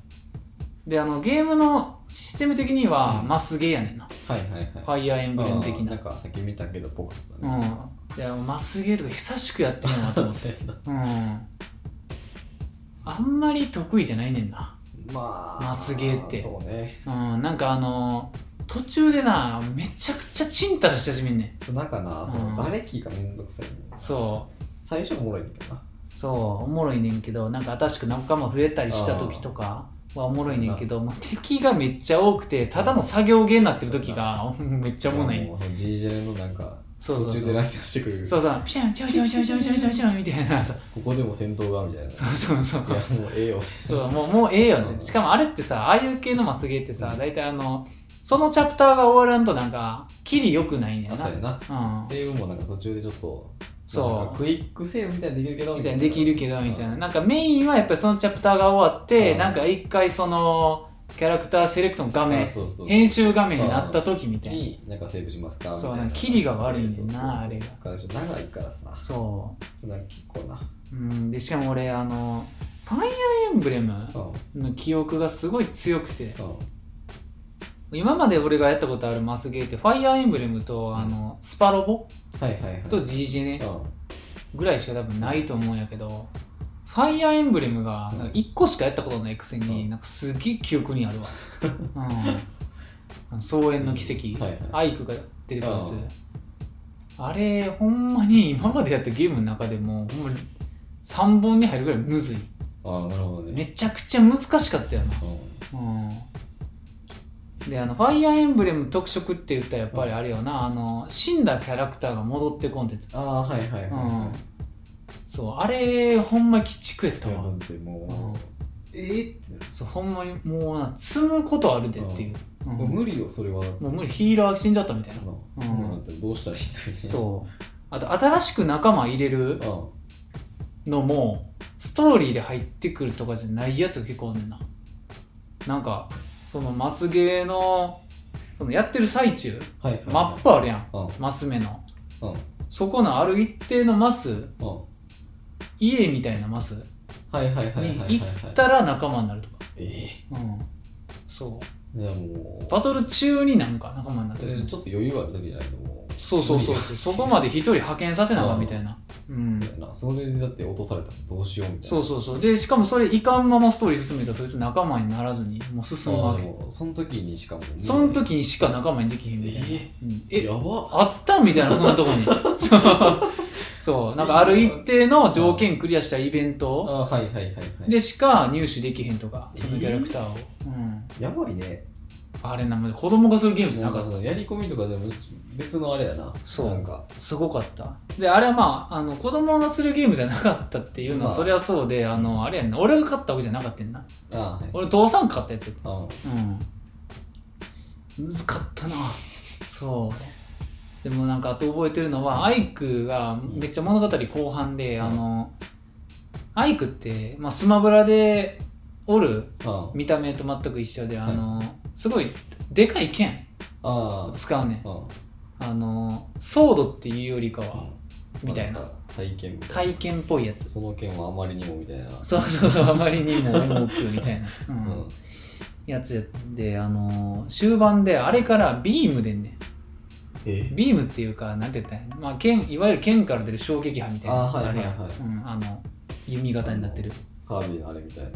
A: であのゲームのシステム的には、
B: うん
A: マスゲーやねんな
B: はいはいはい
A: ファイアーエンブレム的
B: ああ
A: な
B: なんかさっき見たけどぽかった
A: うん
B: ね、
A: いやマスゲーとか久しくやってるなと思って
B: そうや な
A: うんあんまり得意じゃないねんな
B: まあ
A: マスゲーって
B: そうね
A: うんなんかあの途中でなめちゃくちゃチンタラし始めんね
B: なんかなそ
A: うん
B: の誰キーがめんどくさいね、
A: んそう
B: 最初おもろいんだけどな
A: そうおもろいねんけどなんか新しく仲間増えたりした時とかはおもろいねんけどもう敵がめっちゃ多くてただの作業ゲーになってる時がめっちゃおもろいねん
B: もう G ジェネのなんか
A: そうそう
B: 途
A: そう
B: 中で乱調してくる
A: そうそうピシャンピシャンピシャンピシャンピシャンピシャンピシャンみたいなさ
B: ここでも戦闘がみたいな
A: そうそうそう
B: いやもうええよ
A: そうもうもうええよ
B: う
A: ね
B: ん
A: しかもあれってさああいう系のマスゲーってさ
B: うん
A: 大体あのそのチャプターが終わらんとなんかキリ良くないんだ
B: あ
A: よな
B: そうやな
A: うん
B: セーブもなんか途中でちょっとなん
A: そ
B: かクイックセーブみたいなのできるけど
A: うみたいなできるけどみたいな
B: うん
A: なんかメインはやっぱりそのチャプターが終わって
B: うん
A: なんか一回そのキャラクターセレクトの画面
B: あそうそう
A: 編集画面になった時みたい
B: になんかセーブしますか
A: そう
B: みたい
A: なん
B: な
A: かキリが悪いねんな
B: そうそうそう
A: あれが
B: だからちょっと長いからさ
A: な
B: ちょ
A: そ
B: っとなんか結構な
A: ううんでしかも俺あのファイアーエンブレム
B: うんうん
A: の記憶がすごい強くて今まで俺がやったことあるマスゲーってファイアーエンブレムとあのスパロボ
B: はいはいはい
A: と GG ね
B: うん
A: ぐらいしか多分ないと思うんやけど、ファイアーエンブレムがなんか1個しかやったことないくせに、
B: うん
A: なんかすげえ記憶にある わ。うん、あの草園の奇跡、
B: はいはい
A: アイクが出てくるやつ
B: うん。
A: あれ、ほんまに今までやったゲームの中でも、ほんまに3本に入るぐらいむずい。
B: ああなるほどね
A: めちゃくちゃ難しかったよな。
B: うん
A: うん、で、あの、ファイアーエンブレム特色って言ったらやっぱりあれよな、あの、死んだキャラクターが戻ってこんでて
B: ああはいはいはい
A: うん
B: は
A: そうあれほんま鬼畜やっ
B: い
A: た
B: いやだ
A: わ
B: ってもうえーってなる
A: そうほんまにもうな積むことあるでっていう、うん
B: もう無理よそれは
A: もう無理ヒーラー死んじゃったみたいな、
B: なそうなったらどうしたらいいんだろう
A: そうあと新しく仲間入れる
B: ねうん
A: のもストーリーで入ってくるとかじゃないやつが結構あんねんななんかそのマスゲーのそのやってる最中
B: はいはいはい
A: マップあるやん
B: うん
A: マス目の
B: うん
A: そこのある一定のマス
B: うん
A: 家みたいなマス
B: はいはいはいはいはい、はい。
A: に行ったら仲間になるとか、
B: え
A: うん、そう
B: えじゃあもう、
A: バトル中になんか仲間になっ
B: え
A: てる
B: ーちょっと余裕ある時じゃないともう。
A: そうそうそうそうそこまで一人派遣させなあかんみたいな、うん
B: み、たいな。それでだって落とされたらどうしようみたいな。
A: そうそうそうでしかもそれいかんままストーリー進めたらそいつ仲間にならずにもう進む
B: あ
A: わ
B: ー
A: け
B: もうその時にしかもう無理
A: その時にしか仲間にできへんみたいな、
B: え
A: うんえ
B: やば
A: あったみたいなそんなとこに そうそうなんかある一定の条件クリアしたイベント
B: あーはいはいはいはい
A: でしか入手できへんとかそのキャラクターを、うん、
B: やばいね
A: あれなま子供がするゲームじゃな
B: な
A: んか
B: か
A: っ
B: そのやり込みとかでも別のあれやな
A: そう
B: なんか
A: たすごかったであれはまああの子供がするゲームじゃなかったっていうのは
B: まあ
A: そりゃそうであのあれやんな俺が勝ったわけじゃなかったんな
B: あーはい
A: 俺父さん買ったやつやった
B: あ
A: うん難かったなそうでもなんかあと覚えてるのはアイクがめっちゃ物語後半で、
B: うん
A: あのアイクって、まあ、スマブラでおる
B: ーあー
A: 見た目と全く一緒であの、すごいでかい剣
B: あー
A: 使うねん
B: あー
A: あのソードっていうよりかは、みたい
B: ん
A: な
B: か体験みたい
A: 体験っぽいやつ
B: なその件はあまりにもみたいな
A: そうそうそうあまりにも重くみたいな、う
B: うんん
A: やつであの終盤であれからビームでんねん
B: え
A: ビームっていうか、なんて言ったらいいの、まあ、剣いわゆる剣から出る衝撃波みたいな
B: あーはい
A: れやん
B: はいはい
A: うん、あの弓形になってる。
B: カービィのあれみたいなウ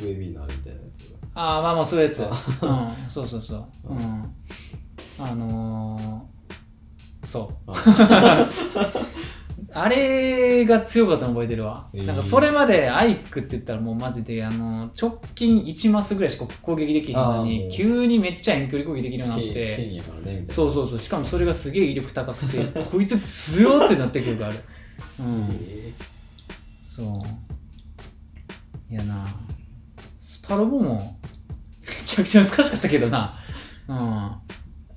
B: ェビーのあれみたいなやつ
A: ああ、まあまあ、そういうやつ。う
B: あ
A: ん、そうそうそう。う
B: うん
A: ん、あのー、そう。 あれが強かったの覚えてるわ。
B: えー
A: なんかそれまでアイクって言ったらもうマジで、あの直近1マスぐらいしか攻撃できへんの
B: あーも
A: に、
B: う
A: 急にめっちゃ遠距離攻撃できるようになっ
B: ケ
A: て。
B: ニーからねみたいな
A: そうそうそうしかもそれがすげえ威力高くてこいつ強ってなった記憶あるうん
B: え
A: そう。いやな、スパロボもめちゃくちゃ難しかったけどな。うん。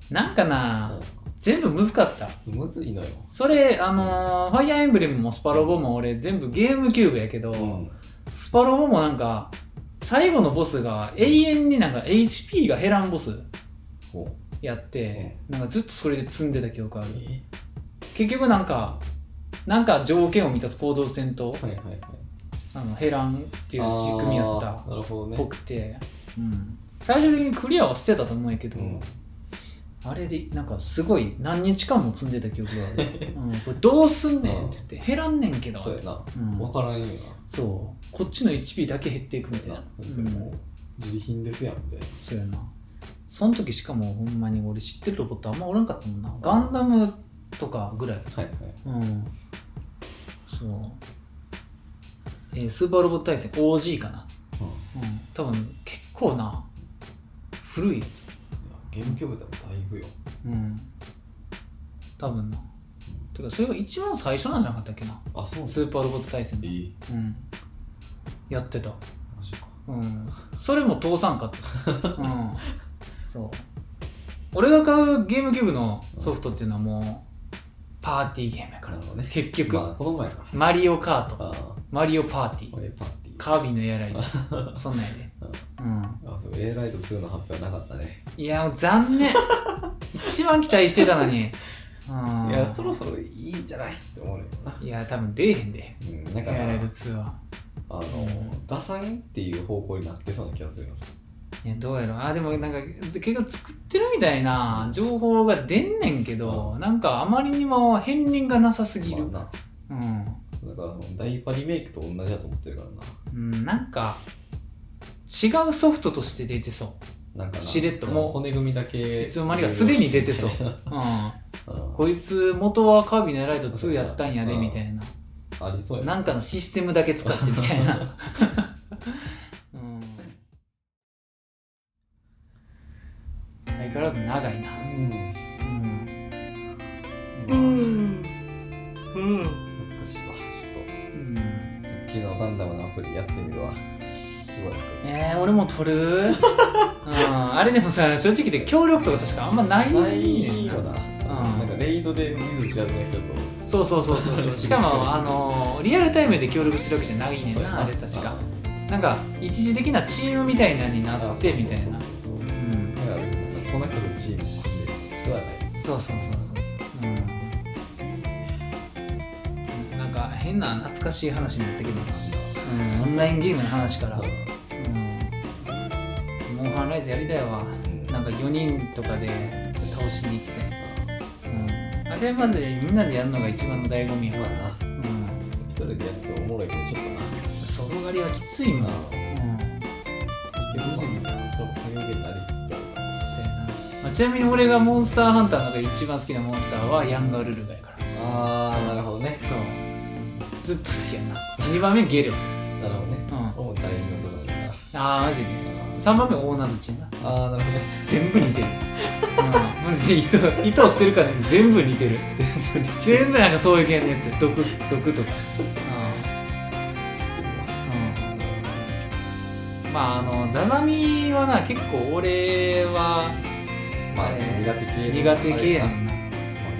A: なんかな、全部難かった。
B: ーむずいのよ
A: それ、あのーファイアーエンブレムもスパロボも俺全部ゲームキューブやけど、
B: うん
A: スパロボもなんか、最後のボスが永遠になんか HP が減らんボス
B: こう
A: やって、なんかずっとそれで積んでた記憶ある。
B: え
A: 結局なんか、なんか条件を満たす行動戦と、
B: はいはいはいっ
A: あのヘランっていう仕組みやったっ
B: なるほどね
A: ぽくて、うん、最終的にクリアはしてたと思うんやけど、
B: うん
A: あれでなんかすごい何日間も積んでた記憶があ る、うん、これどうすんねんって言って減らんねんけど
B: そうやな
A: うん
B: わからんよな
A: そうこっちの HP だけ減っていくみたいな
B: だ
A: う
B: っても
A: ん
B: う自利品ですやんみたいな
A: そうやなその時しかもほんまに俺知ってるロボットあんまおらんかったもんなガンダムとかぐらい
B: はいはい
A: うんそう、えースーパーロボット対戦 OG かなうん、多分結構な古いやつ
B: ゲームキューブだとだいぶよ
A: うん多分なてかそれが一番最初なんじゃなかったっけな
B: あそうなんだ
A: スーパーロボット対戦
B: えー
A: うんやってた
B: マジか
A: うんそれも通さんかったうんそう俺が買うゲームキューブのソフトっていうのはもうパーティーゲームやか
B: な
A: ら
B: るほどね
A: 結局、
B: まあこの前から
A: マリオカート
B: ああ
A: マリオパーティー
B: 俺パーティー
A: カービィのやらいそんなんやでうん
B: あそう A ライト2の発表はなかったね
A: いや、残 念。一番期待してたのに。うん、
B: いやそろそろいいんじゃないって思うよない
A: や、多分出えへんで。
B: うんなんか
A: やられ
B: な
A: る2は。
B: あの打算っていう方向になってそうな気がするよ
A: いや、どうやろう。あ、でもなんか、結構作ってるみたいな情報が出んねんけど、
B: う
A: なんかあまりにも片鱗がなさすぎる。
B: まあ
A: うん。
B: なだからそのダイパリメイクと同じだと思ってるから
A: うん、なんか、違うソフトとして出てそ
B: ななんかな
A: しれっともう
B: もう骨組みだけ
A: いつの間にかすでに出てそうう。
B: う
A: うん。
B: ん
A: こいつ、元はカービィのエライト2やったんやで、
B: うん
A: みたいな。
B: ありそうやな
A: なんかのシステムだけ使ってみたいな。うん、相変わらず長いな。
B: うん
A: うん。
B: うん懐かしいわち
A: うん、
B: ょっとさっきのガンダムのアプリやってみるわすごい
A: えー、俺も撮 る、うん、あれでもさ、正直で協力とか確かあんまない
B: ない
A: ねん
B: よな
A: うん
B: なんかレイドで見ず知らずの人と
A: そうそうそうそうそう。しかも、あのリアルタイムで協力してるわけじゃないねんな、あれ確か。なんか、一時的なチームみたいなに
B: あ
A: なってみたいな。
B: そうそうそうそう
A: うん。
B: だから別にこの人とチーム組んでるとはない
A: そうそうそうそううんなんか変な懐かしい話になったけどなうん、オンラインゲームの話から、
B: うん
A: うん、モンハンライズやりたいわ
B: うん
A: なんか4人とかで倒しに行きたい、うん、あれまずみんなでやるのが一番の醍醐味やからな、うん、
B: 一人でやってもおもろいけどちょっ
A: ソロ狩りはきつい
B: と
A: もん、
B: な
A: うん、
B: 結局まあそれも作業系になりつつあるから
A: そうやな、まあ、ちなみに俺がモンスターハンターの中で一番好きなモンスターはヤンガルルガやから
B: あーなるほどね
A: そうずっと好きやな2番目ゲリオス
B: なるほどね
A: うんあ
B: 俺も大変なそうだな
A: あーマジで3番目オーナーズチやな
B: あーなるほどね
A: 全部似てる、うん、マジで糸糸をしてるからね全部似てる
B: 全部に
A: 全部なんかそういう系のやつ毒毒とかうん、うん、まああのザザミはな結構俺は
B: まあ
A: あれ
B: 苦手系
A: 苦手系やねんな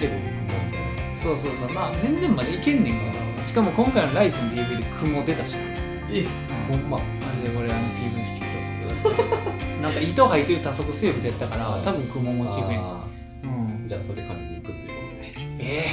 B: でもう
A: そうそうそうまあ全然までいけんねんけどしかも今回の「ライズの PV で雲出たしな、
B: え
A: う
B: ほ
A: ん
B: んま
A: マジで俺あの PV きっとなんか糸入ってる多足生物やったから多分雲モチーフやねん
B: あ
A: うん
B: ーじゃあそれ借りに行くっていうことで
A: え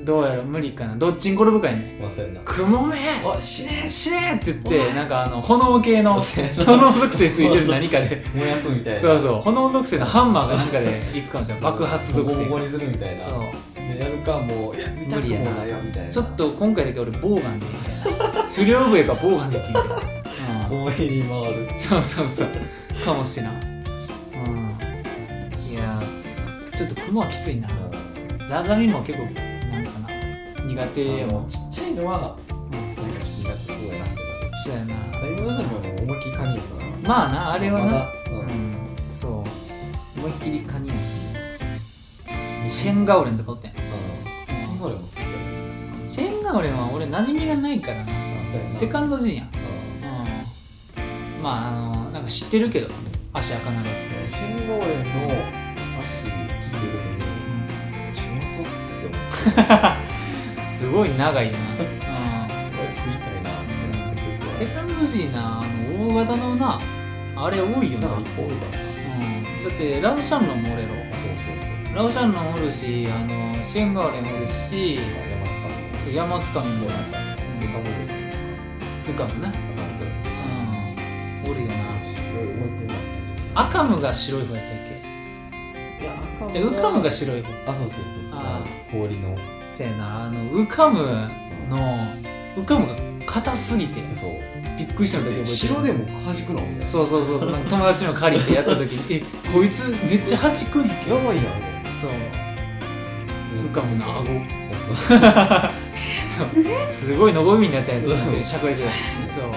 A: ー、どうやろ無理かなどっちに転ぶかやねん
B: まあそうやな
A: クモめ
B: あ死ね
A: 死ねって言ってなんかあの炎系 の炎属性ついてる何かで
B: 燃やすみたいな
A: そうそう炎属性のハンマーがなんかでいくかもしれない爆発属
B: ボコボコ
A: 性
B: にするみたいな
A: そ
B: でやるかもういや見たくもないよみたいな
A: うちょっと今回だけ俺ボウガンでいいみたいな狩猟笛かボウガンでいってみたいな、うん
B: 公園に回る
A: そうそうそうかもしれない、うん、いやーちょっと雲はきついなザザミも結構なんかな苦手やもん
B: ちっちゃいのは
A: うん
B: なんかちょっと苦手そうやなって
A: そうやな
B: なる大物さんも思いっきりカニかな
A: まあなあれはな、
B: まだうん
A: うんそう思いっきりカニやんシェンガオレンとかおってん
B: うんシンガルも好きやな
A: シェンガオレンは俺馴染みがないからな
B: あそうやな
A: セカンド G やん、う
B: うん
A: ん、まああのなんか知ってるけど足赤なるや
B: シンガルの足切ってるのに
A: つ、
B: ちょっとうまそうって思って
A: うん、すごい長いよ な、うん
B: これ食いたいなってなってくる
A: セカンド G なあの大型のなあれ多いよな、
B: な
A: うんん
B: か一個おるから
A: だってラブシャンロンもおるやろ
B: あそうそうそう
A: ラブシャンロンおるしあのシェンガオレンおるし
B: 山使って
A: そう山つかみもおる
B: なんかデカボールです
A: 浮かぶな
B: とかなんか
A: うんおるよな
B: 動いてない
A: アカムが白い方やったっ
B: いや赤
A: けじゃあウカムが白い方
B: あそうそうそうそう
A: あ
B: 氷の
A: せやなあのウカムのウカムが硬すぎて
B: そう
A: びっくりしたのだけ覚えてる
B: 白でも弾くのみたい
A: そうそうそうそうなんか友達の借りてやった時 にえこいつめっちゃ端くんやけ
B: な
A: ど
B: やばいやんみたい
A: そう
B: な
A: ウカムの顎
B: そう
A: そうすごいのごみになったやつなん
B: う
A: で
B: ん
A: しゃくれてたそうあ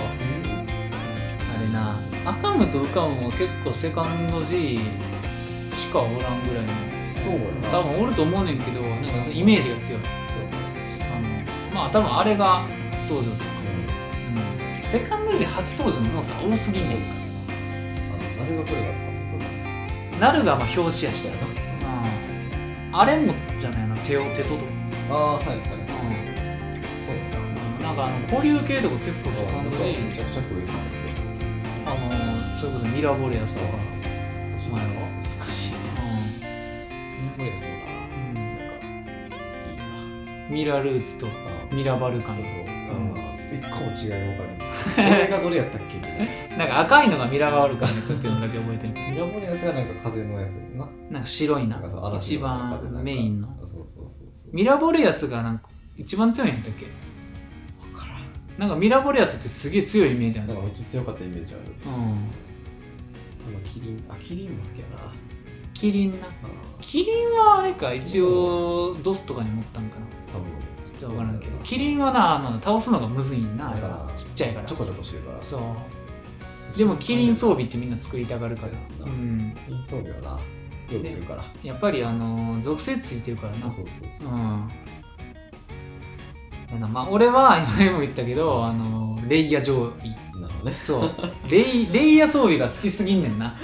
A: れなアカムとウカムも結構セカンド G しかおらんぐらいの
B: そうやな
A: 多分おると思うねんけどなんかそのイメージが強いあのまあ多分あれが初登場とか、セカンド時初登場のモンスター多すぎんねん
B: あの誰がこれだったの
A: なるがまあ表紙やしたよな、あれもじゃないな手を手とと、
B: ああはいはいそう
A: な
B: やな
A: んかあの交流系とか結構セカンド G
B: めちゃくちゃ食い
A: あのそれこそミラボレアスとか、
B: 難しい
A: お前は
B: 難しいミラブレースもな
A: うん
B: なんかいいな
A: ミラルーツと
B: あ
A: ミラバルカン
B: そうあの一個も違い分からんどれがどれやったっけみたいな
A: なんか赤いのがミラバルカンっていうのだけ覚えてる
B: ミラモリアスがなんか風のやつやんな。
A: なんか白いな
B: なんかそう嵐
A: 一
B: の中でなんか
A: 番メインの
B: あそうそうそうそう。
A: ミラボレアスがなんか一番強いんやったっけ
B: わからん。
A: なんかミラボレアスってすげえ強いイメージある
B: なんかめっちゃ強かったイメージある。
A: うん
B: あのキリン、あ、キリンも好きやな。
A: キリンな
B: あ
A: キリンはあれか一応ドスとかに持ったんかな
B: ー多分
A: ちょっと分からんけどキリンはなあの倒すのがむずいんなあれ
B: だか
A: は
B: ら
A: ちっちゃいから
B: ちょこちょこしてるから。
A: そうでもキリン装備ってみんな作りたがるから
B: そ
A: う
B: うやなんキリン装備はな、よく見るから。
A: やっぱりあの属性ついてるからな
B: あそうそうそう。
A: うんなんだまあ俺は 今も言ったけどあのレイヤ上位
B: なるほどね。
A: そうレイレイヤ装備が好きすぎんねんな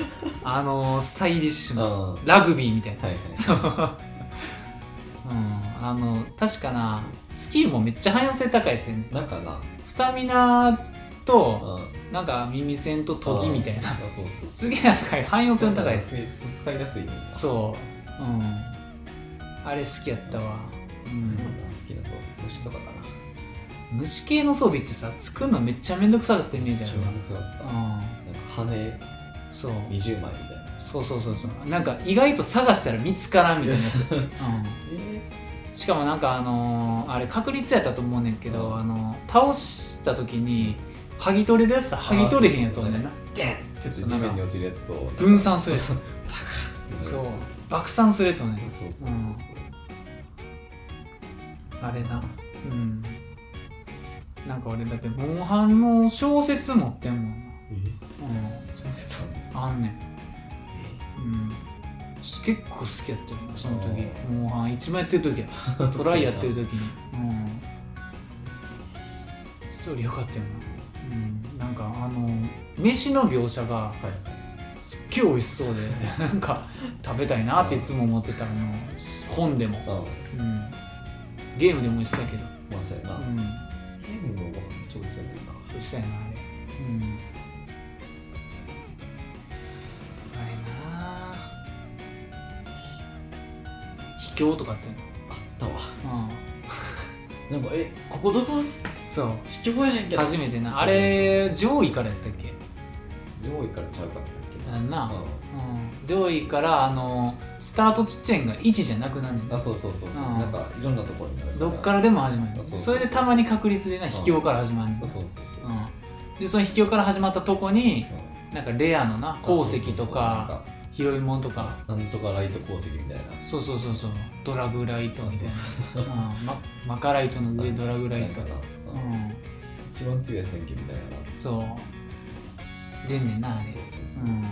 A: あのスタイリッシュ
B: うん。
A: な
B: は
A: ラグビーみたいない
B: はい。
A: そう。うん、あの確かなスキルもめっちゃ汎用性高いやつやね
B: なんかな、
A: スタミナと
B: うん。
A: なんか耳栓と研ぎみたい
B: あ
A: な
B: そうそう。
A: すげえなんか汎用性の高いやつ
B: つ。使いやすい。う。
A: そううんあれ好きやったわ、う
B: なん
A: ん、
B: か好きなそう。虫とかかな。
A: 虫系の装備ってさ作るのめっちゃめんどくさかったイメージ
B: めっ
A: あ
B: ちゃ
A: る
B: め
A: わ
B: んどくさかった
A: うん
B: なんか羽
A: そう
B: 20枚みたいな
A: そうそうそうそうなんか意外と探したら見つからんみたいなやつ、 う
B: え
A: ん、しかもなんかあのーあれ確率やったと思うねんけど、
B: うん
A: あのー倒した時に剥ぎ取れるやつと剥ぎ取れへんやつおんねんなでんって
B: ー、
A: ちょっと
B: 地
A: なん
B: 面に
A: か
B: 落ちるやつと
A: 分散するやつ
B: そうそ
A: そう
B: う
A: 爆散するやつおんねん
B: そうそうそうそう
A: うんあれなうんなんか俺だってモンハンの小説持ってんもん
B: え
A: なう
B: 小説あんの
A: んあんねんうん結構好きやったよなその時モンハン一番やってる時や トライやってる時にうんストーリーよかったよなうんなんかあの飯の描写が
B: はい
A: すっげえ美味しそうで なんか食べたいなっていつも思ってたあの本でも、
B: あ
A: うん、ゲームでも美味しそうやけど
B: まあそうやな、
A: うん
B: ゲームのご飯ちょうどそうやな
A: 美味しそうやなあれうんあれなあ秘境とかって
B: あったわ
A: うん
B: なんかえここどこっす
A: そう
B: 引き越えないけど
A: 初めてなあれ上位からやったっけ
B: 上位からちゃうかったっけ
A: あんな、
B: あ
A: うん、上位からあのスタート地点が1じゃなくなるねん
B: あそうそうそうそう
A: うん
B: なんかいろんなところになる
A: どっからでも始まる
B: あそうそう
A: それでたまに確率でな
B: うん
A: 秘境から始まるねん
B: そうそうそう、うん
A: うん、でその秘境から始まったとこになんかレアのな鉱石とか拾いもんとか
B: なんかなんとかライト鉱石みたいな
A: そうそうそうそうドラグライトみたい
B: そう
A: な、うんま、マカライトの上ドラグライト
B: なんか
A: う
B: な、うん
A: ん
B: 一番強いやつやんけみたいな
A: そう出んねんなあれ
B: そうそうそう、
A: う
B: 楽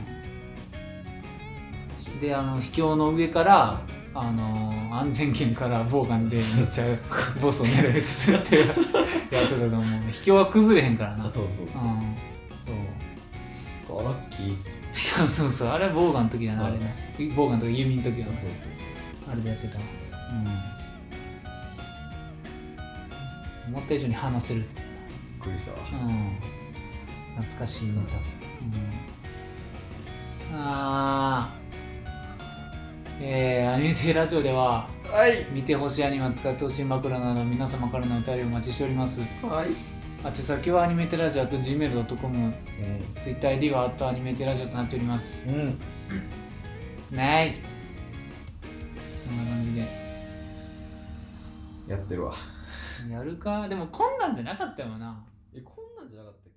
B: しい
A: ん、であの秘境の上からあのー安全圏からボウガン でめっちゃボスを狙い撃ちするっていうやってたと思う秘境は崩れへんからな
B: あそうそう
A: う
B: そ
A: んそう
B: う、あラッキーっつっ
A: い
B: て
A: やそうそうあれはボウガンの時だなあれねボウガンとか弓の時だ
B: そう
A: な
B: そう
A: あれでやってたわうん思った以上に話せるっていう
B: びっくりしたわ、
A: なうん懐かしいネタうんあーえー、アニメテイラジオでは
B: はい
A: 見てほしいアニメを使ってほしい枕など皆様からのお便りをお待ちしております
B: はい、
A: 宛先はアニメテラジオと gmail.com ツイッター ID はあとアニメテラジオとなっております
B: うんうん
A: ないこんな感じで
B: やってるわ
A: やるかでもこんなんじゃなかったよな
B: えこんなんじゃなかった